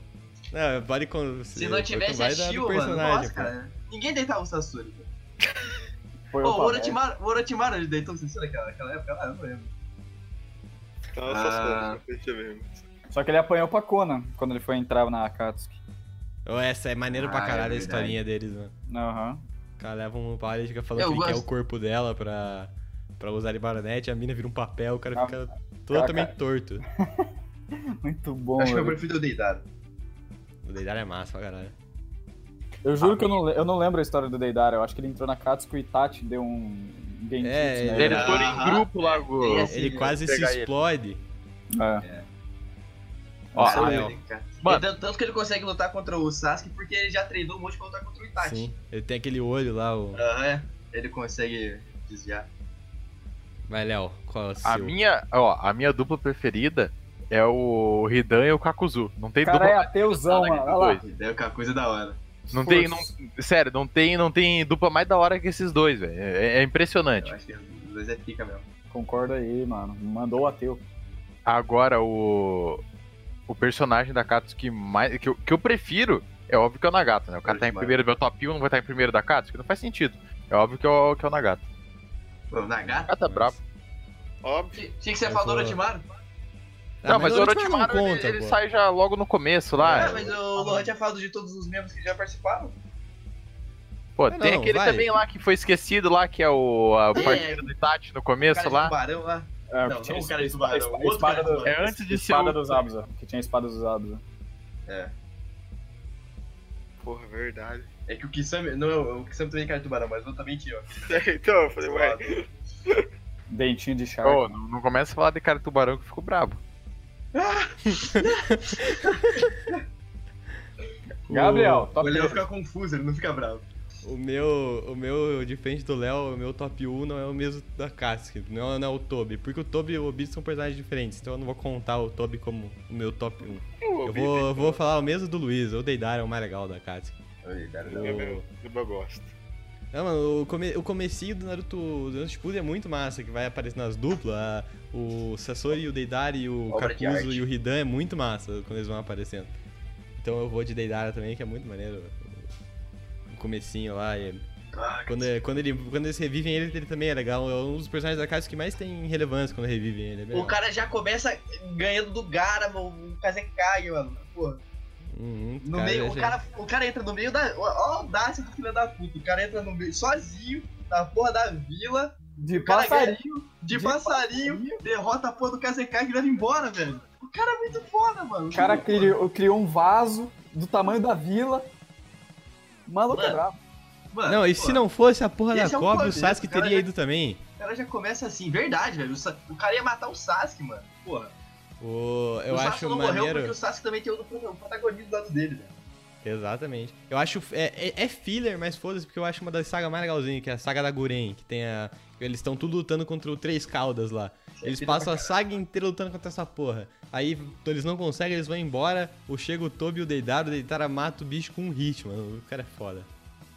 [SPEAKER 5] Não, vale com.
[SPEAKER 3] Se não tivesse
[SPEAKER 5] vai
[SPEAKER 3] a
[SPEAKER 5] dar do
[SPEAKER 3] Shio, mano,
[SPEAKER 5] personagem,
[SPEAKER 3] nossa,
[SPEAKER 5] pô.
[SPEAKER 3] cara. Ninguém deitava o Sasori. Pô,
[SPEAKER 4] Foi
[SPEAKER 3] o
[SPEAKER 4] Pavel.
[SPEAKER 3] Orochimaru, o Orochimaru ele deitou o Sasori naquela, naquela época lá, eu não lembro.
[SPEAKER 2] Então essas
[SPEAKER 3] Ah.
[SPEAKER 2] coisas. Deixa eu ver.
[SPEAKER 4] Só que ele apanhou pra Conan quando ele foi entrar na Akatsuki.
[SPEAKER 5] Ô, Essa é maneiro
[SPEAKER 3] Ah,
[SPEAKER 5] pra
[SPEAKER 3] é
[SPEAKER 5] caralho a
[SPEAKER 3] verdade.
[SPEAKER 5] historinha deles, mano.
[SPEAKER 4] Aham.
[SPEAKER 5] O cara leva um palha e fica falando
[SPEAKER 3] Eu
[SPEAKER 5] que ele quer
[SPEAKER 3] gosto.
[SPEAKER 5] o corpo dela pra, pra usar de baronete, a mina vira um papel, o cara
[SPEAKER 4] Ah,
[SPEAKER 5] fica totalmente torto.
[SPEAKER 4] Muito bom,
[SPEAKER 3] Acho que eu
[SPEAKER 4] velho.
[SPEAKER 3] prefiro o Deidara.
[SPEAKER 5] O Deidara é massa pra caralho.
[SPEAKER 4] Eu juro que eu não, le- eu não lembro a história do Deidara. Eu acho que ele entrou na Katsuki e Itachi deu um Genjutsu
[SPEAKER 5] É,
[SPEAKER 4] nele.
[SPEAKER 1] Eles foram em
[SPEAKER 3] Aham.
[SPEAKER 1] grupo lá. go-
[SPEAKER 3] É, assim,
[SPEAKER 5] Ele
[SPEAKER 3] eu
[SPEAKER 5] quase se
[SPEAKER 1] pegar ele.
[SPEAKER 5] explode.
[SPEAKER 4] É.
[SPEAKER 1] Ó,
[SPEAKER 3] Nossa,
[SPEAKER 1] aí,
[SPEAKER 3] ele, cara.
[SPEAKER 1] Mano.
[SPEAKER 3] Ele deu- tanto que ele consegue lutar contra o Sasuke porque ele já treinou um monte pra lutar contra o Itachi.
[SPEAKER 5] Sim. Ele tem aquele olho lá, o.
[SPEAKER 3] Aham, é. ele consegue desviar.
[SPEAKER 5] Vai, Léo, qual é o seu?
[SPEAKER 1] A minha, ó, a minha dupla preferida é o Hidan e o Kakuzu. Não tem
[SPEAKER 4] O cara é
[SPEAKER 1] dupla,
[SPEAKER 4] ateuzão, mano. Olha lá.
[SPEAKER 3] E daí é uma coisa da hora.
[SPEAKER 1] não tem, não, sério, não tem, não tem dupla mais da hora que esses dois, velho. É, é impressionante.
[SPEAKER 3] Eu acho que os dois é pica mesmo.
[SPEAKER 4] Concorda aí, mano. Mandou o ateu.
[SPEAKER 1] Agora o o personagem da Katsu que mais que eu, que eu prefiro é óbvio que é o Nagato, né? O cara tá em
[SPEAKER 3] Demais.
[SPEAKER 1] primeiro do meu top 1, não vai estar em primeiro da Katsu, que não faz sentido. É óbvio que é o, que é o Nagato.
[SPEAKER 3] Pô, o
[SPEAKER 1] O
[SPEAKER 3] Nagato?
[SPEAKER 1] Nagato é brabo.
[SPEAKER 2] Óbvio.
[SPEAKER 3] Tinha tinha que ser
[SPEAKER 5] Eu
[SPEAKER 3] falar do
[SPEAKER 5] vou-
[SPEAKER 3] Orochimaru.
[SPEAKER 5] Ah,
[SPEAKER 1] não, mas o
[SPEAKER 5] não
[SPEAKER 1] Orochimaru ele-
[SPEAKER 5] conta,
[SPEAKER 1] ele,
[SPEAKER 5] pô.
[SPEAKER 1] sai já logo no começo lá.
[SPEAKER 3] Ah, mas o Lohan tinha falado de todos os membros que já participaram.
[SPEAKER 1] Pô,
[SPEAKER 5] Não,
[SPEAKER 1] tem
[SPEAKER 5] não,
[SPEAKER 1] aquele
[SPEAKER 5] vai.
[SPEAKER 1] também lá que foi esquecido lá, que é o a
[SPEAKER 3] É.
[SPEAKER 1] parceiro do Itachi no
[SPEAKER 3] O
[SPEAKER 1] começo
[SPEAKER 3] cara
[SPEAKER 1] lá.
[SPEAKER 3] de tubarão lá.
[SPEAKER 4] É,
[SPEAKER 3] Não,
[SPEAKER 4] que tinha
[SPEAKER 3] não o cara de
[SPEAKER 4] espa-
[SPEAKER 3] tubarão,
[SPEAKER 4] espa-
[SPEAKER 3] o outro
[SPEAKER 4] espada
[SPEAKER 3] cara de
[SPEAKER 4] do-
[SPEAKER 1] É antes de ser
[SPEAKER 4] Espada
[SPEAKER 1] o...
[SPEAKER 4] dos Abusa. Que tinha espada dos Abusa.
[SPEAKER 2] Porra, verdade.
[SPEAKER 3] É que o Kisame. Não, é o o Kisame também é cara de tubarão, mas eu também tinha, ó.
[SPEAKER 2] então, eu falei, ué.
[SPEAKER 4] Dentinho de charme.
[SPEAKER 1] Ô, não, não começa a falar de cara tubarão que eu fico brabo. oh.
[SPEAKER 4] Gabriel,
[SPEAKER 3] O
[SPEAKER 4] top
[SPEAKER 3] Léo
[SPEAKER 4] três.
[SPEAKER 3] fica confuso, ele não fica bravo.
[SPEAKER 5] O meu, o meu, diferente do Léo, o meu top 1 não é o mesmo da Katsuki, não, é- não é o Tobi. Porque o Tobi e o Obito são personagens diferentes, então eu não vou contar o Tobi como o meu top 1. Eu vou,
[SPEAKER 3] então.
[SPEAKER 5] eu vou falar o mesmo do Luiz, o Deidara é o mais legal da Katsuki.
[SPEAKER 3] É
[SPEAKER 2] Eu, eu, eu gosto.
[SPEAKER 5] Não, mano, o, come, o comecinho do Naruto, do Naruto Shippuden é muito massa, que vai aparecendo nas duplas, a- o Sasori, o Deidara e o
[SPEAKER 3] Obra de
[SPEAKER 5] Kakuzu
[SPEAKER 3] arte.
[SPEAKER 5] e o Hidan é muito massa quando eles vão aparecendo. Então eu vou de Deidara também, que é muito maneiro. O comecinho lá, e
[SPEAKER 3] Ah,
[SPEAKER 5] Quando, quando, ele, quando eles revivem ele, ele também é legal. É um dos personagens da casa que mais tem relevância quando revivem ele. É bem
[SPEAKER 3] O
[SPEAKER 5] legal.
[SPEAKER 3] cara já começa ganhando do Gara, mano. O Kazekage, mano. Pô,
[SPEAKER 5] Uhum,
[SPEAKER 3] no
[SPEAKER 5] cara,
[SPEAKER 3] meio,
[SPEAKER 5] eu
[SPEAKER 3] o
[SPEAKER 5] achei-
[SPEAKER 3] cara, o cara entra no meio da. Ó, ó a audácia do filho da puta. O cara entra no meio sozinho, na porra da vila,
[SPEAKER 4] De
[SPEAKER 3] O cara é ganha-
[SPEAKER 4] passarinho.
[SPEAKER 3] de, passarinho, derrota a porra do Kazekage e leva embora, velho. O cara é muito foda, mano.
[SPEAKER 4] O cara criou, criou um vaso do tamanho da vila. Maluco é
[SPEAKER 3] Mano.
[SPEAKER 4] brabo.
[SPEAKER 3] Mano,
[SPEAKER 5] Não, e
[SPEAKER 3] pô,
[SPEAKER 5] se não fosse a porra da
[SPEAKER 3] Esse é o
[SPEAKER 5] cobra, o
[SPEAKER 3] começo,
[SPEAKER 5] Sasuke
[SPEAKER 3] o cara
[SPEAKER 5] teria
[SPEAKER 3] já-
[SPEAKER 5] ido também.
[SPEAKER 3] O cara já começa assim, verdade, velho. O, Sa- o cara ia matar o Sasuke, mano. Porra.
[SPEAKER 5] O, eu
[SPEAKER 3] o Sasuke
[SPEAKER 5] acho
[SPEAKER 3] não morreu
[SPEAKER 5] maneiro.
[SPEAKER 3] porque o Sasuke também tem outro prota- o protagonismo do lado dele, velho.
[SPEAKER 5] Exatamente. Eu acho. É, é, é filler, mas foda-se, porque eu acho uma das sagas mais legalzinhas, que é a saga da Guren, que tem a. Eles estão tudo lutando contra o Três Caldas lá. Eles passam a saga inteira lutando contra essa porra. Aí eles não conseguem, eles vão embora. O chega o Tobi e o Deidara, o Deidara mata o bicho com um hit, mano. O cara é foda.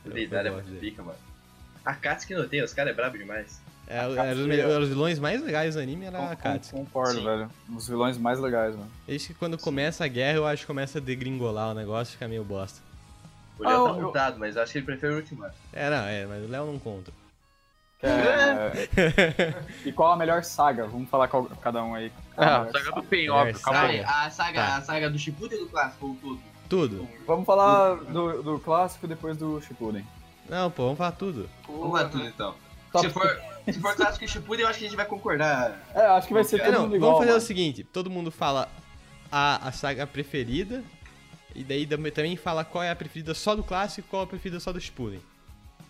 [SPEAKER 5] Eu- eu
[SPEAKER 3] Deidara é
[SPEAKER 5] gosto
[SPEAKER 3] muito
[SPEAKER 5] dele.
[SPEAKER 3] pica, mano. A Katsuki não tem, os caras é brabo demais.
[SPEAKER 5] É, era os, melhores- era os vilões mais legais do anime
[SPEAKER 1] Ah,
[SPEAKER 5] era a Katsuki.
[SPEAKER 4] Concordo,
[SPEAKER 3] Sim.
[SPEAKER 4] velho. Um dos vilões mais legais, mano.
[SPEAKER 5] Desde que quando começa a guerra, eu acho que começa a degringolar o negócio fica meio bosta.
[SPEAKER 3] O Léo
[SPEAKER 4] Ah,
[SPEAKER 3] tá
[SPEAKER 4] eu-
[SPEAKER 3] mutado, mas acho que ele prefere o Ultimato.
[SPEAKER 5] É, não, é, mas o Léo não conta.
[SPEAKER 4] É... e qual a melhor saga? Vamos falar qual, cada um aí. Qual a
[SPEAKER 1] Ah,
[SPEAKER 4] melhor
[SPEAKER 1] saga do
[SPEAKER 4] saga?
[SPEAKER 1] Pen, óbvio.
[SPEAKER 5] Saga.
[SPEAKER 1] Calma aí.
[SPEAKER 3] a saga,
[SPEAKER 5] Tá.
[SPEAKER 3] a saga do Shippuden ou do clássico ou tudo?
[SPEAKER 5] Tudo.
[SPEAKER 4] Vamos falar do, do clássico depois do Shippuden.
[SPEAKER 5] Não, pô, vamos falar tudo.
[SPEAKER 3] Vamos lá tudo então.
[SPEAKER 4] Top-
[SPEAKER 3] Se for, se for clássico e Shippuden, eu acho que a gente vai concordar.
[SPEAKER 4] É, acho que vai ser
[SPEAKER 5] É,
[SPEAKER 4] todo
[SPEAKER 5] não,
[SPEAKER 4] mundo
[SPEAKER 5] vamos
[SPEAKER 4] igual.
[SPEAKER 5] fazer o
[SPEAKER 4] mano.
[SPEAKER 5] seguinte: todo mundo fala a, a saga preferida. E daí tam- também fala qual é a preferida só do clássico e qual é a preferida só do Shippuden.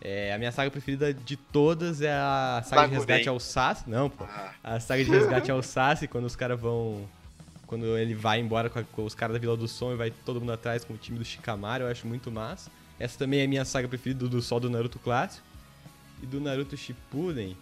[SPEAKER 5] É, a minha saga preferida de todas é a saga de
[SPEAKER 2] Sakurei.
[SPEAKER 5] resgate ao Sasuke. Não, pô.
[SPEAKER 2] Ah,
[SPEAKER 5] A saga de resgate ao Sassi, quando os caras vão. Quando ele vai embora com, a- com os caras da Vila do Som e vai todo mundo atrás com o time do Shikamaru, eu acho muito massa. Essa também é a minha saga preferida do Sol do Naruto clássico. E do Naruto Shippuden.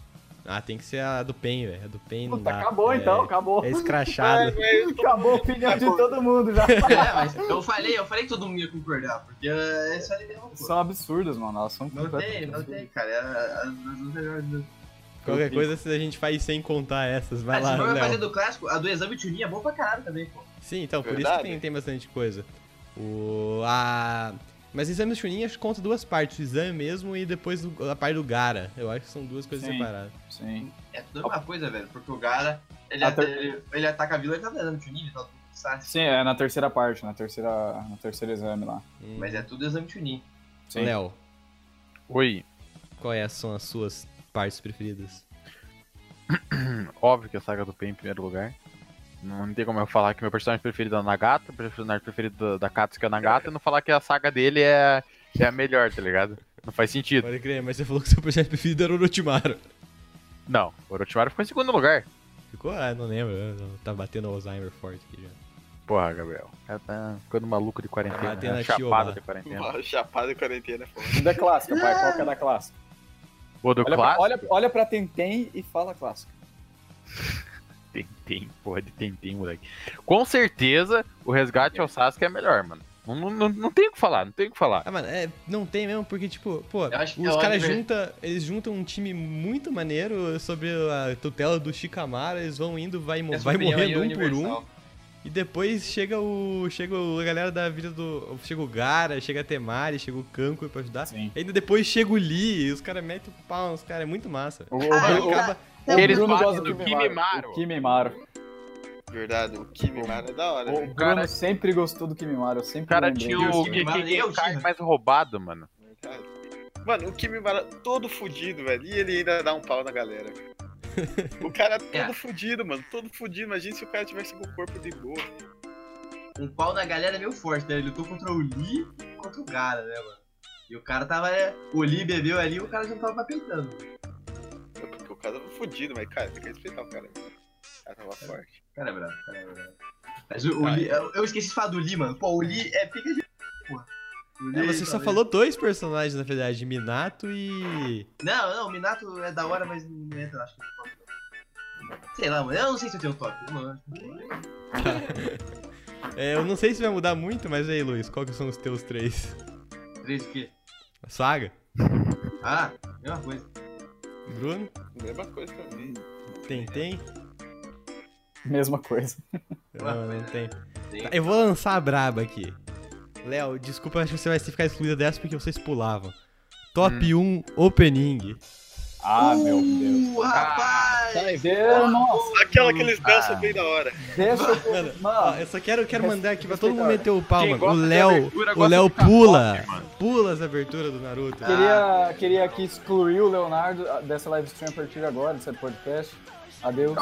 [SPEAKER 5] Ah, tem que ser a do Pen, velho. A do Pen não
[SPEAKER 4] Puta,
[SPEAKER 5] dá.
[SPEAKER 4] acabou
[SPEAKER 5] é,
[SPEAKER 4] então, acabou.
[SPEAKER 5] É escrachado.
[SPEAKER 4] Acabou a opinião de todo mundo já.
[SPEAKER 3] É, mas eu falei, eu falei que todo mundo ia concordar, porque é isso ali mesmo, pô.
[SPEAKER 4] São absurdas, mano. Elas são
[SPEAKER 3] Não tem,
[SPEAKER 4] completamente
[SPEAKER 3] não
[SPEAKER 4] absurdas.
[SPEAKER 3] tem, cara. É, a- as duas melhores.
[SPEAKER 5] Qualquer coisa se a gente faz sem contar essas.
[SPEAKER 3] Ah,
[SPEAKER 5] Vai
[SPEAKER 3] se
[SPEAKER 5] lá,
[SPEAKER 3] for fazer
[SPEAKER 5] Léo.
[SPEAKER 3] do clássico, a do exame de Chunin é bom pra caralho também, pô.
[SPEAKER 5] Sim, então, por isso
[SPEAKER 2] Verdade.
[SPEAKER 5] que tem, tem bastante coisa. O. A. Mas exame do Chunin acho que conta duas partes, o exame mesmo e depois do- a parte do Gara. Eu acho que são duas coisas
[SPEAKER 4] Sim.
[SPEAKER 5] separadas.
[SPEAKER 4] Sim.
[SPEAKER 3] É tudo a mesma coisa, velho, porque o Gara, ele,
[SPEAKER 4] A
[SPEAKER 3] ata-
[SPEAKER 4] ter-
[SPEAKER 3] ele, ele ataca a vila e tá no exame de Chunin, ele tá tudo Sasuke.
[SPEAKER 4] Sim, é na terceira parte, na terceira, no terceiro exame lá.
[SPEAKER 5] Hum.
[SPEAKER 3] Mas é tudo exame de Chunin.
[SPEAKER 4] Sim.
[SPEAKER 5] Léo,
[SPEAKER 1] Oi.
[SPEAKER 5] Quais é, são as suas partes preferidas?
[SPEAKER 1] Óbvio que a saga do Pen em primeiro lugar. Não tem como eu falar que meu personagem preferido é o Nagato, o personagem preferido da Katsuki é o Nagato, e não falar que a saga dele é, é a melhor, tá ligado? Não faz sentido.
[SPEAKER 5] Pode crer, mas você falou que seu personagem preferido era o Orochimaru.
[SPEAKER 1] Não, o Orochimaru ficou em segundo lugar.
[SPEAKER 5] Ficou? Ah, não lembro. eu- eu Tá batendo Alzheimer forte aqui já.
[SPEAKER 1] Porra, Gabriel. Ela tá ficando maluco de quarentena.
[SPEAKER 5] Bater na
[SPEAKER 1] né?
[SPEAKER 5] tia
[SPEAKER 1] Chapada
[SPEAKER 5] Obá.
[SPEAKER 1] de quarentena.
[SPEAKER 2] Uma chapada e quarentena é foda.
[SPEAKER 4] Da clássica, pai. Qual que é da clássica?
[SPEAKER 1] Pô, do
[SPEAKER 4] Olha pra,
[SPEAKER 1] clássico.
[SPEAKER 4] olha, olha pra Tentem e fala clássica.
[SPEAKER 1] Tentem, porra de tentem, moleque. Com certeza, o resgate ao Sasuke é melhor, mano. Não, não, não tem o que falar, não tem o que falar.
[SPEAKER 5] Ah, mano, é, não tem mesmo, porque, tipo, pô,
[SPEAKER 3] Eu acho que
[SPEAKER 5] os
[SPEAKER 3] é o
[SPEAKER 5] caras
[SPEAKER 3] Oliver.
[SPEAKER 5] juntam, eles juntam um time muito maneiro sobre a tutela do Shikamaru, eles vão indo, vai, mo-
[SPEAKER 3] Essa
[SPEAKER 5] vai
[SPEAKER 3] opinião aí é
[SPEAKER 5] morrendo um por um,
[SPEAKER 3] universal.
[SPEAKER 5] e depois chega o. Chega o- a galera da vida do. Chega o Gara, chega a Temari, chega o Kanko pra ajudar.
[SPEAKER 4] Sim.
[SPEAKER 5] Ainda depois chega o Lee, e os caras metem o pau, os caras, é muito massa.
[SPEAKER 4] O, o,
[SPEAKER 3] Ah,
[SPEAKER 4] o-
[SPEAKER 3] cara,
[SPEAKER 4] o
[SPEAKER 1] Eles
[SPEAKER 4] Bruno
[SPEAKER 1] batem
[SPEAKER 4] gosta
[SPEAKER 1] no
[SPEAKER 4] do
[SPEAKER 1] Kimimaro.
[SPEAKER 4] Kimimaro. O Kimimaro.
[SPEAKER 2] Verdade, o Kimi, mano, é da hora.
[SPEAKER 4] O
[SPEAKER 2] velho.
[SPEAKER 4] Bruno
[SPEAKER 1] cara-
[SPEAKER 4] sempre gostou do Kimimaro. Eu
[SPEAKER 1] O
[SPEAKER 4] sempre
[SPEAKER 1] cara
[SPEAKER 4] lembrei
[SPEAKER 1] tinha
[SPEAKER 4] disso.
[SPEAKER 1] o
[SPEAKER 3] Kimi Mara
[SPEAKER 1] quem-
[SPEAKER 3] e o
[SPEAKER 1] quem cai
[SPEAKER 3] Shira.
[SPEAKER 1] mais roubado, mano.
[SPEAKER 2] Verdade. Mano, o Kimi Mara todo fudido, velho. E ele ainda dá um pau na galera. O cara todo
[SPEAKER 3] É.
[SPEAKER 2] fudido, mano. Todo fudido. Imagina se o cara tivesse com o corpo de boa.
[SPEAKER 3] um pau na galera é meio forte, né? Ele lutou contra o Lee e contra o Gara, né, mano? E o cara tava. é, O Lee bebeu ali e o cara já tava peitando.
[SPEAKER 2] né, Porque o cara tava fudido, mas, cara, tem que respeitar o cara. velho. O cara tava forte.
[SPEAKER 3] Cara, é bravo, cara, é bravo. Mas o, o
[SPEAKER 5] é.
[SPEAKER 3] Lee. Eu, eu esqueci de falar do Lee, mano. Pô, o Lee é pica de. Porra. O
[SPEAKER 5] É,
[SPEAKER 3] Lee,
[SPEAKER 5] você só
[SPEAKER 3] talvez-
[SPEAKER 5] falou dois personagens, na verdade, Minato e.
[SPEAKER 3] Não, não, o Minato é da hora, mas não entra, acho que no top. não. Sei lá, mano. Eu não sei se eu tenho top. Mano.
[SPEAKER 5] É, eu não sei se vai mudar muito, mas aí, Luiz, qual que são os teus três?
[SPEAKER 3] Três o quê?
[SPEAKER 5] Saga?
[SPEAKER 3] Ah, mesma coisa.
[SPEAKER 5] Bruno?
[SPEAKER 2] Mesma coisa também.
[SPEAKER 5] Tentem?
[SPEAKER 4] Mesma coisa.
[SPEAKER 5] Não,
[SPEAKER 1] Ah.
[SPEAKER 5] não tem.
[SPEAKER 3] Tem.
[SPEAKER 5] Tá, Eu vou lançar a braba aqui. Léo, desculpa, acho que você vai ficar excluída dessa porque vocês pulavam. Top
[SPEAKER 1] Hum.
[SPEAKER 5] 1 opening.
[SPEAKER 4] Ah, meu Deus.
[SPEAKER 3] Uh, rapaz!
[SPEAKER 4] Deus, nossa,
[SPEAKER 2] Aquela que eles dançam bem da hora.
[SPEAKER 4] deixa eu...
[SPEAKER 5] Mano, ah, ó,
[SPEAKER 4] Mano,
[SPEAKER 5] eu só quero, quero mandar aqui pra todo mundo
[SPEAKER 4] Respeita.
[SPEAKER 5] meter o pau,
[SPEAKER 1] Quem
[SPEAKER 5] mano. O
[SPEAKER 1] gosta de
[SPEAKER 5] Léo,
[SPEAKER 1] abertura
[SPEAKER 5] o
[SPEAKER 1] gosta
[SPEAKER 5] Léo
[SPEAKER 1] de ficar
[SPEAKER 5] pula.
[SPEAKER 1] forte, mano.
[SPEAKER 5] Pula as aberturas do Naruto. Ah.
[SPEAKER 4] queria, queria aqui excluir o Leonardo ah, dessa live stream a partir de agora, desse podcast. Adeus.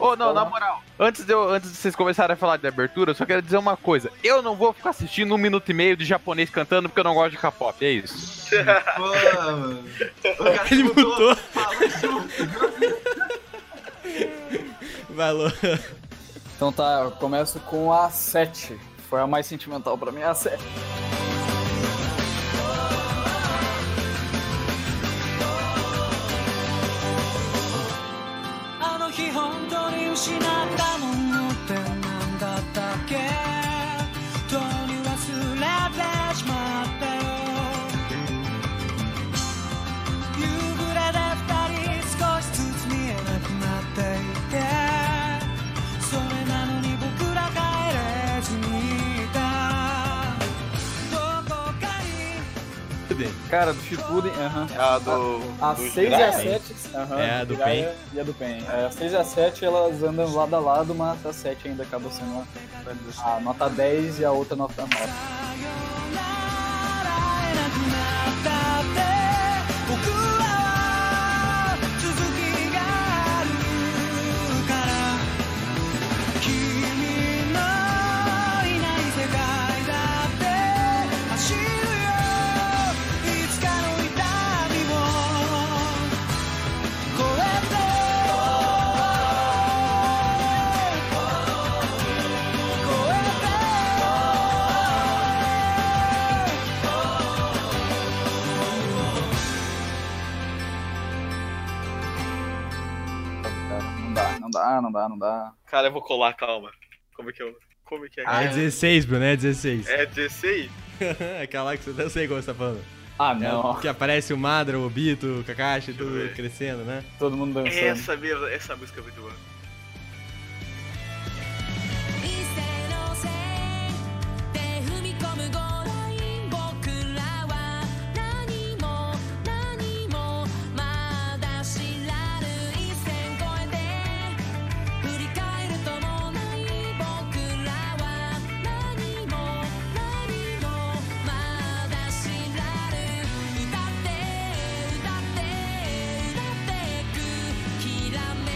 [SPEAKER 1] Ô, não, na moral, antes de, eu- antes de vocês começarem a falar de abertura, eu só quero dizer uma coisa. Eu não vou ficar assistindo um minuto e meio de japonês cantando porque eu não gosto de K-pop, é isso.
[SPEAKER 3] Pô, mano. O cara
[SPEAKER 5] Ele
[SPEAKER 3] mudou,
[SPEAKER 5] mutou.
[SPEAKER 3] Falou junto.
[SPEAKER 5] Vai, Lu.
[SPEAKER 4] Então tá, eu começo com a 7. Foi a mais sentimental pra mim, a 7.
[SPEAKER 7] 「あの日本当に失ったものってなんだったっけ」「とに忘れてしまったよ」「夕暮れで二人少しずつ見えなくなっていて」「それなのに僕ら帰れずにいた」「どこかに」
[SPEAKER 4] Cara, do Shippuden, aham.
[SPEAKER 2] A Ah, do.
[SPEAKER 4] A é
[SPEAKER 2] do Jiraiya.
[SPEAKER 4] assim, 6 e a 7. aham,
[SPEAKER 5] É, a do
[SPEAKER 4] Jiraiya E a do Pen. É, a 6 e a 7 elas andam lado a lado, mas a 7 ainda acaba sendo a, a nota 10 e a outra nota 9.
[SPEAKER 7] さよなら会えなくなったって僕らは続きがあるから君のいない世界だって走るよいつかの痛みを超えて超えて
[SPEAKER 4] Cara, não dá, não dá, não dá, não dá.
[SPEAKER 2] Cara, eu vou colar, calma. Como é que eu. Como é que é?
[SPEAKER 1] Ah,
[SPEAKER 5] É 16, Bruno, é 16.
[SPEAKER 2] É 16?
[SPEAKER 1] É.
[SPEAKER 5] Aquela lá que você eu sei como você tá falando.
[SPEAKER 4] Ah,
[SPEAKER 5] É
[SPEAKER 4] não.
[SPEAKER 5] Que aparece o Madra, o Bito, o Kakashi,
[SPEAKER 2] eu
[SPEAKER 5] tudo
[SPEAKER 2] ver.
[SPEAKER 5] crescendo, né?
[SPEAKER 4] Todo mundo dançando.
[SPEAKER 2] Essa mesmo, essa música é muito boa.
[SPEAKER 7] 一斉の線で踏み込むゴーライン僕らは何も何もまだ知らぬ一線越えて振り返るともない僕らは何も何もまだ知らぬ歌って歌って歌ってくきらめ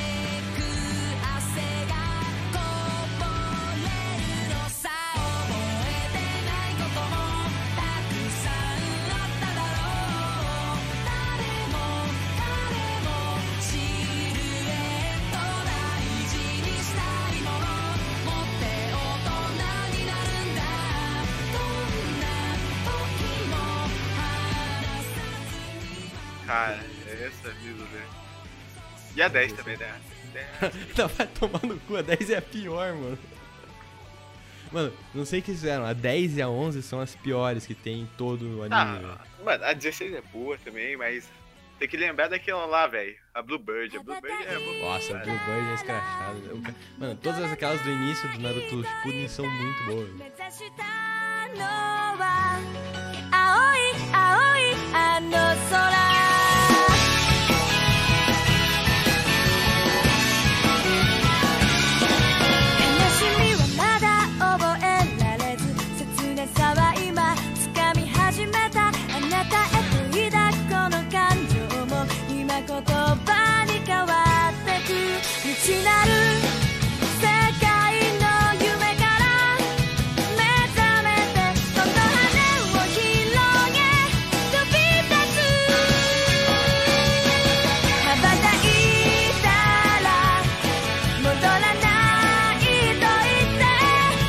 [SPEAKER 7] く
[SPEAKER 2] Cara, essa vida, né? E a 10 também, né?
[SPEAKER 5] Tá, vai tomar no cu, a 10 é a pior, mano. Mano, não sei o que eles fizeram, a 10 e a 11 são as piores que tem em todo o anime. velho.
[SPEAKER 2] Ah, mano, a 16 é boa também, mas tem que lembrar daquela lá, velho. A Bluebird. A Bluebird é boa.
[SPEAKER 5] Nossa, o
[SPEAKER 2] cara.
[SPEAKER 5] Bluebird é escrachado. velho. O ca- Mano, todas aquelas do início do Naruto Shippuden são muito boas.
[SPEAKER 7] 目
[SPEAKER 5] velho.
[SPEAKER 7] 指したのは青い青いあの空悲しみはまだ覚えられず切なさは今掴み始めたあなたへと抱くこの感情も今言葉に変わってく未知なる世界の夢から目覚めてその羽を広げ飛び立つ羽ばたいたら戻らないと言って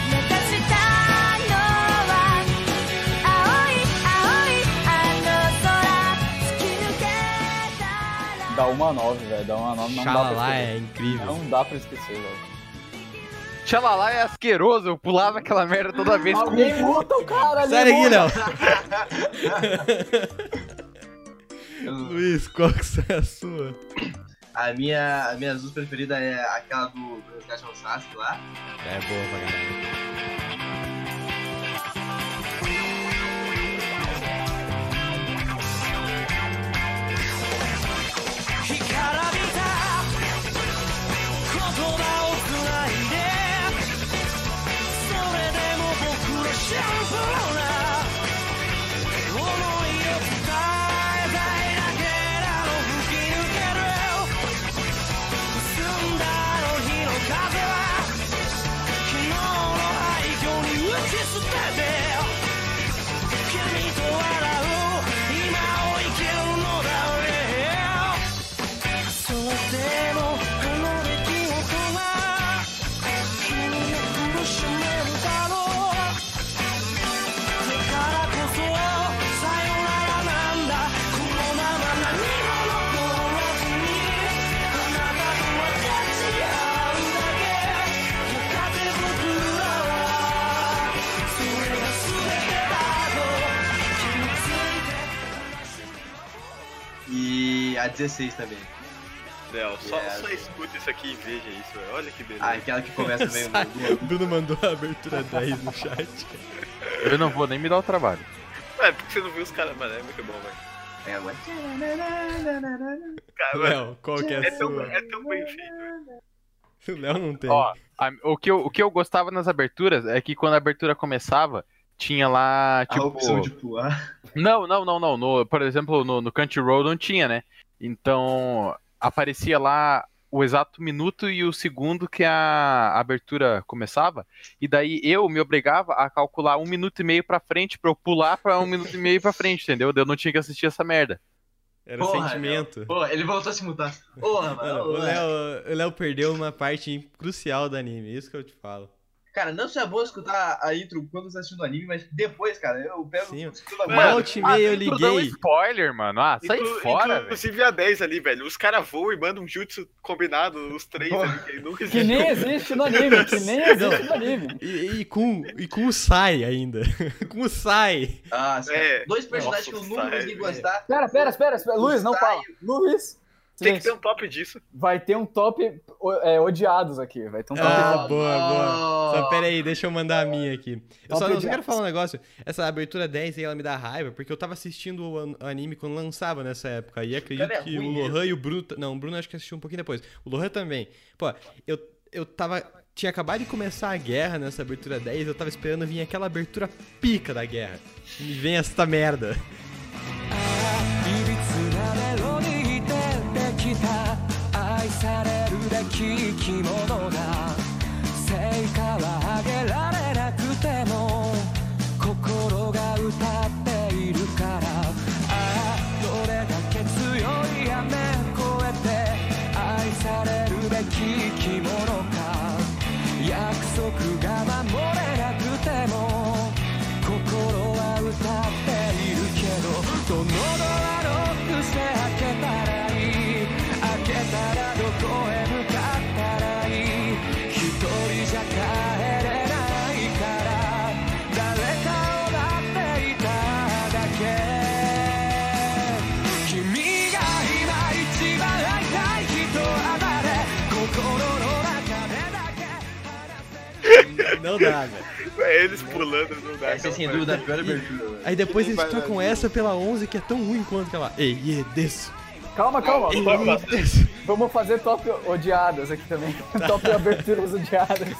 [SPEAKER 7] 目指したのは青い青いあの空突き抜けたら
[SPEAKER 4] Dá uma 9, velho. Dá uma 9, não dá
[SPEAKER 5] Xalala
[SPEAKER 4] pra
[SPEAKER 5] é
[SPEAKER 4] esquecer.
[SPEAKER 5] incrível.
[SPEAKER 4] Não dá pra esquecer, velho.
[SPEAKER 1] Tchalalá é asqueroso, eu pulava aquela merda toda vez com
[SPEAKER 4] Alguém muta o cara ali,
[SPEAKER 5] Sai daqui,
[SPEAKER 4] muta.
[SPEAKER 5] não! Luiz, qual que é a sua?
[SPEAKER 3] A minha, a minha azul preferida é aquela do, do Resgate ao Sasuke lá.
[SPEAKER 5] É boa pra caralho.
[SPEAKER 3] E a 16 também.
[SPEAKER 2] Léo, só,
[SPEAKER 3] Yeah.
[SPEAKER 2] só escuta isso aqui e veja isso, velho. Olha que beleza.
[SPEAKER 3] Ah, aquela que começa meio.
[SPEAKER 5] Sai. O Bruno mandou a abertura 10 no chat.
[SPEAKER 1] Eu não vou nem me dar o trabalho.
[SPEAKER 2] Ué, por que você não viu os caras? Mano, é muito bom, velho.
[SPEAKER 3] É, ué.
[SPEAKER 2] Cara, mano,
[SPEAKER 5] Léo, qual que é
[SPEAKER 2] é
[SPEAKER 5] a
[SPEAKER 2] tão,
[SPEAKER 5] sua?
[SPEAKER 2] é tão bem feito. velho.
[SPEAKER 5] O Léo não tem.
[SPEAKER 1] Ó, a- o, que eu, o que eu gostava nas aberturas é que quando a abertura começava, tinha lá,
[SPEAKER 3] A
[SPEAKER 1] tipo...
[SPEAKER 3] opção de pular.
[SPEAKER 1] Não, não, não, não. No- por exemplo, no, no Crunchyroll não tinha, né? Então, aparecia lá o exato minuto e o segundo que a abertura começava. E daí eu me obrigava a calcular um minuto e meio pra frente pra eu pular pra um minuto e meio pra frente, entendeu? Eu não tinha que assistir essa merda.
[SPEAKER 5] Era
[SPEAKER 3] Porra,
[SPEAKER 5] sentimento.
[SPEAKER 3] Pô, ele voltou a se mutar. Porra,
[SPEAKER 5] Mano,
[SPEAKER 3] mano.
[SPEAKER 5] o
[SPEAKER 3] ô,
[SPEAKER 5] Léo, o Léo perdeu uma parte crucial do anime, isso que eu te falo.
[SPEAKER 3] Cara, não só é bom escutar a intro quando você tá assistindo o anime, mas depois, cara, eu pego.
[SPEAKER 5] Sim.
[SPEAKER 3] escuto a música.
[SPEAKER 5] Volte e meia eu
[SPEAKER 1] Tu dá um
[SPEAKER 5] liguei.
[SPEAKER 1] spoiler, mano. Ah, sai
[SPEAKER 2] Inclu-
[SPEAKER 1] fora, velho.
[SPEAKER 2] Inclusive a 10 ali, velho. Os caras voam e mandam um jutsu combinado, os três ali, que nunca
[SPEAKER 4] Que nem existe no anime, que nem existe no anime.
[SPEAKER 5] E, e com, e com o Sai ainda. com o Sai.
[SPEAKER 3] Ah, sim.
[SPEAKER 2] É.
[SPEAKER 3] Dois personagens
[SPEAKER 2] Nossa,
[SPEAKER 3] que eu nunca
[SPEAKER 2] sai,
[SPEAKER 3] consegui
[SPEAKER 2] é.
[SPEAKER 3] gostar.
[SPEAKER 4] Pera, pera, espera, espera. Luiz, não fala. Luiz.
[SPEAKER 2] Tem que ter
[SPEAKER 4] silêncio.
[SPEAKER 2] um top disso.
[SPEAKER 4] Vai ter um top o- é, odiados aqui. Vai ter um top
[SPEAKER 5] Ah,
[SPEAKER 4] odiados.
[SPEAKER 5] boa, boa. Só
[SPEAKER 3] Oh.
[SPEAKER 5] pera aí, deixa eu mandar a minha aqui. Eu só,
[SPEAKER 4] Top
[SPEAKER 5] eu só
[SPEAKER 4] de
[SPEAKER 5] quero
[SPEAKER 4] arte.
[SPEAKER 5] falar um negócio. Essa abertura 10 aí, ela me dá raiva, porque eu tava assistindo o an- anime quando lançava nessa época. E acredito
[SPEAKER 3] Cara, é
[SPEAKER 5] que o
[SPEAKER 3] ruim mesmo.
[SPEAKER 5] Lohan e o Bruno. ta- Não, o Bruno acho que assistiu um pouquinho depois. O Lohan também. Pô, eu, eu tava. Tinha acabado de começar a guerra nessa abertura 10, eu tava esperando vir aquela abertura pica da guerra. E me vem esta merda.
[SPEAKER 8] 「どのドアロックして開け
[SPEAKER 5] Não dá, velho.
[SPEAKER 2] Eles pulando no lugar.
[SPEAKER 3] Essa é sem dúvida a pior abertura.
[SPEAKER 5] Aí depois eles
[SPEAKER 2] Vai lá,
[SPEAKER 5] trocam
[SPEAKER 2] vai lá.
[SPEAKER 5] essa pela 11, que é tão ruim quanto aquela. Ei, e é desço.
[SPEAKER 4] Calma, calma.
[SPEAKER 2] Não,
[SPEAKER 4] vamos-
[SPEAKER 2] não.
[SPEAKER 5] desço.
[SPEAKER 4] Vamos fazer top odiadas aqui também. top aberturas odiadas.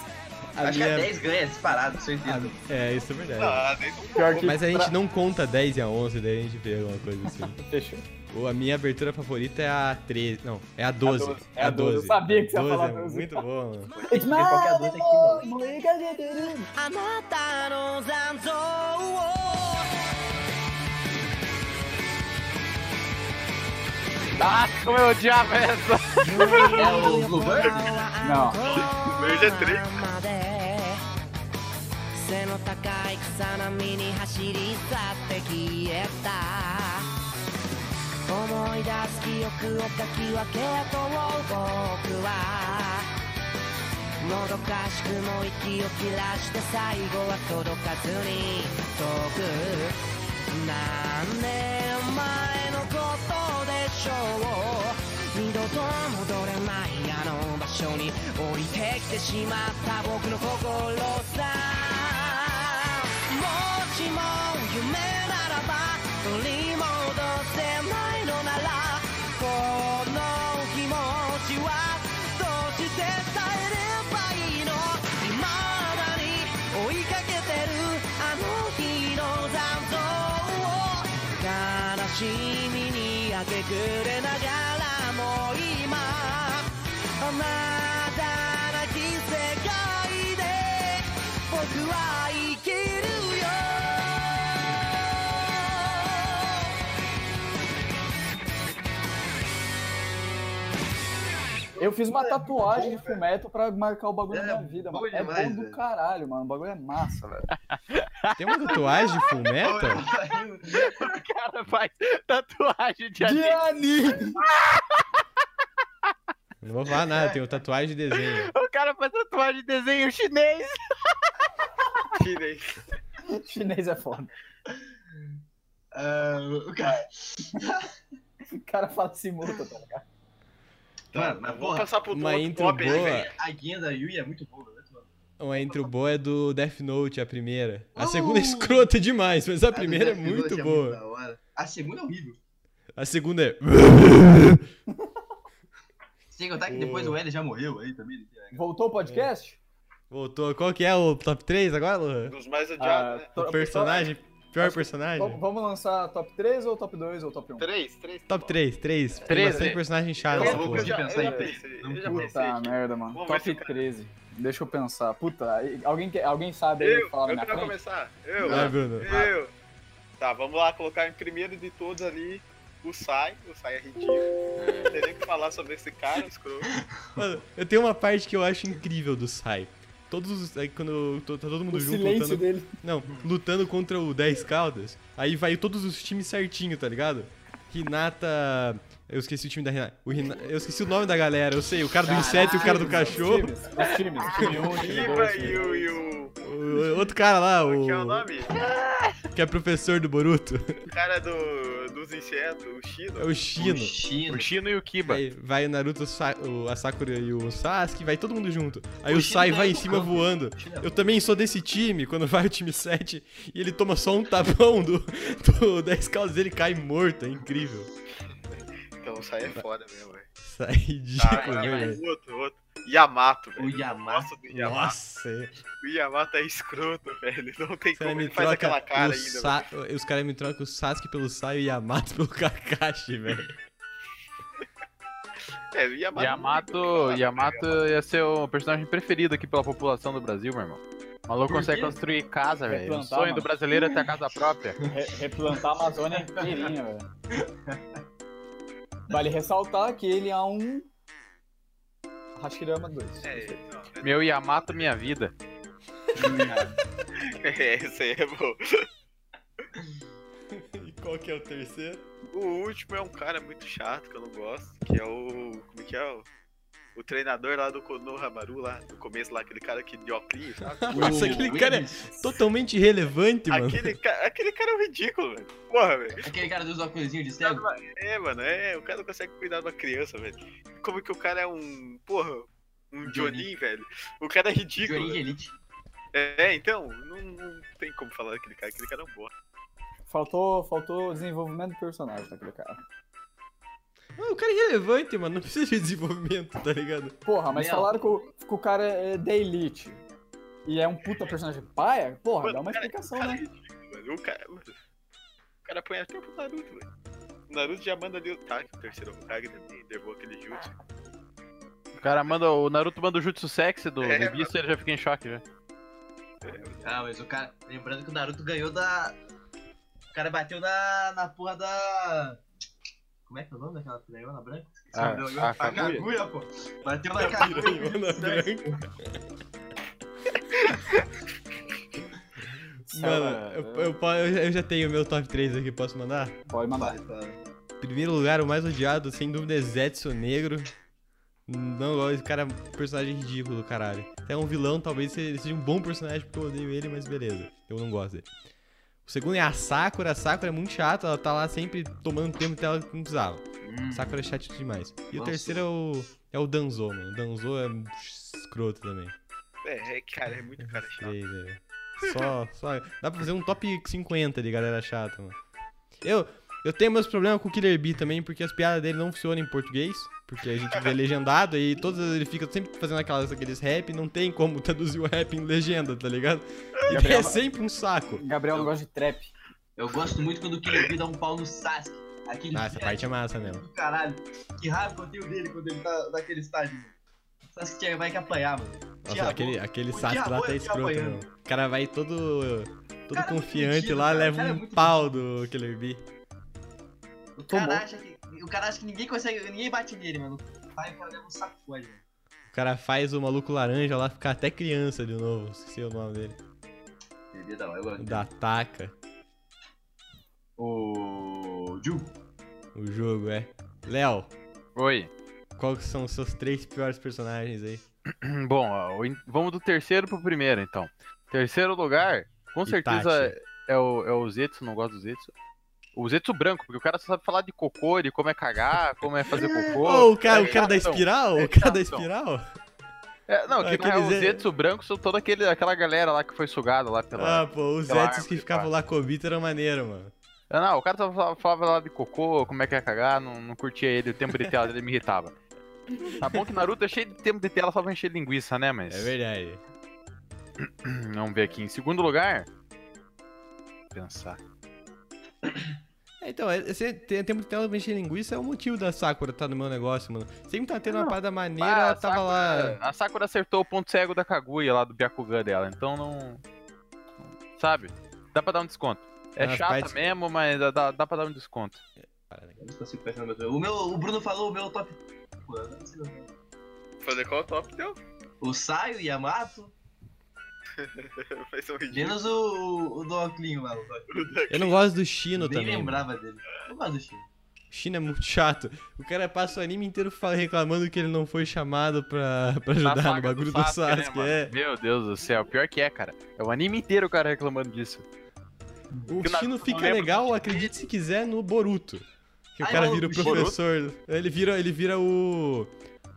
[SPEAKER 5] A
[SPEAKER 3] Acho que é a
[SPEAKER 5] minha...
[SPEAKER 3] 10 ganha disparado, com certeza.
[SPEAKER 5] a- É, isso é verdade.
[SPEAKER 2] Ah, nem não
[SPEAKER 4] Pior que
[SPEAKER 5] Mas a gente
[SPEAKER 4] pra-
[SPEAKER 5] não conta 10 e a 11, daí a gente vê alguma coisa assim.
[SPEAKER 4] Fechou.
[SPEAKER 5] Ou a minha abertura favorita é a 13. Não, é a 12.
[SPEAKER 4] É a 12. Eu sabia que você ia falar
[SPEAKER 5] é
[SPEAKER 4] 12.
[SPEAKER 5] Muito bom, mano.
[SPEAKER 4] It's
[SPEAKER 3] Porque qualquer adulto é aqui, mano.
[SPEAKER 7] あなたの残像を
[SPEAKER 1] Ah, Como eu odiava essa!
[SPEAKER 3] É o Bluebird?
[SPEAKER 4] Não.
[SPEAKER 7] まで背の高い草波に走り去って消えた思い出す記憶をかき分けと僕はもどかしくも息を切らして最後は届かずに遠く何年前のことでしょう二度と戻れないあの場所に降りてきてしまった僕の心さもしも夢ならば取り戻せないのならこの気持ちはどうして伝えればいいの未だに追いかけてるあの日の残像を悲しみに明け暮れながらも今まだなき世界で僕は生きるよ
[SPEAKER 4] Eu fiz
[SPEAKER 2] É,
[SPEAKER 4] uma tatuagem de fumeto pra marcar o bagulho
[SPEAKER 3] É,
[SPEAKER 4] na minha vida,
[SPEAKER 3] bom
[SPEAKER 4] mano. É
[SPEAKER 3] demais,
[SPEAKER 4] bom do
[SPEAKER 3] velho.
[SPEAKER 4] caralho, mano. O bagulho é massa, velho.
[SPEAKER 5] Tem uma tatuagem de Full Metal? Então.
[SPEAKER 1] Cara, faz tatuagem de anime.
[SPEAKER 4] Diani!
[SPEAKER 5] Não vou falar nada, tem uma tatuagem de desenho.
[SPEAKER 1] O cara faz tatuagem de desenho chinês.
[SPEAKER 2] tirei.
[SPEAKER 4] Chinês é foda.
[SPEAKER 3] Ah, o cara.
[SPEAKER 4] O cara fala simuta, tá ligado?
[SPEAKER 3] Mano, mas
[SPEAKER 2] Vou
[SPEAKER 3] porra,
[SPEAKER 2] passar pro
[SPEAKER 5] Uma
[SPEAKER 2] outro
[SPEAKER 5] intro
[SPEAKER 2] top aí,
[SPEAKER 5] boa.
[SPEAKER 2] velho.
[SPEAKER 3] a guia da Yui é muito boa, né? mano?
[SPEAKER 5] Uma intro boa é do Death Note, a primeira. A
[SPEAKER 3] Uh!
[SPEAKER 5] segunda é escrota demais, mas a
[SPEAKER 3] do
[SPEAKER 5] primeira é
[SPEAKER 3] Death Note
[SPEAKER 5] muito
[SPEAKER 3] muito
[SPEAKER 5] boa.
[SPEAKER 3] da hora. A segunda é horrível.
[SPEAKER 5] A segunda é.
[SPEAKER 3] Sem contar que depois
[SPEAKER 5] Boa.
[SPEAKER 3] o L já morreu aí também. né? não tem-
[SPEAKER 4] Voltou o podcast?
[SPEAKER 5] Voltou. Qual que é o top 3 agora, Luan?
[SPEAKER 2] Dos mais odiados,
[SPEAKER 4] Ah,
[SPEAKER 2] né?
[SPEAKER 4] to-
[SPEAKER 5] O personagem? Pior
[SPEAKER 4] acho que-
[SPEAKER 5] personagem?
[SPEAKER 4] Vamos vamos lançar top 3 ou top 2 ou top 1?
[SPEAKER 2] Três, três.
[SPEAKER 5] Top 3, 3. Tem
[SPEAKER 1] Três,
[SPEAKER 5] bastante
[SPEAKER 1] três.
[SPEAKER 5] personagem chato
[SPEAKER 2] Eu,
[SPEAKER 5] nessa
[SPEAKER 3] vou
[SPEAKER 2] eu,
[SPEAKER 5] porra.
[SPEAKER 2] já, eu
[SPEAKER 3] pensar
[SPEAKER 2] já
[SPEAKER 3] em três.
[SPEAKER 2] pensei.
[SPEAKER 3] Não
[SPEAKER 2] Eu já
[SPEAKER 3] puta
[SPEAKER 2] pensei.
[SPEAKER 4] Puta merda, mano.
[SPEAKER 2] Vamos ver se o
[SPEAKER 4] top
[SPEAKER 2] cara-
[SPEAKER 4] 13. Deixa eu pensar. Puta, aí- alguém, quer- alguém sabe aí
[SPEAKER 2] Eu, eu
[SPEAKER 4] falar
[SPEAKER 2] que
[SPEAKER 4] na minha
[SPEAKER 2] vou
[SPEAKER 4] frente?
[SPEAKER 2] começar. Eu,
[SPEAKER 5] Vai, Bruno.
[SPEAKER 2] eu. Tá, vamos lá colocar em primeiro de todos ali o Sai. O Sai é ridículo. Não tem nem o que falar sobre esse cara, escroto.
[SPEAKER 5] Mano, eu tenho uma parte que eu acho incrível do Sai. Todos os. Aí quando to- tá todo mundo
[SPEAKER 4] O
[SPEAKER 5] junto
[SPEAKER 4] silêncio
[SPEAKER 5] lutando.
[SPEAKER 4] dele.
[SPEAKER 5] Não, lutando contra o 10 Caldas. Aí vai todos os times certinho, tá ligado? Renata. Eu esqueci o time da Renata. O Rina- Eu esqueci o nome da galera, eu sei. O cara do inseto e o cara do cachorro.
[SPEAKER 4] Os times, os times. O time 1, o time
[SPEAKER 2] Iba
[SPEAKER 4] 2.
[SPEAKER 2] e o. E o...
[SPEAKER 5] O- o outro cara lá,
[SPEAKER 2] Como
[SPEAKER 5] o.
[SPEAKER 2] que é o nome?
[SPEAKER 5] Que é professor do Boruto.
[SPEAKER 2] O cara do, dos insetos, o
[SPEAKER 5] É
[SPEAKER 2] Shino.
[SPEAKER 5] o
[SPEAKER 3] O
[SPEAKER 5] Shino.
[SPEAKER 3] Chino.
[SPEAKER 1] O Shino e o Kiba.
[SPEAKER 5] Aí vai o Naruto, o Sa- o- a Sakura e o Sasuke, vai todo mundo junto. Aí
[SPEAKER 3] O
[SPEAKER 5] o,
[SPEAKER 3] Shino
[SPEAKER 5] Sai
[SPEAKER 3] tá
[SPEAKER 2] é
[SPEAKER 5] vai em
[SPEAKER 3] indo
[SPEAKER 5] cima
[SPEAKER 3] pro campo.
[SPEAKER 5] voando.
[SPEAKER 3] O Shino é
[SPEAKER 5] Eu também sou desse time, quando vai o time 7 e ele toma só um tapão do, do 10 caldas dele e cai morto, é incrível.
[SPEAKER 2] Então o Sai é foda mesmo, velho.
[SPEAKER 5] Isso é ridículo,
[SPEAKER 2] Tá,
[SPEAKER 5] velho.
[SPEAKER 2] e o outro, outro. Yamato, velho.
[SPEAKER 3] O Yamato.
[SPEAKER 2] Nossa, do Yamato.
[SPEAKER 5] Nossa,
[SPEAKER 2] O Yamato é escroto, velho. Não tem
[SPEAKER 5] os caras
[SPEAKER 2] como.
[SPEAKER 5] me
[SPEAKER 2] Ele faz
[SPEAKER 5] trocam
[SPEAKER 2] aquela cara
[SPEAKER 5] o
[SPEAKER 2] ainda.
[SPEAKER 5] Sa- os caras me trocam o Sasuke pelo Sai e o Yamato pelo Kakashi, velho.
[SPEAKER 2] É, o Yamato.
[SPEAKER 1] Yamato, Yamato ia ser o personagem preferido aqui pela população do Brasil, meu irmão. O maluco
[SPEAKER 3] Por
[SPEAKER 1] consegue
[SPEAKER 3] quê?
[SPEAKER 1] construir casa, velho. O
[SPEAKER 4] plantar,
[SPEAKER 1] sonho
[SPEAKER 4] mano.
[SPEAKER 1] do brasileiro é ter a casa própria.
[SPEAKER 4] Re- replantar a Amazônia inteirinha, velho. Vale ressaltar que ele é um. Hashirama 2.
[SPEAKER 2] É, não,
[SPEAKER 1] Meu Yamato, minha vida.
[SPEAKER 2] é, isso aí é bom.
[SPEAKER 5] E qual que é o terceiro?
[SPEAKER 2] O último é um cara muito chato que eu não gosto, que é o. Como é que é? O, o treinador lá do Konohamaru, lá no começo, lá, aquele cara que de óculos, sabe?
[SPEAKER 5] Nossa, aquele cara é totalmente irrelevante, mano.
[SPEAKER 2] aquele, ca- aquele cara é um ridículo, velho. Porra, velho.
[SPEAKER 3] Aquele cara dos óculos de cego.
[SPEAKER 2] É, mano, é. O cara não consegue cuidar de uma criança, velho. Como que o cara é um. Porra, um
[SPEAKER 3] Johnny.
[SPEAKER 2] Johnny, velho? O cara é ridículo.
[SPEAKER 3] Johnny de
[SPEAKER 2] velho.
[SPEAKER 3] Elite.
[SPEAKER 2] É, então, não, não tem como falar daquele cara, aquele cara é um boa.
[SPEAKER 4] Faltou, faltou desenvolvimento de personagem daquele cara.
[SPEAKER 5] Mano, o cara é irrelevante, mano. Não precisa de desenvolvimento, tá ligado?
[SPEAKER 4] Porra, mas
[SPEAKER 3] Não.
[SPEAKER 4] falaram que o, que o cara é da elite. E é um puta personagem paia? Porra,
[SPEAKER 2] Mano,
[SPEAKER 4] dá uma
[SPEAKER 2] cara,
[SPEAKER 4] explicação,
[SPEAKER 2] cara,
[SPEAKER 4] né?
[SPEAKER 2] mano, o cara, mano, o cara apanha até pro Naruto, velho. O Naruto já manda ali o Taki, o terceiro Hokage, também derrubou aquele jutsu.
[SPEAKER 1] O cara manda. O Naruto manda o jutsu sexy do
[SPEAKER 2] É,
[SPEAKER 1] Nebisso e ele já fica em choque já.
[SPEAKER 3] Ah, mas o cara. Lembrando que o Naruto ganhou da. O cara bateu na, na porra da. Como é que é o nome daquela piranhona branca? Esqueci o
[SPEAKER 1] Ah,
[SPEAKER 3] nome dela
[SPEAKER 1] a
[SPEAKER 3] agora. a
[SPEAKER 1] Kaguya.
[SPEAKER 3] Kaguya, pô. Bateu na Kaguya.
[SPEAKER 5] Piranhona branca. Mano, eu, eu, po- eu já tenho o meu top 3 aqui, posso mandar?
[SPEAKER 4] Pode mandar.
[SPEAKER 3] Vai, vai.
[SPEAKER 5] Primeiro lugar, o mais odiado, sem dúvida, é Zetsu Negro. Não gosto, esse cara é um personagem ridículo, caralho. Até um vilão, talvez ele seja um bom personagem porque eu odeio ele, mas beleza. Eu não gosto dele. O segundo é a Sakura. A Sakura é muito chata, ela tá lá sempre tomando tempo até ela que não precisava. Sakura é chato demais. E o
[SPEAKER 3] Nossa.
[SPEAKER 5] terceiro é o, é o Danzo, mano. O Danzo é escroto também.
[SPEAKER 2] É, é, cara, é muito
[SPEAKER 3] Tá.
[SPEAKER 2] cara chato.
[SPEAKER 5] Três, é. Só, só. Dá pra fazer um top 50 de galera chata, mano. Eu, eu tenho meus problemas com o Killer Bee também, porque as piadas dele não funcionam em português. Porque a gente vê legendado e todos ele fica sempre fazendo aquelas, aqueles rap, não tem como traduzir o rap em legenda, tá ligado? E daí é
[SPEAKER 4] Gabriel-
[SPEAKER 5] sempre um saco.
[SPEAKER 4] Gabriel não gosta de trap.
[SPEAKER 3] Eu gosto muito quando o Kirby dá um pau no Sasuke. Aquele
[SPEAKER 5] Ah, essa
[SPEAKER 3] filho
[SPEAKER 5] parte é massa mesmo.
[SPEAKER 3] do caralho. Que raiva que eu tenho dele quando ele tá naquele estágio. mano. O Sasuke tinha- vai que apanhar, mano. Tinha
[SPEAKER 5] Nossa, aquele, é aquele
[SPEAKER 3] o
[SPEAKER 5] Sasuke lá
[SPEAKER 3] diabo
[SPEAKER 5] tá
[SPEAKER 3] é
[SPEAKER 5] escroto,
[SPEAKER 3] apanhando.
[SPEAKER 5] mano. O cara vai todo. todo
[SPEAKER 3] Cara, é muito
[SPEAKER 5] confiante
[SPEAKER 3] metido,
[SPEAKER 5] lá,
[SPEAKER 3] cara. O
[SPEAKER 5] leva
[SPEAKER 3] cara é
[SPEAKER 5] um
[SPEAKER 3] muito
[SPEAKER 5] pau do Killer Bee.
[SPEAKER 3] O
[SPEAKER 4] Tomou.
[SPEAKER 3] cara, acha que, o cara acha que ninguém consegue, ninguém bate nele, mano. Vai pra levar um sacode, mano.
[SPEAKER 5] O cara faz o maluco laranja lá ficar até criança de novo. Esqueci o nome dele.
[SPEAKER 3] Entendeu? Não, eu gosto.
[SPEAKER 5] Da Taka,
[SPEAKER 3] O. Ju.
[SPEAKER 5] o jogo, é. Léo,
[SPEAKER 1] Oi.
[SPEAKER 5] qual que são os seus três piores personagens aí?
[SPEAKER 1] Hum, Bom, ó, o in- vamos do terceiro pro primeiro, então. Terceiro lugar, com
[SPEAKER 5] Itachi.
[SPEAKER 1] certeza é o, é o Zetsu, não gosto do Zetsu. O Zetsu branco, porque o cara só sabe falar de cocô, de como é cagar, como é fazer cocô.
[SPEAKER 5] Ô, o cara, o cara da
[SPEAKER 1] Então,
[SPEAKER 5] espiral?
[SPEAKER 1] é
[SPEAKER 5] O cara da
[SPEAKER 1] então.
[SPEAKER 5] espiral?
[SPEAKER 1] É, não, que
[SPEAKER 5] Aquele
[SPEAKER 1] na real,
[SPEAKER 5] Zé-
[SPEAKER 1] os Zetsu brancos são toda aquele, aquela galera lá que foi sugada lá é pela.
[SPEAKER 5] Ah, pô, os
[SPEAKER 1] pela
[SPEAKER 5] Zetos que
[SPEAKER 1] árvore,
[SPEAKER 5] ficavam
[SPEAKER 1] pá.
[SPEAKER 5] lá com o Bito era maneiro, mano.
[SPEAKER 1] Ah, Não, o cara só falava, falava lá de cocô, como é que é cagar, não, não curtia ele, o tempo de tela dele me irritava. Tá bom que Naruto é cheio de tempo de tela só pra encher linguiça, né, mas.
[SPEAKER 5] É verdade.
[SPEAKER 1] Vamos ver aqui. Em segundo lugar. Pensar.
[SPEAKER 5] É, Então, esse tem- tempo de tela mexer linguiça é o motivo da Sakura tá no meu negócio, mano. Sempre tá tendo uma
[SPEAKER 1] Não.
[SPEAKER 5] parada maneira,
[SPEAKER 1] Ah,
[SPEAKER 5] ela
[SPEAKER 1] a
[SPEAKER 5] tava
[SPEAKER 1] Sakura-
[SPEAKER 5] lá.
[SPEAKER 1] A Sakura acertou o ponto cego da Kaguya lá do Byakugan dela, então não. Sabe? Dá pra dar um desconto. É
[SPEAKER 5] Nas
[SPEAKER 1] chata
[SPEAKER 5] partes-
[SPEAKER 1] mesmo, mas dá, dá, dá pra dar um desconto.
[SPEAKER 3] Eu não consigo pensar no meu. O meu. O Bruno falou o meu top. Pô, eu não consigo lembrar.
[SPEAKER 2] Fazer qual é top então? teu?
[SPEAKER 3] O Saio, o Yamato,
[SPEAKER 2] Vai ser um ridículo.
[SPEAKER 3] menos o, o do Oclinho lá. o do Oclinho.
[SPEAKER 5] Eu não gosto do Shino
[SPEAKER 3] Nem
[SPEAKER 5] também. mano.
[SPEAKER 3] lembrava dele. Eu gosto do Shin.
[SPEAKER 5] O Shino é muito chato. O cara passa o anime inteiro fala- reclamando que ele não foi chamado pra, pra
[SPEAKER 1] Na
[SPEAKER 5] ajudar no
[SPEAKER 1] saga
[SPEAKER 5] bagulho do
[SPEAKER 1] né,
[SPEAKER 5] Sasuke,
[SPEAKER 1] mano?
[SPEAKER 5] é.
[SPEAKER 1] Meu Deus do céu, pior que é, cara. É o anime inteiro o cara reclamando disso.
[SPEAKER 5] O
[SPEAKER 1] Que o
[SPEAKER 5] Shino
[SPEAKER 1] Naruto
[SPEAKER 5] fica
[SPEAKER 1] lembra
[SPEAKER 5] legal, acredite se quiser, no Boruto. Que o
[SPEAKER 3] Ai,
[SPEAKER 5] cara
[SPEAKER 3] o
[SPEAKER 5] vira o
[SPEAKER 3] Boruto.
[SPEAKER 5] professor. Ele vira, ele vira o.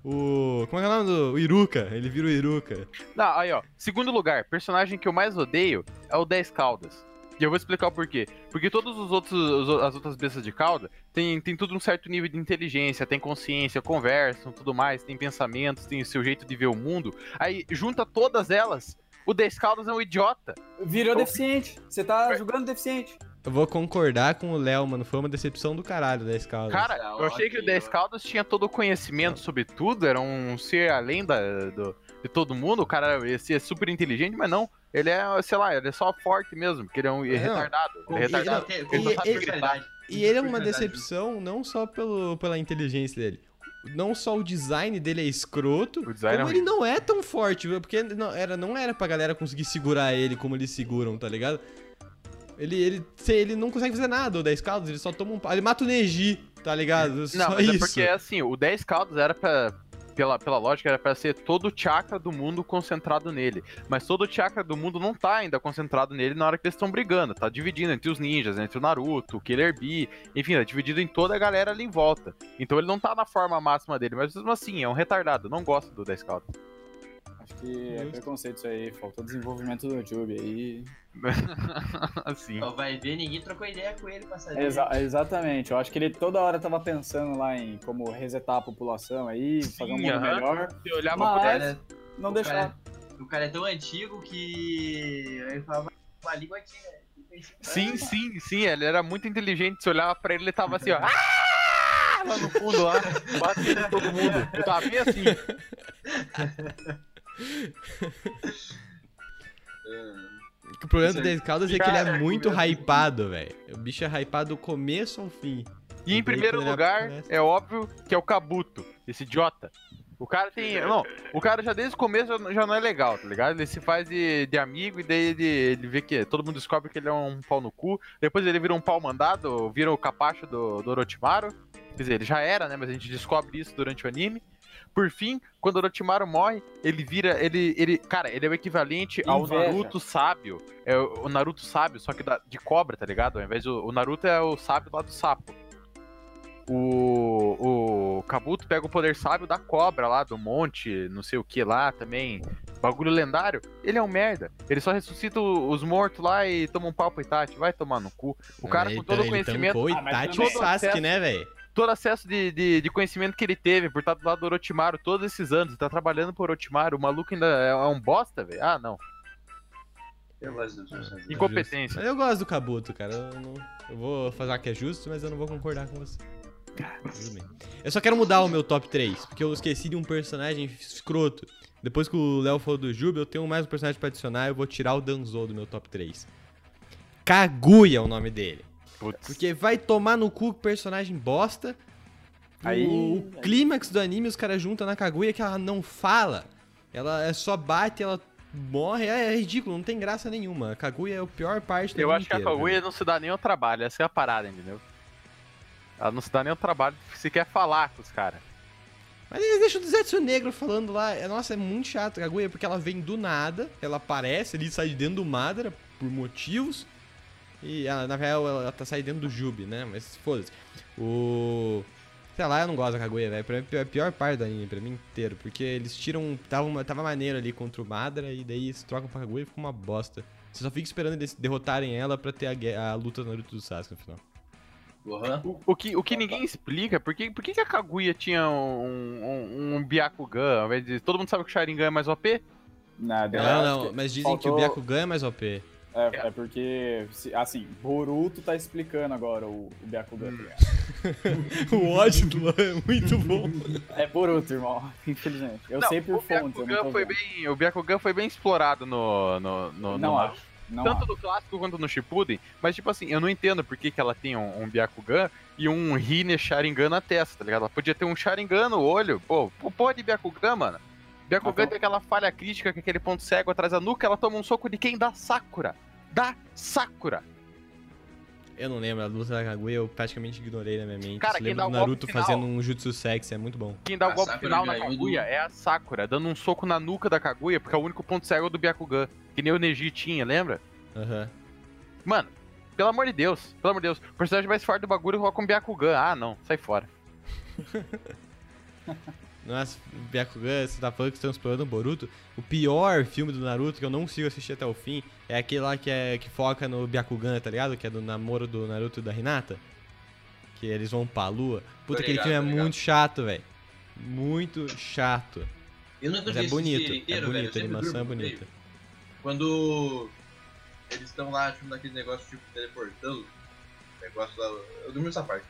[SPEAKER 5] O. Como é que é o nome do. O Iruka. Ele vira o Iruka.
[SPEAKER 1] Não, aí ó. Segundo lugar, personagem que eu mais odeio é o 10 Caldas. E eu vou explicar o porquê. Porque todas os outros, os o- as outras bestas de cauda tem, tem tudo um certo nível de inteligência, tem consciência, conversam, tudo mais, tem pensamentos, tem o seu jeito de ver o mundo. Aí junta todas elas, o 10 Caldas é um idiota.
[SPEAKER 4] Virou
[SPEAKER 1] Então-
[SPEAKER 4] deficiente. Você tá julgando deficiente.
[SPEAKER 5] Eu vou concordar com o Léo, mano. Foi uma decepção do caralho da escala.
[SPEAKER 1] Cara,
[SPEAKER 3] Tá
[SPEAKER 1] eu achei que o
[SPEAKER 3] ótimo.
[SPEAKER 1] 10 Caldas tinha todo o conhecimento sobre tudo, era um ser além da, do- de todo mundo, o cara ia ser super inteligente, mas não. Ele é, sei lá, ele é só forte mesmo, porque ele é um
[SPEAKER 5] Não.
[SPEAKER 1] retardado. Ele é
[SPEAKER 5] E-
[SPEAKER 1] retardado.
[SPEAKER 5] não,
[SPEAKER 3] Tem-
[SPEAKER 5] e-
[SPEAKER 3] tem-
[SPEAKER 5] e-
[SPEAKER 3] personalidade.
[SPEAKER 5] E tá ele é uma
[SPEAKER 3] Personalidade.
[SPEAKER 5] decepção não só pelo, pela inteligência dele. Não só o design dele é escroto,
[SPEAKER 1] O design
[SPEAKER 5] como
[SPEAKER 1] é
[SPEAKER 5] ele não é tão forte, viu? porque não era, não era pra galera conseguir segurar ele como eles seguram, tá ligado? Ele, ele, se- ele não consegue fazer nada, o 10 caldos, ele só toma um pau. Ele mata o Neji, tá ligado?
[SPEAKER 1] Não,
[SPEAKER 5] só
[SPEAKER 1] mas
[SPEAKER 5] isso.
[SPEAKER 1] é porque assim, o 10 caldas era pra. Pela, pela lógica, era pra ser todo o chakra do mundo concentrado nele. Mas todo o chakra do mundo não tá ainda concentrado nele na hora que eles estão brigando. Tá dividido entre os ninjas, entre o Naruto, o Killer Bee, enfim, tá dividido em toda a galera ali em volta. Então ele não tá na forma máxima dele, mas mesmo assim, é um retardado. eu Não gosto do 10 caldas.
[SPEAKER 4] Acho que é preconceito isso aí. Faltou desenvolvimento do YouTube aí.
[SPEAKER 1] assim.
[SPEAKER 3] Ó, Vai ver, ninguém trocou ideia com ele pra saber.
[SPEAKER 4] Exa- exatamente. Eu acho que ele toda hora tava pensando lá em como resetar a população aí, fazer um mundo
[SPEAKER 1] aham.
[SPEAKER 4] melhor.
[SPEAKER 1] Se olhar
[SPEAKER 4] Mas-
[SPEAKER 1] pra
[SPEAKER 3] O cara,
[SPEAKER 4] Não
[SPEAKER 3] o
[SPEAKER 4] deixar.
[SPEAKER 3] cara- o cara é tão antigo que ele falava uma língua que é.
[SPEAKER 1] Sim, sim, sim, ele era muito inteligente. Se olhava pra ele, ele tava assim, ó. "Ah!" Lá no fundo, lá, batendo em todo mundo. Eu tava bem assim.
[SPEAKER 5] O problema do 10 Caldas é que ele é
[SPEAKER 1] Cara,
[SPEAKER 5] muito
[SPEAKER 1] meu Deus.
[SPEAKER 5] hypado, velho. O bicho é hypado do começo ao fim.
[SPEAKER 1] E em primeiro
[SPEAKER 5] Ele era-
[SPEAKER 1] lugar, é óbvio que é o Cabuto, esse idiota. O cara tem. Não, o cara já desde o começo já- já não é legal, tá ligado? Ele se faz de, de amigo e daí ele, ele vê que todo mundo descobre que ele é um pau no cu. Depois ele vira um pau mandado, vira o capacho do, do Orochimaru. Quer dizer, ele já era, né? Mas a gente descobre isso durante o anime. Por fim, quando o Orochimaru morre, ele vira. Ele, ele, cara, ele é o equivalente ao
[SPEAKER 4] Inveja.
[SPEAKER 1] Naruto sábio. É o o Naruto sábio, só que da- de cobra, tá ligado? Ao invés do. O Naruto é o sábio lá do sapo. O, o Kabuto pega o poder sábio da cobra lá, do monte, não sei o que lá também. Bagulho lendário. Ele é um merda. Ele só ressuscita o- os mortos lá e toma um pau pro Itachi. Vai tomar no cu. O cara
[SPEAKER 5] Aí,
[SPEAKER 1] com
[SPEAKER 5] então,
[SPEAKER 1] todo o
[SPEAKER 5] ele
[SPEAKER 1] conhecimento,
[SPEAKER 5] tancou
[SPEAKER 4] Ah,
[SPEAKER 5] e
[SPEAKER 4] mas
[SPEAKER 5] Tati
[SPEAKER 4] tudo
[SPEAKER 5] o
[SPEAKER 4] bem.
[SPEAKER 5] Sasuke, né, velho?
[SPEAKER 1] todo acesso de, de, de conhecimento que ele teve por estar do lado do Orochimaru todos esses anos, tá trabalhando por Orochimaru, o maluco ainda é é um bosta, velho. Ah, não.
[SPEAKER 3] Eu gosto do Jorge Jesus.
[SPEAKER 1] Incompetência.
[SPEAKER 5] Mas eu gosto do Kabuto, cara. Eu, não- eu vou falar que é justo, mas eu não vou concordar com você. Tudo bem. Eu só quero mudar o meu top 3, porque eu esqueci de um personagem escroto. Depois que o Léo falou do Juba, eu tenho mais um personagem pra adicionar, eu vou tirar o Danzo do meu top 3. Kaguya é o nome dele.
[SPEAKER 1] Putz.
[SPEAKER 5] Porque vai tomar no cu que personagem bosta.
[SPEAKER 4] Aí-
[SPEAKER 5] o o clímax do anime, os caras juntam na Kaguya que ela não fala. Ela é só bate, ela morre. É, é ridículo, não tem graça nenhuma. A Kaguya é a pior parte do
[SPEAKER 1] Eu
[SPEAKER 5] anime
[SPEAKER 1] acho que a
[SPEAKER 5] inteiro,
[SPEAKER 1] Kaguya não se dá nem ao trabalho, essa é a parada, entendeu? Ela não se dá nem ao trabalho se quer falar com os caras.
[SPEAKER 5] Mas eles deixam o Zetsu Negro falando lá. É, Nossa, é muito chato a Kaguya, porque ela vem do nada, ela aparece ali, sai de dentro do Madara por motivos. E ela, na real ela, ela tá saindo dentro do Jubi, né? Mas foda-se. O. Sei lá, eu não gosto da Kaguya, velho. Pra mim, É a pior parte do anime, pra mim inteiro. Porque eles tiram. Tava, uma- tava maneiro ali contra o Madara e daí eles trocam pra Kaguya e fica uma bosta. Você só fica esperando eles derrotarem ela pra ter a, gue- a luta do Naruto do Sasuke no final.
[SPEAKER 3] Gohan?
[SPEAKER 1] O, o que, o que ninguém explica, por que, por que que a Kaguya tinha um, um, um Byakugan, ao invés de- todo mundo sabe que o Sharingan é mais OP?
[SPEAKER 4] Nada. né?
[SPEAKER 5] Não, não, mas dizem que o
[SPEAKER 4] faltou-
[SPEAKER 5] Byakugan é mais OP.
[SPEAKER 4] É, é porque, se- assim, Boruto tá explicando agora o, o Byakugan.
[SPEAKER 1] Hum.
[SPEAKER 4] tá
[SPEAKER 5] o ódio do Lan é muito bom.
[SPEAKER 4] É Boruto, irmão. Infelizmente. Eu
[SPEAKER 1] Não,
[SPEAKER 4] sei por
[SPEAKER 1] o
[SPEAKER 4] fonte, eu não
[SPEAKER 1] Byakugan
[SPEAKER 4] tô
[SPEAKER 1] foi
[SPEAKER 4] vendo.
[SPEAKER 1] bem, O Byakugan foi bem explorado no, no, no,
[SPEAKER 4] Não
[SPEAKER 1] no
[SPEAKER 4] acho. Não
[SPEAKER 1] tanto
[SPEAKER 4] acho.
[SPEAKER 1] no clássico quanto no Shippuden, mas tipo assim, eu não entendo por que, que ela tem um, um Byakugan e um Rine Sharingan na testa, tá ligado? Ela podia ter um Sharingan no olho, pô, pô, pô de Byakugan, mano. Byakugan
[SPEAKER 4] Mas,
[SPEAKER 1] tem aquela falha crítica, que é aquele ponto cego atrás da nuca, ela toma um soco de quem? Da Sakura. Da Sakura.
[SPEAKER 5] Eu não lembro, a luta da Kaguya eu praticamente ignorei na minha mente.
[SPEAKER 1] Cara,
[SPEAKER 5] Cara,
[SPEAKER 1] quem
[SPEAKER 5] lembro
[SPEAKER 1] dá
[SPEAKER 5] do
[SPEAKER 1] o golpe
[SPEAKER 5] Naruto
[SPEAKER 1] final?
[SPEAKER 5] fazendo um jutsu sexy, é muito bom.
[SPEAKER 1] Quem dá o
[SPEAKER 3] A
[SPEAKER 1] golpe
[SPEAKER 3] Sakura
[SPEAKER 1] final na
[SPEAKER 3] ganhou
[SPEAKER 1] Kaguya
[SPEAKER 3] do-
[SPEAKER 1] é a Sakura, dando um soco na nuca da Kaguya, porque é o único ponto cego do Byakugan, que nem o Neji tinha, lembra?
[SPEAKER 5] Aham.
[SPEAKER 1] Mano, pelo amor de Deus, pelo amor de Deus, o personagem mais forte do bagulho coloca um Byakugan. Ah, não, sai fora.
[SPEAKER 5] Nossa, Byakugan, você tá falando que estão explorando o Boruto. O pior filme do Naruto, que eu não consigo assistir até o fim, é aquele lá que, é, que foca no Byakugan, tá ligado? Que é do namoro do Naruto e da Hinata. Que eles vão pra lua. Puta,
[SPEAKER 3] Tô
[SPEAKER 5] aquele
[SPEAKER 3] ligado,
[SPEAKER 5] filme é
[SPEAKER 3] tô ligado.
[SPEAKER 5] muito chato, velho. Muito chato.
[SPEAKER 3] Eu nunca
[SPEAKER 5] Mas
[SPEAKER 3] vi
[SPEAKER 5] é
[SPEAKER 3] esse
[SPEAKER 5] bonito,
[SPEAKER 3] filme
[SPEAKER 5] é
[SPEAKER 3] inteiro, velho, eu
[SPEAKER 5] bonito, a
[SPEAKER 3] sempre
[SPEAKER 5] animação é
[SPEAKER 3] durmo, velho.
[SPEAKER 5] bonita.
[SPEAKER 3] Quando eles estão lá junto naquele negócio tipo teleportando, negócio lá. Eu dormi nessa parte.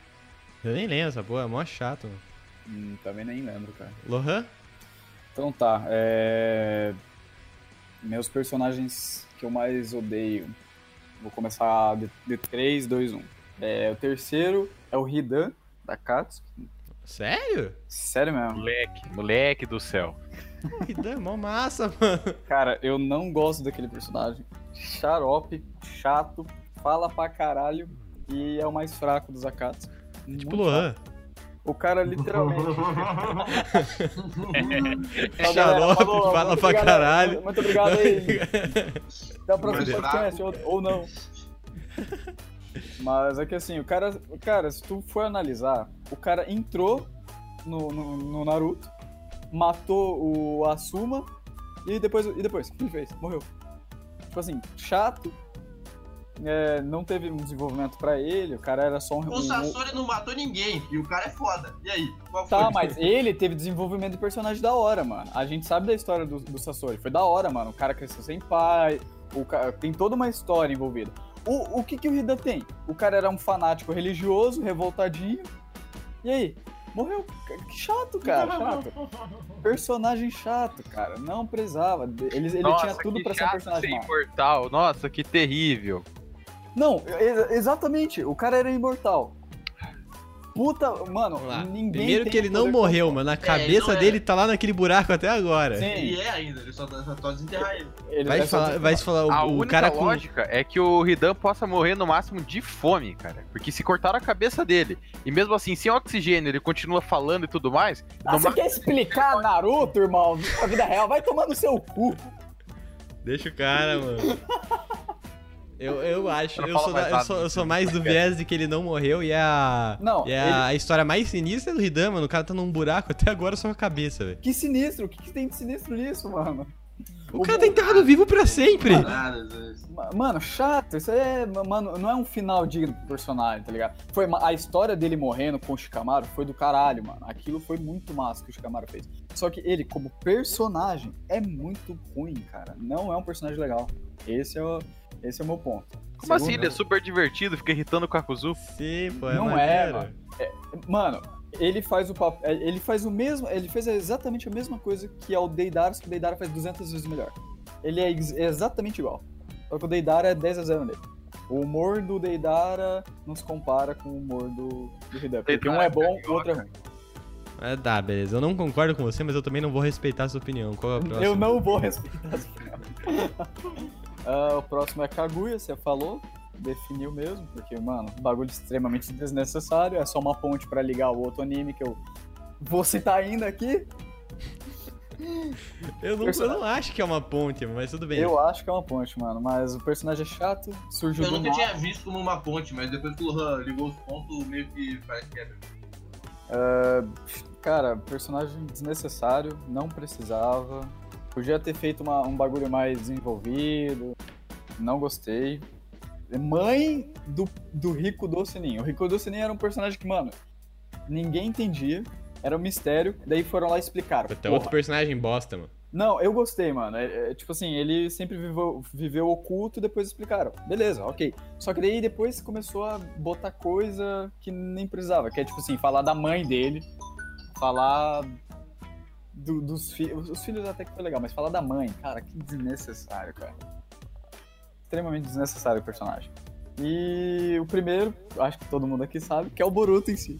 [SPEAKER 5] Eu nem lembro essa porra, é mó chato. mano.
[SPEAKER 4] Hum, também nem lembro, cara.
[SPEAKER 5] Lohan?
[SPEAKER 4] Então tá, é... Meus personagens que eu mais odeio. Vou começar de, de 3, 2, 1. É, o terceiro é o Hidan, da Katsuki.
[SPEAKER 5] Sério?
[SPEAKER 4] Sério mesmo.
[SPEAKER 1] Moleque, moleque do céu.
[SPEAKER 5] Que dá mó massa, mano.
[SPEAKER 4] Cara, eu não gosto daquele personagem. Xarope, chato, fala pra caralho e é o mais fraco dos Akatsuki.
[SPEAKER 5] Tipo
[SPEAKER 4] Muito
[SPEAKER 5] Lohan.
[SPEAKER 4] fraco. O cara literalmente. Ó, galera,
[SPEAKER 5] Xarope,
[SPEAKER 4] falou,
[SPEAKER 5] fala
[SPEAKER 4] muito
[SPEAKER 5] pra
[SPEAKER 4] obrigado,
[SPEAKER 5] caralho.
[SPEAKER 4] Muito obrigado aí. Até o próximo
[SPEAKER 3] Maneiro.
[SPEAKER 4] podcast, ou, ou não. Mas é que assim, o cara, o cara, se tu for analisar, o cara entrou no, no, no Naruto, matou o Asuma, E depois, e depois, o que ele fez? Morreu. Tipo assim, chato. É, não teve um desenvolvimento pra ele, o cara era só um.
[SPEAKER 3] O
[SPEAKER 4] um-
[SPEAKER 3] Sasori não matou ninguém e o cara é foda. E aí? Qual
[SPEAKER 4] Tá,
[SPEAKER 3] foi?
[SPEAKER 4] mas ele teve desenvolvimento de personagem da hora, mano. A gente sabe da história do, do Sasori. Foi da hora, mano. O cara cresceu sem pai. O ca- Tem toda uma história envolvida. O, o que, que o Hida tem? O cara era um fanático religioso, revoltadinho. E aí? Morreu. Que chato, cara. Chato. Personagem chato, cara. Não precisava. Ele, ele
[SPEAKER 1] Nossa,
[SPEAKER 4] tinha tudo
[SPEAKER 1] que
[SPEAKER 4] pra ser um
[SPEAKER 1] chato
[SPEAKER 4] personagem
[SPEAKER 1] ser
[SPEAKER 4] mal.
[SPEAKER 1] imortal. Nossa, que terrível.
[SPEAKER 4] Não, ex- exatamente. O cara era imortal. Puta, mano,
[SPEAKER 5] Vamos lá.
[SPEAKER 4] ninguém.
[SPEAKER 5] Primeiro
[SPEAKER 4] tem
[SPEAKER 5] que ele
[SPEAKER 4] o
[SPEAKER 5] não
[SPEAKER 4] poder
[SPEAKER 5] morreu, mano. A
[SPEAKER 3] ele
[SPEAKER 5] cabeça
[SPEAKER 3] não é.
[SPEAKER 5] dele tá lá naquele buraco até agora.
[SPEAKER 4] Sim.
[SPEAKER 3] Ele é ainda, ele só, só, só desenterrar ele.
[SPEAKER 4] Ele
[SPEAKER 5] Vai
[SPEAKER 4] é só
[SPEAKER 5] falar, vai falar
[SPEAKER 1] a
[SPEAKER 5] o, o
[SPEAKER 1] única
[SPEAKER 5] cara com.
[SPEAKER 1] lógica é que o Ridan possa morrer no máximo de fome, cara. Porque se cortaram a cabeça dele, e mesmo assim, sem oxigênio, ele continua falando e tudo mais,
[SPEAKER 4] Ah,
[SPEAKER 1] no
[SPEAKER 4] você
[SPEAKER 1] ma-
[SPEAKER 4] quer explicar Naruto, irmão? A vida real vai tomar no seu cu.
[SPEAKER 5] Deixa o cara, mano. Eu, eu acho,
[SPEAKER 1] Não fala
[SPEAKER 5] eu sou,
[SPEAKER 1] mais né?
[SPEAKER 5] da- eu, sou,
[SPEAKER 1] nada.
[SPEAKER 5] eu sou mais do viés de que ele não morreu e é a.
[SPEAKER 4] Não,
[SPEAKER 5] e a, a história mais sinistra é do Hidan, mano. O cara tá num buraco até agora só com a cabeça, velho.
[SPEAKER 4] Que sinistro, o que, que tem de sinistro nisso, mano?
[SPEAKER 5] O cara tá enterrado vivo pra sempre!
[SPEAKER 4] Ah,
[SPEAKER 3] Nada, né? Deus.
[SPEAKER 4] Ma- Mano, chato, isso aí é. Mano, não é um final digno pro personagem, tá ligado? Foi ma- a história dele morrendo com o Shikamaru foi do caralho, mano. Aquilo foi muito massa que o Shikamaru fez. Só que ele, como personagem, é muito ruim, cara. Não é um personagem legal. Esse é o, esse é o meu ponto.
[SPEAKER 1] Como assim?
[SPEAKER 4] Segundo-
[SPEAKER 1] Ele é super divertido, fica irritando o Kakuzu.
[SPEAKER 5] Sim, pô, é
[SPEAKER 4] Não é,
[SPEAKER 5] maneiro.
[SPEAKER 4] mano. É, mano, ele faz o pap- é, ele faz o mesmo, ele fez exatamente a mesma coisa que é o Deidara, só que o Deidara faz 200 vezes melhor. Ele é ex- exatamente igual. Só que o Deidara é 10 a 0 nele. O humor do Deidara não se compara com o humor do, do Hidan. Porque um é bom, o outro é ruim.
[SPEAKER 5] Ah, tá, beleza. Eu não concordo com você, mas eu também não vou respeitar a sua opinião. Qual é a próxima?
[SPEAKER 4] Eu não vou respeitar essa opinião. Ah, o próximo é Kaguya, você falou. Definiu mesmo, porque, mano, um bagulho extremamente desnecessário. É só uma ponte pra ligar o outro anime que eu vou citar ainda aqui.
[SPEAKER 5] Eu não, eu não acho que é uma ponte, mas tudo bem.
[SPEAKER 4] Eu acho que é uma ponte, mano. Mas o personagem é chato, surgiu
[SPEAKER 3] Eu
[SPEAKER 4] do
[SPEAKER 3] nunca
[SPEAKER 4] nada.
[SPEAKER 3] tinha visto como uma ponte, mas depois que o Lohan ligou os pontos, meio que parece que é.
[SPEAKER 4] Cara, personagem desnecessário, não precisava. Podia ter feito uma- um bagulho mais desenvolvido. Não gostei. É Mãe do, do Rico do Sininho. O Rico do Sininho era um personagem que, mano, ninguém entendia. Era um mistério. Daí foram lá e explicaram.
[SPEAKER 5] Até
[SPEAKER 4] Porra,
[SPEAKER 5] é outro personagem bosta, mano.
[SPEAKER 4] Não, eu gostei, mano. É, é, tipo assim, ele sempre viveu, viveu oculto e depois explicaram. Beleza, ok. Só que daí depois começou a botar coisa que nem precisava. Que é tipo assim, falar da mãe dele, falar do- dos filhos. Os filhos até que foi legal, mas falar da mãe, cara, que desnecessário, cara. Extremamente desnecessário o personagem. E o primeiro, acho que todo mundo aqui sabe, que é o Boruto em si.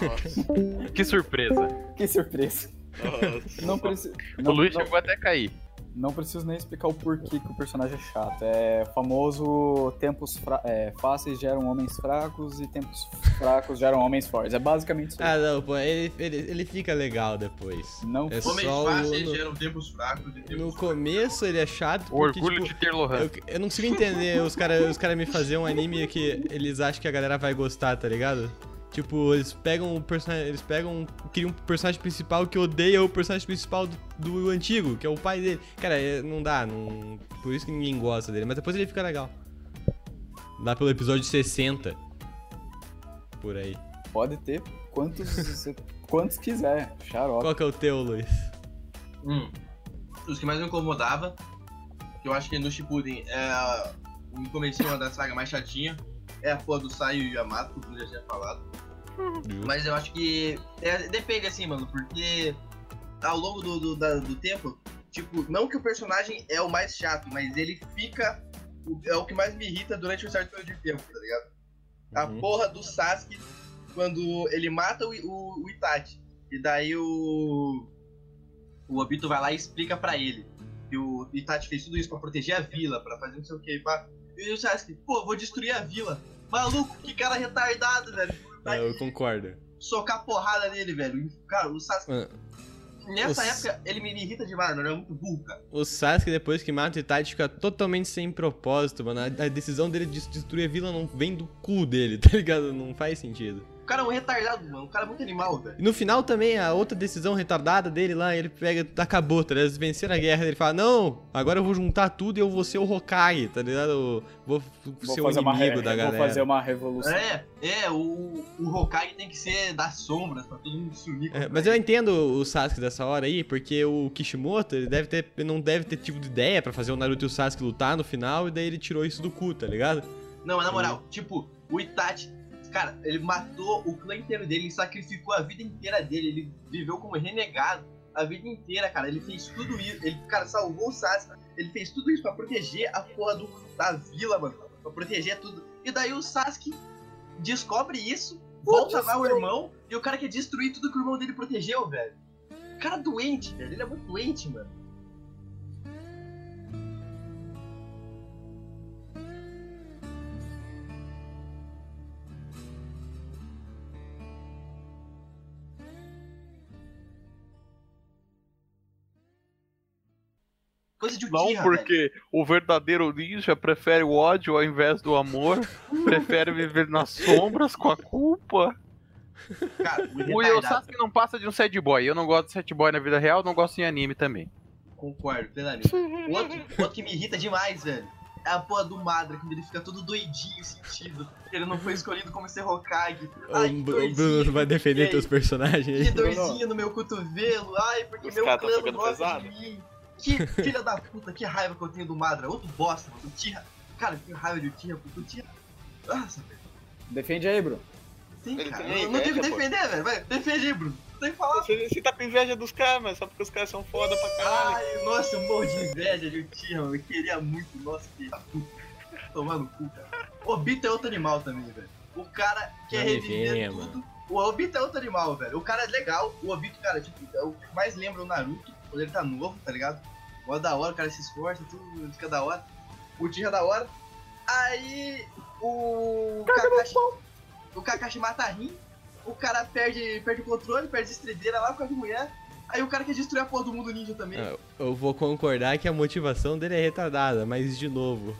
[SPEAKER 2] Nossa,
[SPEAKER 1] Que surpresa.
[SPEAKER 4] Que surpresa.
[SPEAKER 2] nossa.
[SPEAKER 4] Não, preci...
[SPEAKER 1] o
[SPEAKER 4] não-
[SPEAKER 1] Luiz
[SPEAKER 4] não-
[SPEAKER 1] chegou até a cair.
[SPEAKER 4] Não preciso nem explicar o porquê que o personagem é chato. É o famoso tempos fra- é, fáceis geram homens fracos e tempos fracos geram homens fortes. É basicamente isso.
[SPEAKER 5] Ah, não, pô, ele, ele, ele fica legal depois.
[SPEAKER 4] Não
[SPEAKER 5] É
[SPEAKER 3] Homens
[SPEAKER 5] só
[SPEAKER 3] fáceis
[SPEAKER 5] o,
[SPEAKER 3] geram tempos fracos e tempos
[SPEAKER 5] no, no começo ele é chato
[SPEAKER 1] O
[SPEAKER 5] porque,
[SPEAKER 1] orgulho
[SPEAKER 5] tipo,
[SPEAKER 1] de ter Lohan.
[SPEAKER 5] Eu, eu não consigo entender os caras os cara me fazer um anime que eles acham que a galera vai gostar, tá ligado? Tipo, eles pegam um personagem. Eles pegam. Criam um personagem principal que odeia o personagem principal do, do antigo, que é o pai dele. Cara, é- não dá, não. Por isso que ninguém gosta dele, mas depois ele fica legal. Lá pelo episódio 60. Por aí.
[SPEAKER 4] Pode ter quantos, você- quantos quiser. Xarope.
[SPEAKER 5] Qual que é o teu, Luiz?
[SPEAKER 3] Hum. Os que mais me incomodava, que eu acho que no Shippuden é o comecinho uma da saga mais chatinha, é a porra do Saio e o Yamato, que eu já tinha falado. Mas eu acho que é, depende assim, mano, porque ao longo do, do, da- do tempo, tipo, não que o personagem é o mais chato, mas ele fica o- é o que mais me irrita durante um certo período de tempo, tá ligado? A
[SPEAKER 5] Uhum.
[SPEAKER 3] porra do Sasuke quando ele mata o, I- o, o Itachi. E daí o. O Obito vai lá e explica pra ele que o Itachi fez tudo isso pra proteger a vila, pra fazer não sei o que. Pra... E o Sasuke, pô, vou destruir a vila. Maluco, que cara retardado, velho.
[SPEAKER 5] É, eu concordo.
[SPEAKER 3] Socar porrada nele, velho. Cara, o Sasuke.
[SPEAKER 5] Mano,
[SPEAKER 3] Nessa
[SPEAKER 5] os-
[SPEAKER 3] época, ele me irrita demais, mano. Ele é muito burro, cara.
[SPEAKER 5] O Sasuke, depois que mata o Itachi, fica totalmente sem propósito, mano. A, a decisão dele de destruir a vila não vem do cu dele, tá ligado? Não faz sentido.
[SPEAKER 3] O cara é um retardado, mano. O cara é muito animal, velho.
[SPEAKER 5] E no final também, a outra decisão retardada dele lá, ele pega, acabou, tá ligado? Eles venceram a guerra, ele fala, não, agora eu vou juntar tudo e eu vou ser o Hokage, tá ligado? Eu vou f- ser o
[SPEAKER 4] uma
[SPEAKER 5] inimigo
[SPEAKER 4] re-
[SPEAKER 5] da
[SPEAKER 4] vou
[SPEAKER 5] galera.
[SPEAKER 4] fazer uma revolução.
[SPEAKER 3] É, é, o, o Hokage tem que ser das sombras pra todo mundo se unir.
[SPEAKER 5] É,
[SPEAKER 3] contra
[SPEAKER 5] mas
[SPEAKER 3] ele.
[SPEAKER 5] eu entendo o Sasuke dessa hora aí, porque o Kishimoto ele deve ter, ele não deve ter tido ideia pra fazer o Naruto e o Sasuke lutar no final, e daí ele tirou isso do cu, tá ligado?
[SPEAKER 3] Não, mas na moral, tipo, o Itachi, cara, ele matou o clã inteiro dele, ele sacrificou a vida inteira dele, ele viveu como renegado a vida inteira, cara. Ele fez tudo isso, ele, cara, salvou o Sasuke, ele fez tudo isso pra proteger a porra do, da vila, mano, pra proteger tudo. E daí o Sasuke descobre isso, volta lá o irmão, e o cara quer destruir tudo que o irmão dele protegeu, velho. O cara é doente, velho, ele é muito doente, mano. Coisa de
[SPEAKER 1] Não,
[SPEAKER 3] Uchiha, velho.
[SPEAKER 1] porque o verdadeiro ninja prefere o ódio ao invés do amor, prefere viver nas sombras com a culpa.
[SPEAKER 3] Cara, muito
[SPEAKER 1] O
[SPEAKER 3] retardado.
[SPEAKER 1] Sasuke não passa de um sad boy. Eu não gosto de sad boy na vida real, não gosto em anime também.
[SPEAKER 3] Concordo, plenamente. Outro, outro que me irrita demais, velho. É a porra do Madra, que ele fica todo doidinho, sentido. Ele não foi escolhido como ser Hokage. Ai,
[SPEAKER 5] o,
[SPEAKER 3] que
[SPEAKER 5] Bru- o Bruno
[SPEAKER 3] dorzinho.
[SPEAKER 5] vai defender
[SPEAKER 3] Ei,
[SPEAKER 5] teus personagens
[SPEAKER 3] Que
[SPEAKER 5] aí.
[SPEAKER 3] dorzinha no meu cotovelo. Ai, porque
[SPEAKER 2] Os
[SPEAKER 3] meu
[SPEAKER 2] caras
[SPEAKER 3] clã
[SPEAKER 2] tão
[SPEAKER 3] não
[SPEAKER 2] pegando
[SPEAKER 3] gosta
[SPEAKER 2] pesado.
[SPEAKER 3] de mim. Que filha da puta, que raiva que eu tenho do Madra. Outro bosta, mano. O Tira. Cara, eu tenho raiva de Tira, porque o Tira. Nossa, velho.
[SPEAKER 4] Defende aí, Bruno.
[SPEAKER 3] Sim,
[SPEAKER 2] Ele
[SPEAKER 3] cara.
[SPEAKER 2] tem
[SPEAKER 3] Eu não tenho que
[SPEAKER 2] inveja, pô.
[SPEAKER 3] defender, velho. Vai, defende aí, Bruno. Não Tem que falar.
[SPEAKER 2] Você, você tá com inveja dos caras, mano, só porque os caras são foda pra caralho.
[SPEAKER 3] Ai, nossa, eu morro de inveja de Uchiha, mano. Eu queria muito, nossa, filho da puta. Tomar no cu, cara. Obito é outro animal também, velho. O cara quer
[SPEAKER 5] Nada a
[SPEAKER 3] reviver
[SPEAKER 5] ver,
[SPEAKER 3] tudo.
[SPEAKER 5] mano.
[SPEAKER 3] O Obito é outro animal, velho. O cara é legal. O Obito, cara, tipo, é o que mais lembra o Naruto, quando ele tá novo, tá ligado? Mó da hora, o cara se esforça, tudo fica da hora. O Uchiha é da hora. Aí, o Kakashi... O Kakashi mata a Rin. O cara perde, perde o controle, perde a estredeira lá por causa de mulher. Aí o cara quer destruir a porra do mundo ninja também.
[SPEAKER 5] Ah, Eu vou concordar que a motivação dele é retardada, mas de novo,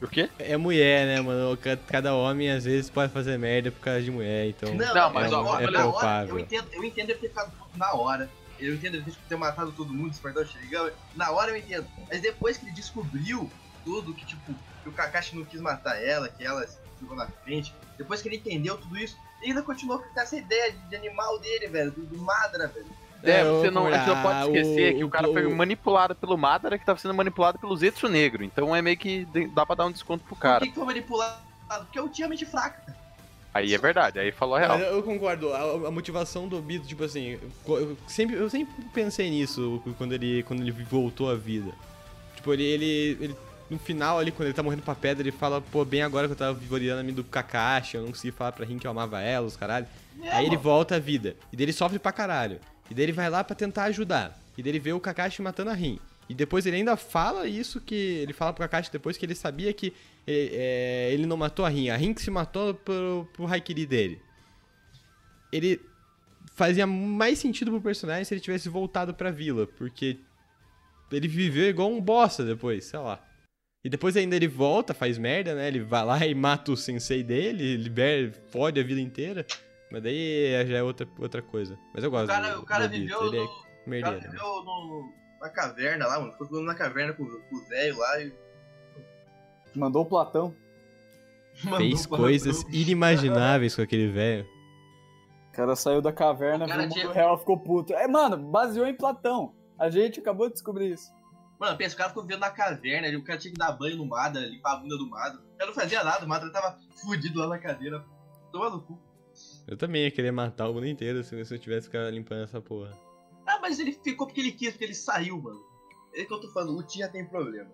[SPEAKER 1] O quê?
[SPEAKER 5] é mulher, né, mano? Ca- Cada homem às vezes pode fazer merda por causa de mulher, então.
[SPEAKER 1] Não, mas, ó,
[SPEAKER 3] na
[SPEAKER 1] é
[SPEAKER 3] hora,
[SPEAKER 5] palpável.
[SPEAKER 3] eu entendo, eu entendo ele ter ficado puto na hora. Eu entendo ele ter matado todo mundo, despertar o Shinigami. Na hora eu entendo. Mas depois que ele descobriu tudo, que tipo, que o Kakashi não quis matar ela, que ela ficou na frente. Depois que ele entendeu tudo isso, ele ainda continuou com essa ideia de, de animal dele, velho, do, do Madra, velho.
[SPEAKER 1] É,
[SPEAKER 5] eu
[SPEAKER 1] você
[SPEAKER 5] vou
[SPEAKER 1] não, a gente não
[SPEAKER 5] concordar.
[SPEAKER 1] pode esquecer que o cara foi
[SPEAKER 5] o-
[SPEAKER 1] manipulado pelo Madara que tava sendo manipulado pelo Zetsu Negro. Então é meio que de- dá pra dar um desconto pro
[SPEAKER 3] Por
[SPEAKER 1] cara.
[SPEAKER 3] que que foi manipulado? Porque eu tinha mente fraca. tá cara.
[SPEAKER 1] Aí é verdade, aí falou a real.
[SPEAKER 5] Mas eu concordo, a, a motivação do Obito, tipo assim, eu, eu sempre, eu sempre pensei nisso quando ele, quando ele voltou à vida. Tipo, ele, ele, ele- no final ali, quando ele tá morrendo pra pedra, ele fala, pô, bem agora que eu tava vivoreando a mim do Kakashi, eu não consegui falar pra Rin que eu amava ela, os caralho. Aí ele volta à vida, e daí ele sofre pra caralho. E daí ele vai lá pra tentar ajudar, e daí ele vê o Kakashi matando a Rin. E depois ele ainda fala isso que. Ele fala pro Kakashi depois que ele sabia que eh, eh, ele não matou a Rin. A Rin que se matou pro, pro Haikiri dele ele fazia mais sentido pro personagem se ele tivesse voltado pra vila, porque ele viveu igual um bossa depois, sei lá. E depois ainda ele volta, faz merda, né? Ele vai lá e mata o sensei dele, libera, fode a vida inteira. Mas daí já é outra, outra coisa. Mas eu gosto
[SPEAKER 3] O cara,
[SPEAKER 5] do,
[SPEAKER 3] o cara
[SPEAKER 5] do Obito,
[SPEAKER 3] viveu
[SPEAKER 5] ele
[SPEAKER 3] no-
[SPEAKER 5] é
[SPEAKER 3] O cara
[SPEAKER 5] merdeiro.
[SPEAKER 3] viveu no, na caverna lá, mano. Ficou todo mundo na caverna com, com o velho lá e.
[SPEAKER 4] Mandou o Platão.
[SPEAKER 5] Fez
[SPEAKER 3] mandou pra-
[SPEAKER 5] coisas inimagináveis com aquele velho.
[SPEAKER 4] O cara saiu da caverna,
[SPEAKER 3] O
[SPEAKER 4] viu
[SPEAKER 3] cara
[SPEAKER 4] o mundo
[SPEAKER 3] tinha-
[SPEAKER 4] real, ficou puto. É, mano, baseou em Platão. A gente acabou de descobrir isso.
[SPEAKER 3] Mano, pensa, o cara ficou vivendo na caverna, ele- o cara tinha que dar banho no Mada, limpar a bunda do Mada. O cara não fazia nada, o Mada tava fudido lá na cadeira. Toma no cu.
[SPEAKER 5] Eu também ia querer matar o mundo inteiro se se eu tivesse que ficar limpando essa porra.
[SPEAKER 3] Ah, mas ele ficou porque ele quis, porque ele saiu, mano. É que eu tô falando, o Tia tem problema.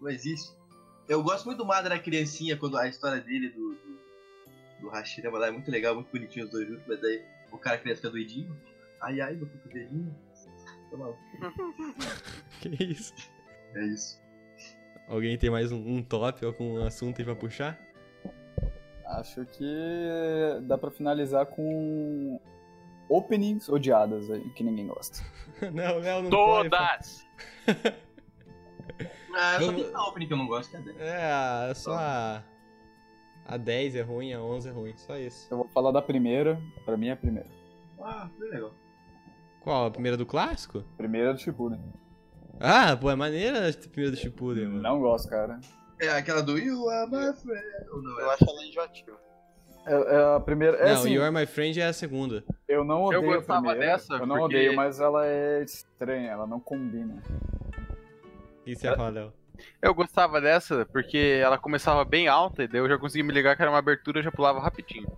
[SPEAKER 3] Não existe. Eu gosto muito do Mada na criancinha, quando a história dele do. do, do Hashirama lá é muito legal, muito bonitinho os dois juntos, mas daí o cara criança fica doidinho. Ai ai, meu cotovelinho. Toma no cu.
[SPEAKER 5] Que isso?
[SPEAKER 3] É isso.
[SPEAKER 5] Alguém tem mais um, um top ou algum assunto aí pra puxar?
[SPEAKER 4] Acho que dá pra finalizar com openings odiadas aí, que ninguém gosta.
[SPEAKER 5] Não, Léo não pode. falar.
[SPEAKER 1] Todas!
[SPEAKER 3] Ah, eu só
[SPEAKER 5] Vamos-
[SPEAKER 3] Ah, é vi a opening que eu não gosto, cadê?
[SPEAKER 5] É, a- só a, é A 10 é ruim, a 11 é ruim. Só isso.
[SPEAKER 4] Eu vou falar da primeira. Pra mim é a primeira.
[SPEAKER 3] Ah, foi legal.
[SPEAKER 5] Qual? A primeira do clássico?
[SPEAKER 4] Primeira é do Shippuden.
[SPEAKER 5] Ah, pô, é maneira a primeira do Shippuden, mano.
[SPEAKER 4] Não gosto, cara.
[SPEAKER 3] É aquela do You are my friend. Ou não,
[SPEAKER 2] Eu
[SPEAKER 3] é?
[SPEAKER 2] acho ela enjoativa.
[SPEAKER 4] É, é a primeira. É,
[SPEAKER 5] não,
[SPEAKER 4] assim,
[SPEAKER 5] You Are My Friend é a segunda.
[SPEAKER 4] eu não
[SPEAKER 1] Eu
[SPEAKER 4] odeio a
[SPEAKER 1] gostava
[SPEAKER 4] primeira.
[SPEAKER 1] dessa,
[SPEAKER 4] eu não
[SPEAKER 1] porque-
[SPEAKER 4] odeio, mas ela é estranha, ela não combina.
[SPEAKER 5] O que
[SPEAKER 4] É.
[SPEAKER 5] você ia falar, Léo?
[SPEAKER 1] Eu gostava dessa porque ela começava bem alta e daí eu já conseguia me ligar que era uma abertura e já pulava rapidinho.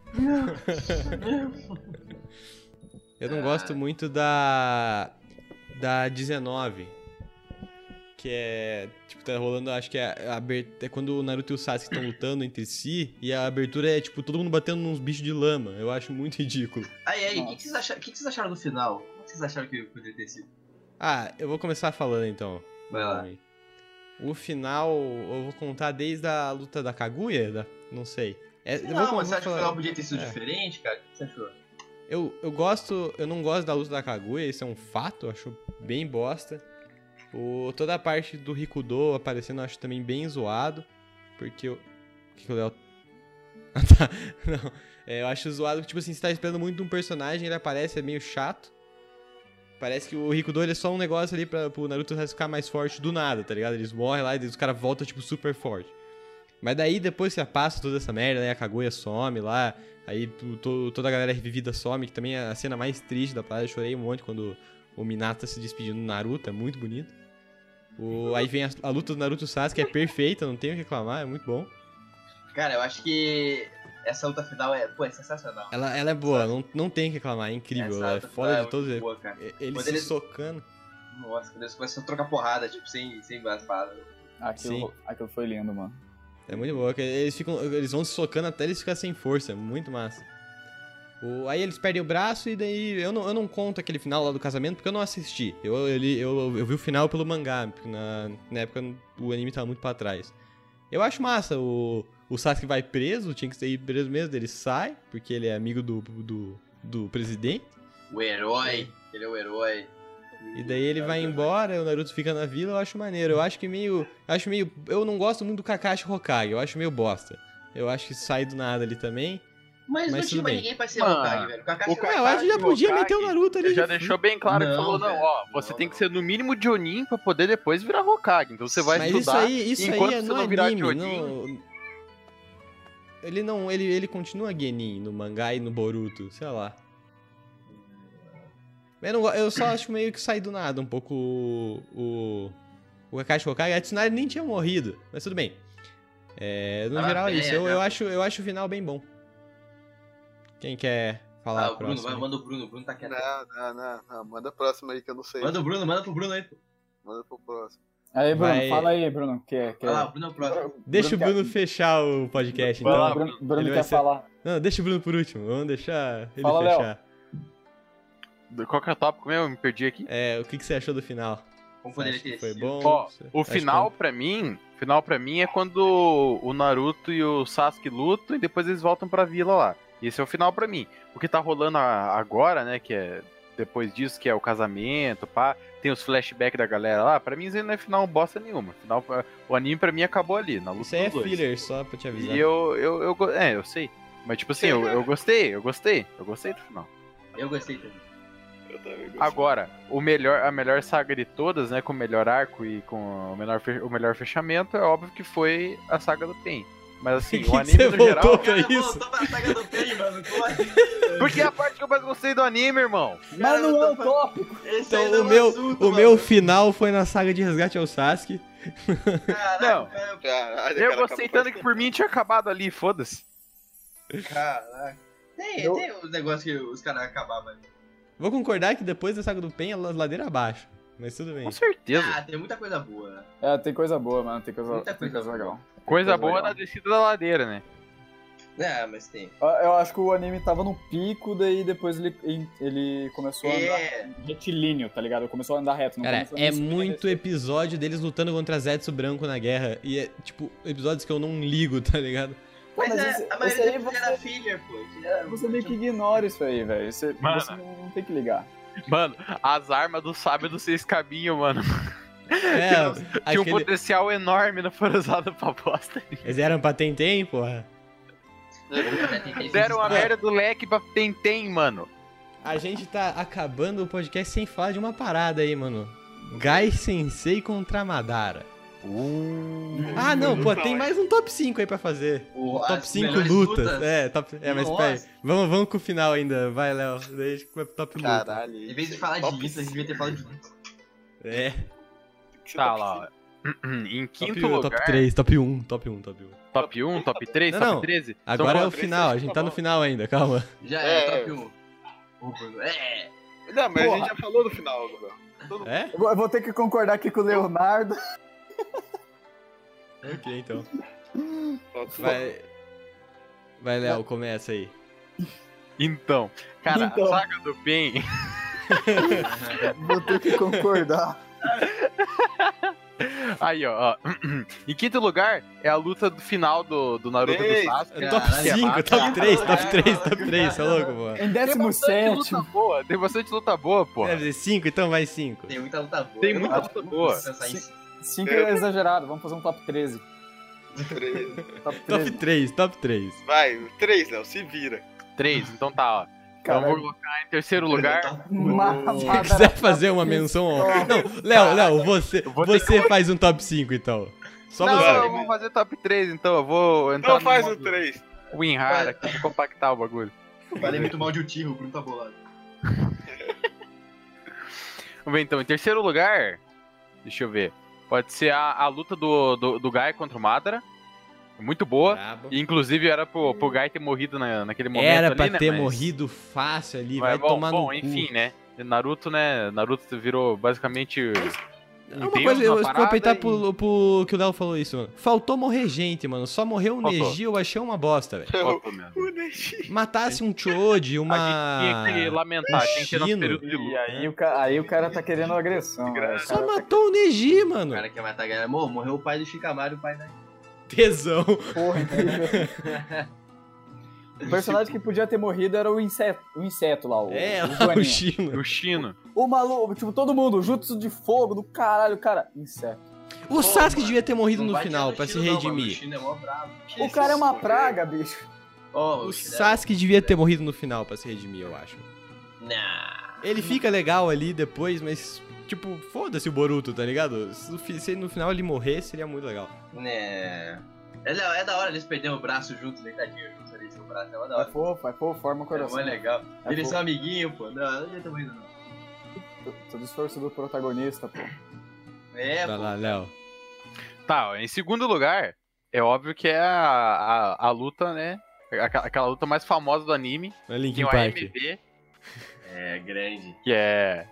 [SPEAKER 5] Eu
[SPEAKER 3] Ah.
[SPEAKER 5] não gosto muito da. Da 19. Que é. Tipo, tá rolando, acho que é, a aber- é quando o Naruto e o Sasuke estão lutando entre si. E a abertura é, tipo, todo mundo batendo nos bichos de lama. Eu acho muito ridículo.
[SPEAKER 3] Aí, aí, o
[SPEAKER 4] Nossa.
[SPEAKER 3] que, que vocês acharam- o que que vocês acharam do final? Como vocês acharam que poderia ter sido?
[SPEAKER 5] Ah, eu vou começar falando então.
[SPEAKER 3] Vai lá.
[SPEAKER 5] O final, eu vou contar desde a luta da Kaguya? da- Não sei. É, eu vou-
[SPEAKER 3] Não,
[SPEAKER 5] vou
[SPEAKER 3] mas você acha que o
[SPEAKER 5] falar-
[SPEAKER 3] final podia ter sido
[SPEAKER 5] É.
[SPEAKER 3] diferente, cara? O que você achou?
[SPEAKER 5] Eu, eu gosto, eu não gosto da luta da Kaguya, isso é um fato, eu acho bem bosta. O, toda a parte do Rikudo aparecendo eu acho também bem zoado, porque eu, o que, que o Léo. Ah, tá, não. É, eu acho zoado, tipo assim, você tá esperando muito de um personagem, ele aparece, é meio chato. Parece que o Rikudo ele é só um negócio ali pra, pro Naruto ficar mais forte do nada, tá ligado? Eles morrem lá e daí os caras voltam, tipo, super forte. Mas daí depois você passa toda essa merda, né? A Kaguya some lá, Aí tu- to- toda a galera revivida some, que também é a cena mais triste da parada. Eu chorei um monte quando o Minato tá se despedindo do Naruto, é muito bonito. O, aí vem a, a luta do Naruto e Sasuke, é perfeita, não tenho o que reclamar, é muito bom.
[SPEAKER 3] Cara, eu acho que essa luta final é, pô, é sensacional.
[SPEAKER 5] Ela, ela é boa, não, não tem o que reclamar, é incrível,
[SPEAKER 3] Essa
[SPEAKER 5] ela é
[SPEAKER 3] luta
[SPEAKER 5] foda
[SPEAKER 3] final
[SPEAKER 5] de todos
[SPEAKER 3] muito
[SPEAKER 5] eles.
[SPEAKER 3] boa, cara.
[SPEAKER 5] E- Ele
[SPEAKER 3] Quando
[SPEAKER 5] se
[SPEAKER 3] eles-
[SPEAKER 5] socando.
[SPEAKER 3] Nossa, quando eles começam a trocar porrada, tipo, sem, sem as paradas.
[SPEAKER 4] Aquilo, aquilo foi lindo, mano.
[SPEAKER 5] É muito boa, que eles, ficam, eles vão se socando até eles ficarem sem força, é muito massa. O- aí eles perdem o braço e daí eu não, eu não conto aquele final lá do casamento porque eu não assisti. Eu, eu, li- eu, eu vi o final pelo mangá, porque na, na época o anime tava muito pra trás. Eu acho massa, o, o Sasuke vai preso, tinha que ser preso mesmo, ele sai, porque ele é amigo do, do, do presidente.
[SPEAKER 3] O herói, ele é o herói.
[SPEAKER 5] E daí ele vai embora, o Naruto fica na vila, eu acho maneiro. Eu acho que meio. eu acho meio. Eu não gosto muito do Kakashi Hokage, eu acho meio bosta. Eu acho que sai do nada ali também.
[SPEAKER 3] Mas,
[SPEAKER 5] Mas
[SPEAKER 3] não tinha
[SPEAKER 5] tudo
[SPEAKER 3] mais
[SPEAKER 5] bem.
[SPEAKER 3] ninguém pra ser
[SPEAKER 1] Mano,
[SPEAKER 3] Hokage, velho. O Kakashi
[SPEAKER 1] o
[SPEAKER 5] Ah,
[SPEAKER 3] era
[SPEAKER 5] eu acho que já
[SPEAKER 1] Kakashi
[SPEAKER 5] podia
[SPEAKER 1] Hokage,
[SPEAKER 5] meter o Naruto ali.
[SPEAKER 1] Ele já deixou bem claro que
[SPEAKER 3] Não,
[SPEAKER 1] falou, não,
[SPEAKER 3] velho.
[SPEAKER 1] ó, você
[SPEAKER 3] Não,
[SPEAKER 1] tem que
[SPEAKER 3] não.
[SPEAKER 1] ser no mínimo de Onin pra poder depois virar Hokage. Então você vai
[SPEAKER 5] Mas isso
[SPEAKER 1] estudar.
[SPEAKER 5] aí, isso aí
[SPEAKER 1] enquanto
[SPEAKER 5] é
[SPEAKER 1] você
[SPEAKER 5] no
[SPEAKER 1] não virar
[SPEAKER 5] anime,
[SPEAKER 1] Kyojin.
[SPEAKER 5] não. Ele não. Ele, ele continua Genin no mangá e no Boruto, sei lá. Eu, não go- eu só acho meio que sai do nada um pouco o. O, o Kakashi Hokage. A Tsunade nem tinha morrido, mas tudo bem. É, no geral é
[SPEAKER 3] Parabéns,
[SPEAKER 5] isso. Eu, eu
[SPEAKER 3] né?
[SPEAKER 5] acho, eu acho o final bem bom. Quem quer falar
[SPEAKER 3] Ah,
[SPEAKER 5] a
[SPEAKER 3] o Bruno,
[SPEAKER 5] próxima?
[SPEAKER 3] vai, manda o Bruno, o Bruno tá quieto.
[SPEAKER 2] Não, não, não, não. Manda a próxima aí que eu não sei.
[SPEAKER 3] Manda o Bruno, manda pro Bruno aí. pô.
[SPEAKER 2] Manda pro próximo.
[SPEAKER 4] Aí, Bruno,
[SPEAKER 5] Vai-
[SPEAKER 4] fala aí, Bruno. Quer, quer...
[SPEAKER 3] Vai lá, o Bruno é o próximo.
[SPEAKER 5] Deixa o
[SPEAKER 4] quer-
[SPEAKER 5] Bruno fechar o podcast,
[SPEAKER 4] Vai
[SPEAKER 5] então.
[SPEAKER 4] lá, Bruno, Bruno
[SPEAKER 5] Ele vai
[SPEAKER 4] quer
[SPEAKER 5] ser-
[SPEAKER 4] falar.
[SPEAKER 5] Não, deixa o Bruno por último. Vamos deixar ele
[SPEAKER 4] Fala, Léo.
[SPEAKER 5] fechar.
[SPEAKER 1] Qual que é o tópico mesmo? Me perdi aqui.
[SPEAKER 5] É, o que, que você achou do final?
[SPEAKER 3] Como
[SPEAKER 5] Você
[SPEAKER 3] poderia
[SPEAKER 5] acha que
[SPEAKER 3] ter
[SPEAKER 5] foi
[SPEAKER 3] sido?
[SPEAKER 5] bom?
[SPEAKER 1] Ó,
[SPEAKER 5] Você-
[SPEAKER 1] O
[SPEAKER 5] acho que- é.
[SPEAKER 1] final pra mim, o final para mim é quando o Naruto e o Sasuke lutam e depois eles voltam pra vila lá. Esse é o final pra mim. O que tá rolando a- agora, né, que é depois disso que é o casamento, pá, tem os flashbacks da galera lá, Pra mim isso aí não é final bosta nenhuma. Final o anime pra mim acabou ali, na luta
[SPEAKER 5] Isso aí é
[SPEAKER 1] dos dois.
[SPEAKER 5] filler, só pra te avisar.
[SPEAKER 1] E eu, eu, eu, go- é, eu sei. Mas tipo assim, eu, eu gostei, eu gostei, eu gostei do final.
[SPEAKER 3] Eu gostei também.
[SPEAKER 2] Eu também gostei.
[SPEAKER 1] Agora, o melhor, a melhor saga de todas, né, com o melhor arco e com o melhor, fe- o melhor fechamento, é óbvio que foi a saga do Pain. Mas assim,
[SPEAKER 5] Que
[SPEAKER 1] o
[SPEAKER 5] que
[SPEAKER 1] anime
[SPEAKER 5] você
[SPEAKER 1] no
[SPEAKER 5] voltou?
[SPEAKER 1] geral...
[SPEAKER 5] Que é
[SPEAKER 3] Cara,
[SPEAKER 5] isso?
[SPEAKER 3] voltou pra saga do Pain, mano. Como assim?
[SPEAKER 1] Porque é a parte que eu mais gostei do anime, irmão.
[SPEAKER 4] Mas não é o
[SPEAKER 3] Cara,
[SPEAKER 4] top!
[SPEAKER 3] Esse
[SPEAKER 5] Então,
[SPEAKER 3] ainda é
[SPEAKER 5] o
[SPEAKER 3] um
[SPEAKER 5] meu,
[SPEAKER 3] assunto,
[SPEAKER 5] o meu
[SPEAKER 3] mano.
[SPEAKER 5] final foi na saga de resgate ao Sasuke.
[SPEAKER 3] Caraca,
[SPEAKER 1] Não.
[SPEAKER 3] cara,
[SPEAKER 2] Caralho,
[SPEAKER 1] Eu
[SPEAKER 2] cara,
[SPEAKER 1] gostei
[SPEAKER 2] acabou
[SPEAKER 1] tanto que por mim tinha acabado ali, foda-se.
[SPEAKER 3] Caraca. Tem,
[SPEAKER 4] Eu-
[SPEAKER 3] tem os negócios que os caras acabavam. ali.
[SPEAKER 5] Vou concordar que depois da saga do Pen é la- ladeira abaixo. Mas tudo bem.
[SPEAKER 1] Com certeza.
[SPEAKER 3] Ah, tem muita coisa boa. né?
[SPEAKER 4] É, tem coisa boa, mano. Tem coisa,
[SPEAKER 3] Muita
[SPEAKER 4] tem
[SPEAKER 3] coisa
[SPEAKER 4] coisa
[SPEAKER 3] boa.
[SPEAKER 4] legal.
[SPEAKER 1] Coisa
[SPEAKER 4] coisa
[SPEAKER 1] boa
[SPEAKER 4] legal.
[SPEAKER 1] na descida da ladeira, né?
[SPEAKER 4] Ah,
[SPEAKER 3] Não, mas tem.
[SPEAKER 4] Eu- Eu acho que o anime tava no pico, daí depois ele, ele começou a andar
[SPEAKER 3] É,
[SPEAKER 4] retilíneo, tá ligado? Começou a andar reto. Não
[SPEAKER 5] Cara,
[SPEAKER 4] começou a
[SPEAKER 5] é
[SPEAKER 4] subir,
[SPEAKER 5] muito
[SPEAKER 4] descer.
[SPEAKER 5] episódio deles lutando contra Zetsu Branco na guerra. E é, tipo, episódios que eu não ligo, tá ligado?
[SPEAKER 4] Pô,
[SPEAKER 3] mas,
[SPEAKER 4] mas
[SPEAKER 3] é,
[SPEAKER 4] esse-
[SPEAKER 3] a
[SPEAKER 4] esse
[SPEAKER 3] maioria
[SPEAKER 4] aí
[SPEAKER 3] deles
[SPEAKER 4] você-
[SPEAKER 3] era filler, pô. que era-
[SPEAKER 4] Você meio que ignora isso aí, velho. Você,
[SPEAKER 1] Mano.
[SPEAKER 4] você não não tem que ligar.
[SPEAKER 1] Mano, as armas do sábio dos seis caminhos, mano.
[SPEAKER 5] É,
[SPEAKER 1] Tinha um
[SPEAKER 5] aquele,
[SPEAKER 1] potencial enorme, não foram usadas pra bosta.
[SPEAKER 5] eles eram pra Tenten, porra.
[SPEAKER 1] Deram a
[SPEAKER 5] é.
[SPEAKER 1] merda do leque pra Tentem, mano.
[SPEAKER 5] A gente tá acabando o podcast sem falar de uma parada aí, mano. Gai Sensei contra Madara. Ah, não, pô, tem mais um top 5 aí pra fazer.
[SPEAKER 3] O,
[SPEAKER 5] top
[SPEAKER 3] as
[SPEAKER 5] 5
[SPEAKER 3] melhores
[SPEAKER 5] lutas. É, top, é mas
[SPEAKER 3] Nossa.
[SPEAKER 5] peraí. Vamos, vamos com o final ainda. Vai, Léo. Daí a gente vai pro top luta.
[SPEAKER 2] Caralho.
[SPEAKER 3] Em vez de falar disso, a gente devia ter falado de
[SPEAKER 5] É,
[SPEAKER 1] Tá lá, ó. Em
[SPEAKER 5] Tá top,
[SPEAKER 1] quinto lugar,
[SPEAKER 5] um, top 3, top 1, top 1, top 1.
[SPEAKER 1] top 1, top 3,
[SPEAKER 5] Não, não.
[SPEAKER 1] top 13. São
[SPEAKER 5] Agora é o
[SPEAKER 1] quatro.
[SPEAKER 2] três,
[SPEAKER 5] final,
[SPEAKER 2] acho
[SPEAKER 5] a
[SPEAKER 2] que
[SPEAKER 5] gente
[SPEAKER 2] tá
[SPEAKER 5] tá no
[SPEAKER 2] bom.
[SPEAKER 5] final ainda, calma.
[SPEAKER 3] Já é,
[SPEAKER 2] É.
[SPEAKER 3] top 1. Ô, Bruno, É.
[SPEAKER 2] Não, mas a
[SPEAKER 4] Porra.
[SPEAKER 2] gente já falou do final, Gabriel. Todo mundo
[SPEAKER 5] É?
[SPEAKER 4] Eu vou- eu vou ter que concordar aqui com o Leonardo.
[SPEAKER 5] Ok, então.
[SPEAKER 2] falou.
[SPEAKER 5] Vai, vai Léo, começa aí.
[SPEAKER 1] Então, cara,
[SPEAKER 4] Então.
[SPEAKER 1] a saga do bem.
[SPEAKER 4] Vou ter que concordar.
[SPEAKER 1] Aí, ó. ó. Em quinto lugar é a luta do final do, do Naruto e do
[SPEAKER 2] Três.
[SPEAKER 1] Sasuke.
[SPEAKER 5] Top
[SPEAKER 3] Caralho,
[SPEAKER 5] 5, top 3, top 3, top 3, tá louco, pô?
[SPEAKER 4] Em
[SPEAKER 1] Tem bastante
[SPEAKER 4] 17.
[SPEAKER 1] luta boa, tem bastante luta boa, pô.
[SPEAKER 5] Deve ser 5, então vai 5.
[SPEAKER 3] Tem muita luta boa.
[SPEAKER 1] Tem
[SPEAKER 3] Eu
[SPEAKER 5] é,
[SPEAKER 1] muita
[SPEAKER 3] não-
[SPEAKER 1] luta
[SPEAKER 3] não
[SPEAKER 1] boa.
[SPEAKER 3] consigo pensar em cinco.
[SPEAKER 4] 5 é exagerado, vamos fazer um top 13.
[SPEAKER 2] Três.
[SPEAKER 4] Top
[SPEAKER 5] Top
[SPEAKER 4] 13.
[SPEAKER 5] 3, top 3.
[SPEAKER 2] Vai, o três, Léo, se vira.
[SPEAKER 5] é.
[SPEAKER 1] Três, então tá, ó. Então vou
[SPEAKER 4] Caralho.
[SPEAKER 1] colocar em terceiro
[SPEAKER 2] então.
[SPEAKER 1] lugar.
[SPEAKER 5] Se quiser fazer uma menção. ao- Não, Léo, Léo, você,
[SPEAKER 1] Eu vou ter
[SPEAKER 5] você faz um top 5 então. Só
[SPEAKER 1] não,
[SPEAKER 5] você.
[SPEAKER 1] não, eu vou fazer top 3, então. Eu vou entrar
[SPEAKER 2] Então
[SPEAKER 1] no
[SPEAKER 2] faz o
[SPEAKER 1] modo
[SPEAKER 2] três.
[SPEAKER 1] WinRAR aqui, vou compactar o bagulho.
[SPEAKER 3] Falei muito mal de um tiro, o Bruno tá bolado.
[SPEAKER 1] Vamos ver, então. Em terceiro lugar, deixa eu ver. Pode ser a, a luta do, do, do Gai contra o Madara. Muito boa.
[SPEAKER 5] Brabo.
[SPEAKER 1] E, Inclusive, era pro, pro Guy ter morrido na- naquele momento
[SPEAKER 5] Tá Era
[SPEAKER 1] ali,
[SPEAKER 5] pra
[SPEAKER 1] né,
[SPEAKER 5] ter
[SPEAKER 1] mas-
[SPEAKER 5] morrido fácil ali,
[SPEAKER 1] mas
[SPEAKER 5] vai
[SPEAKER 1] bom,
[SPEAKER 5] tomar
[SPEAKER 1] bom,
[SPEAKER 5] no
[SPEAKER 1] enfim,
[SPEAKER 5] cu.
[SPEAKER 1] né? Naruto, né? Naruto virou basicamente um
[SPEAKER 5] É Uma
[SPEAKER 1] deus
[SPEAKER 5] coisa, eu
[SPEAKER 1] na
[SPEAKER 5] vou
[SPEAKER 1] parada
[SPEAKER 5] aproveitar
[SPEAKER 1] e-
[SPEAKER 5] pro, pro que o Léo falou isso, mano. Faltou morrer gente, mano. Só morreu o
[SPEAKER 1] Faltou.
[SPEAKER 5] Neji, eu achei uma bosta, velho.
[SPEAKER 1] Faltou mesmo.
[SPEAKER 2] O Neji.
[SPEAKER 5] Matasse um Choji,
[SPEAKER 1] A
[SPEAKER 5] uma...
[SPEAKER 1] gente tinha que lamentar, tinha que ter nosso
[SPEAKER 5] Ah, Chino.
[SPEAKER 1] período de
[SPEAKER 4] E
[SPEAKER 1] luta.
[SPEAKER 4] aí o, ca... aí o cara tá querendo agressão. velho. O
[SPEAKER 5] Só
[SPEAKER 4] cara tá-
[SPEAKER 5] matou o Neji,
[SPEAKER 3] O
[SPEAKER 5] mano.
[SPEAKER 3] cara que vai matar a galera. Mô, morreu o pai do Shikamaru e o pai da.
[SPEAKER 5] Tesão.
[SPEAKER 4] Porra, incrível. O personagem que podia ter morrido era o inseto, o inseto lá, o,
[SPEAKER 5] É,
[SPEAKER 4] o,
[SPEAKER 5] lá o
[SPEAKER 4] joaninha.
[SPEAKER 5] Chino.
[SPEAKER 1] O Shino.
[SPEAKER 4] O maluco, tipo, todo mundo, jutsu de fogo do caralho, cara. Inseto.
[SPEAKER 5] O Sasuke
[SPEAKER 3] mano,
[SPEAKER 5] devia ter morrido
[SPEAKER 3] Não
[SPEAKER 5] no
[SPEAKER 3] bate
[SPEAKER 5] final
[SPEAKER 3] no
[SPEAKER 5] pra se
[SPEAKER 3] Shino, não, mano. O
[SPEAKER 5] redimir.
[SPEAKER 3] Shino é mó bravo.
[SPEAKER 4] O cara é uma praga, bicho.
[SPEAKER 3] Ó,
[SPEAKER 5] O
[SPEAKER 1] né?
[SPEAKER 3] Shino é-
[SPEAKER 5] Sasuke devia ter morrido no final pra se redimir, eu acho.
[SPEAKER 3] Nah.
[SPEAKER 5] Ele fica legal ali depois, mas, tipo, foda-se o Boruto, tá ligado? Se no fi- se no final ele morrer, seria muito legal.
[SPEAKER 3] Né. É, da- é da hora eles perderem o braço juntos, deitadinho juntos ali, seu braço. É uma da
[SPEAKER 4] Vai
[SPEAKER 3] hora.
[SPEAKER 4] fofo, vai fofo, forma o
[SPEAKER 3] É mó
[SPEAKER 5] assim, né?
[SPEAKER 4] coração.
[SPEAKER 3] legal.
[SPEAKER 4] É
[SPEAKER 3] Eles
[SPEAKER 4] fofo.
[SPEAKER 3] são amiguinhos, pô. Não, não ia ter morrido, não.
[SPEAKER 4] Todo esforço do protagonista, pô.
[SPEAKER 3] É,
[SPEAKER 5] Vai
[SPEAKER 3] pô.
[SPEAKER 5] lá, Léo.
[SPEAKER 1] Tá, ó, em segundo lugar, é óbvio que é a, a, a luta, né? Aquela, aquela luta mais famosa do anime,
[SPEAKER 5] Vai
[SPEAKER 1] que
[SPEAKER 5] Linkin
[SPEAKER 1] é o
[SPEAKER 5] Park.
[SPEAKER 1] AMV,
[SPEAKER 6] É grande.
[SPEAKER 1] que é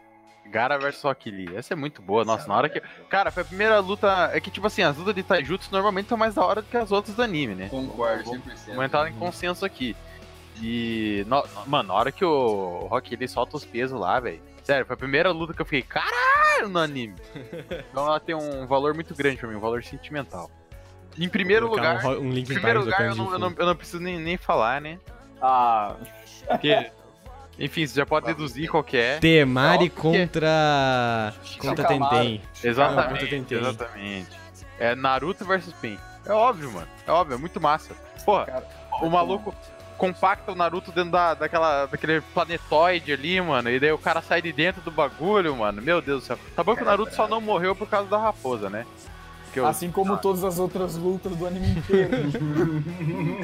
[SPEAKER 1] Gara versus Rock Lee. Essa é muito boa, nossa, na hora que... Cara, foi a primeira luta... É que, tipo assim, as lutas de Taijutsu normalmente são mais da hora do que as outras do anime, né?
[SPEAKER 3] Concordo,
[SPEAKER 1] Vamos
[SPEAKER 3] 100%.
[SPEAKER 5] Uhum.
[SPEAKER 1] entrar em consenso aqui. E, no- mano, na hora que o Rock Lee solta os pesos lá, velho. Sério, foi a primeira luta que eu fiquei, caralho, no anime. Então ela tem um valor muito grande pra mim, um valor sentimental. Em primeiro
[SPEAKER 5] Vou colocar
[SPEAKER 1] lugar,
[SPEAKER 5] Um, ro- um
[SPEAKER 1] em
[SPEAKER 5] Linkin
[SPEAKER 1] primeiro
[SPEAKER 5] Park
[SPEAKER 1] lugar eu
[SPEAKER 5] tocando de
[SPEAKER 1] não, eu não-
[SPEAKER 5] fundo.
[SPEAKER 1] eu não preciso nem, nem falar, né?
[SPEAKER 4] Ah,
[SPEAKER 1] Porque, enfim, você já pode deduzir qual que é.
[SPEAKER 5] Temari
[SPEAKER 1] Óbvio que é.
[SPEAKER 5] contra. Contra
[SPEAKER 4] Shikamaru.
[SPEAKER 5] Tenten. Ah, eu tô
[SPEAKER 1] tá Exatamente,
[SPEAKER 5] tentando.
[SPEAKER 1] exatamente. É Naruto versus Pin. É óbvio, mano. É óbvio, é muito massa. Porra,
[SPEAKER 4] Cara, é
[SPEAKER 1] o maluco compacta o Naruto dentro da, daquela, daquele planetoide ali, mano. E daí o cara sai de dentro do bagulho, mano. Meu Deus do céu. Tá bom que o Naruto só não morreu por causa da raposa, né? Porque o-
[SPEAKER 4] é. assim como todas as outras lutas do anime inteiro.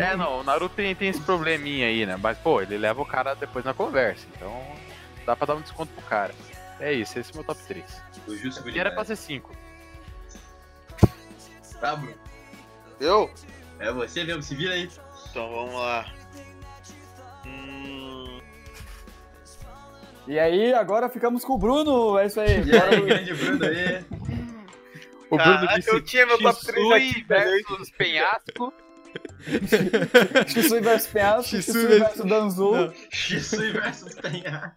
[SPEAKER 1] É, não, o Naruto tem, tem esse probleminha aí, né? Mas, pô, ele leva o cara depois na conversa. Então, dá pra dar um desconto pro cara. É isso, esse é o meu top 3.
[SPEAKER 3] O Tipo, Justo
[SPEAKER 1] Ele
[SPEAKER 4] É.
[SPEAKER 1] era pra ser 5.
[SPEAKER 3] Tá, Bruno.
[SPEAKER 2] Eu?
[SPEAKER 3] É você mesmo, se vira aí.
[SPEAKER 2] Então vamos lá. Hum,
[SPEAKER 4] e aí, agora ficamos com o Bruno, é isso aí.
[SPEAKER 3] E aí, grande Bruno aí.
[SPEAKER 1] O Bruno
[SPEAKER 2] caraca,
[SPEAKER 1] disse
[SPEAKER 2] eu tinha meu top 3
[SPEAKER 1] Shisui
[SPEAKER 2] aqui, velho.
[SPEAKER 1] versus penhasco.
[SPEAKER 4] Shisui versus Penhasco,
[SPEAKER 5] Shisui
[SPEAKER 4] Shisui versus Danzou.
[SPEAKER 5] Não.
[SPEAKER 3] Shisui versus Penha.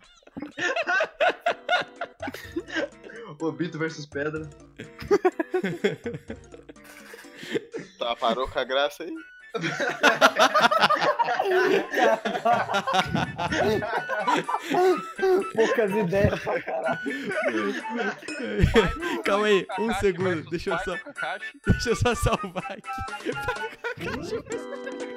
[SPEAKER 3] Obito versus Pedra.
[SPEAKER 2] Tá, parou com a graça aí?
[SPEAKER 4] Poucas ideias pra caralho.
[SPEAKER 5] Calma aí, um
[SPEAKER 1] Kakashi versus
[SPEAKER 5] segundo. Deixa eu
[SPEAKER 1] pai
[SPEAKER 5] só,
[SPEAKER 1] do Kakashi.
[SPEAKER 5] deixa eu só salvar aqui.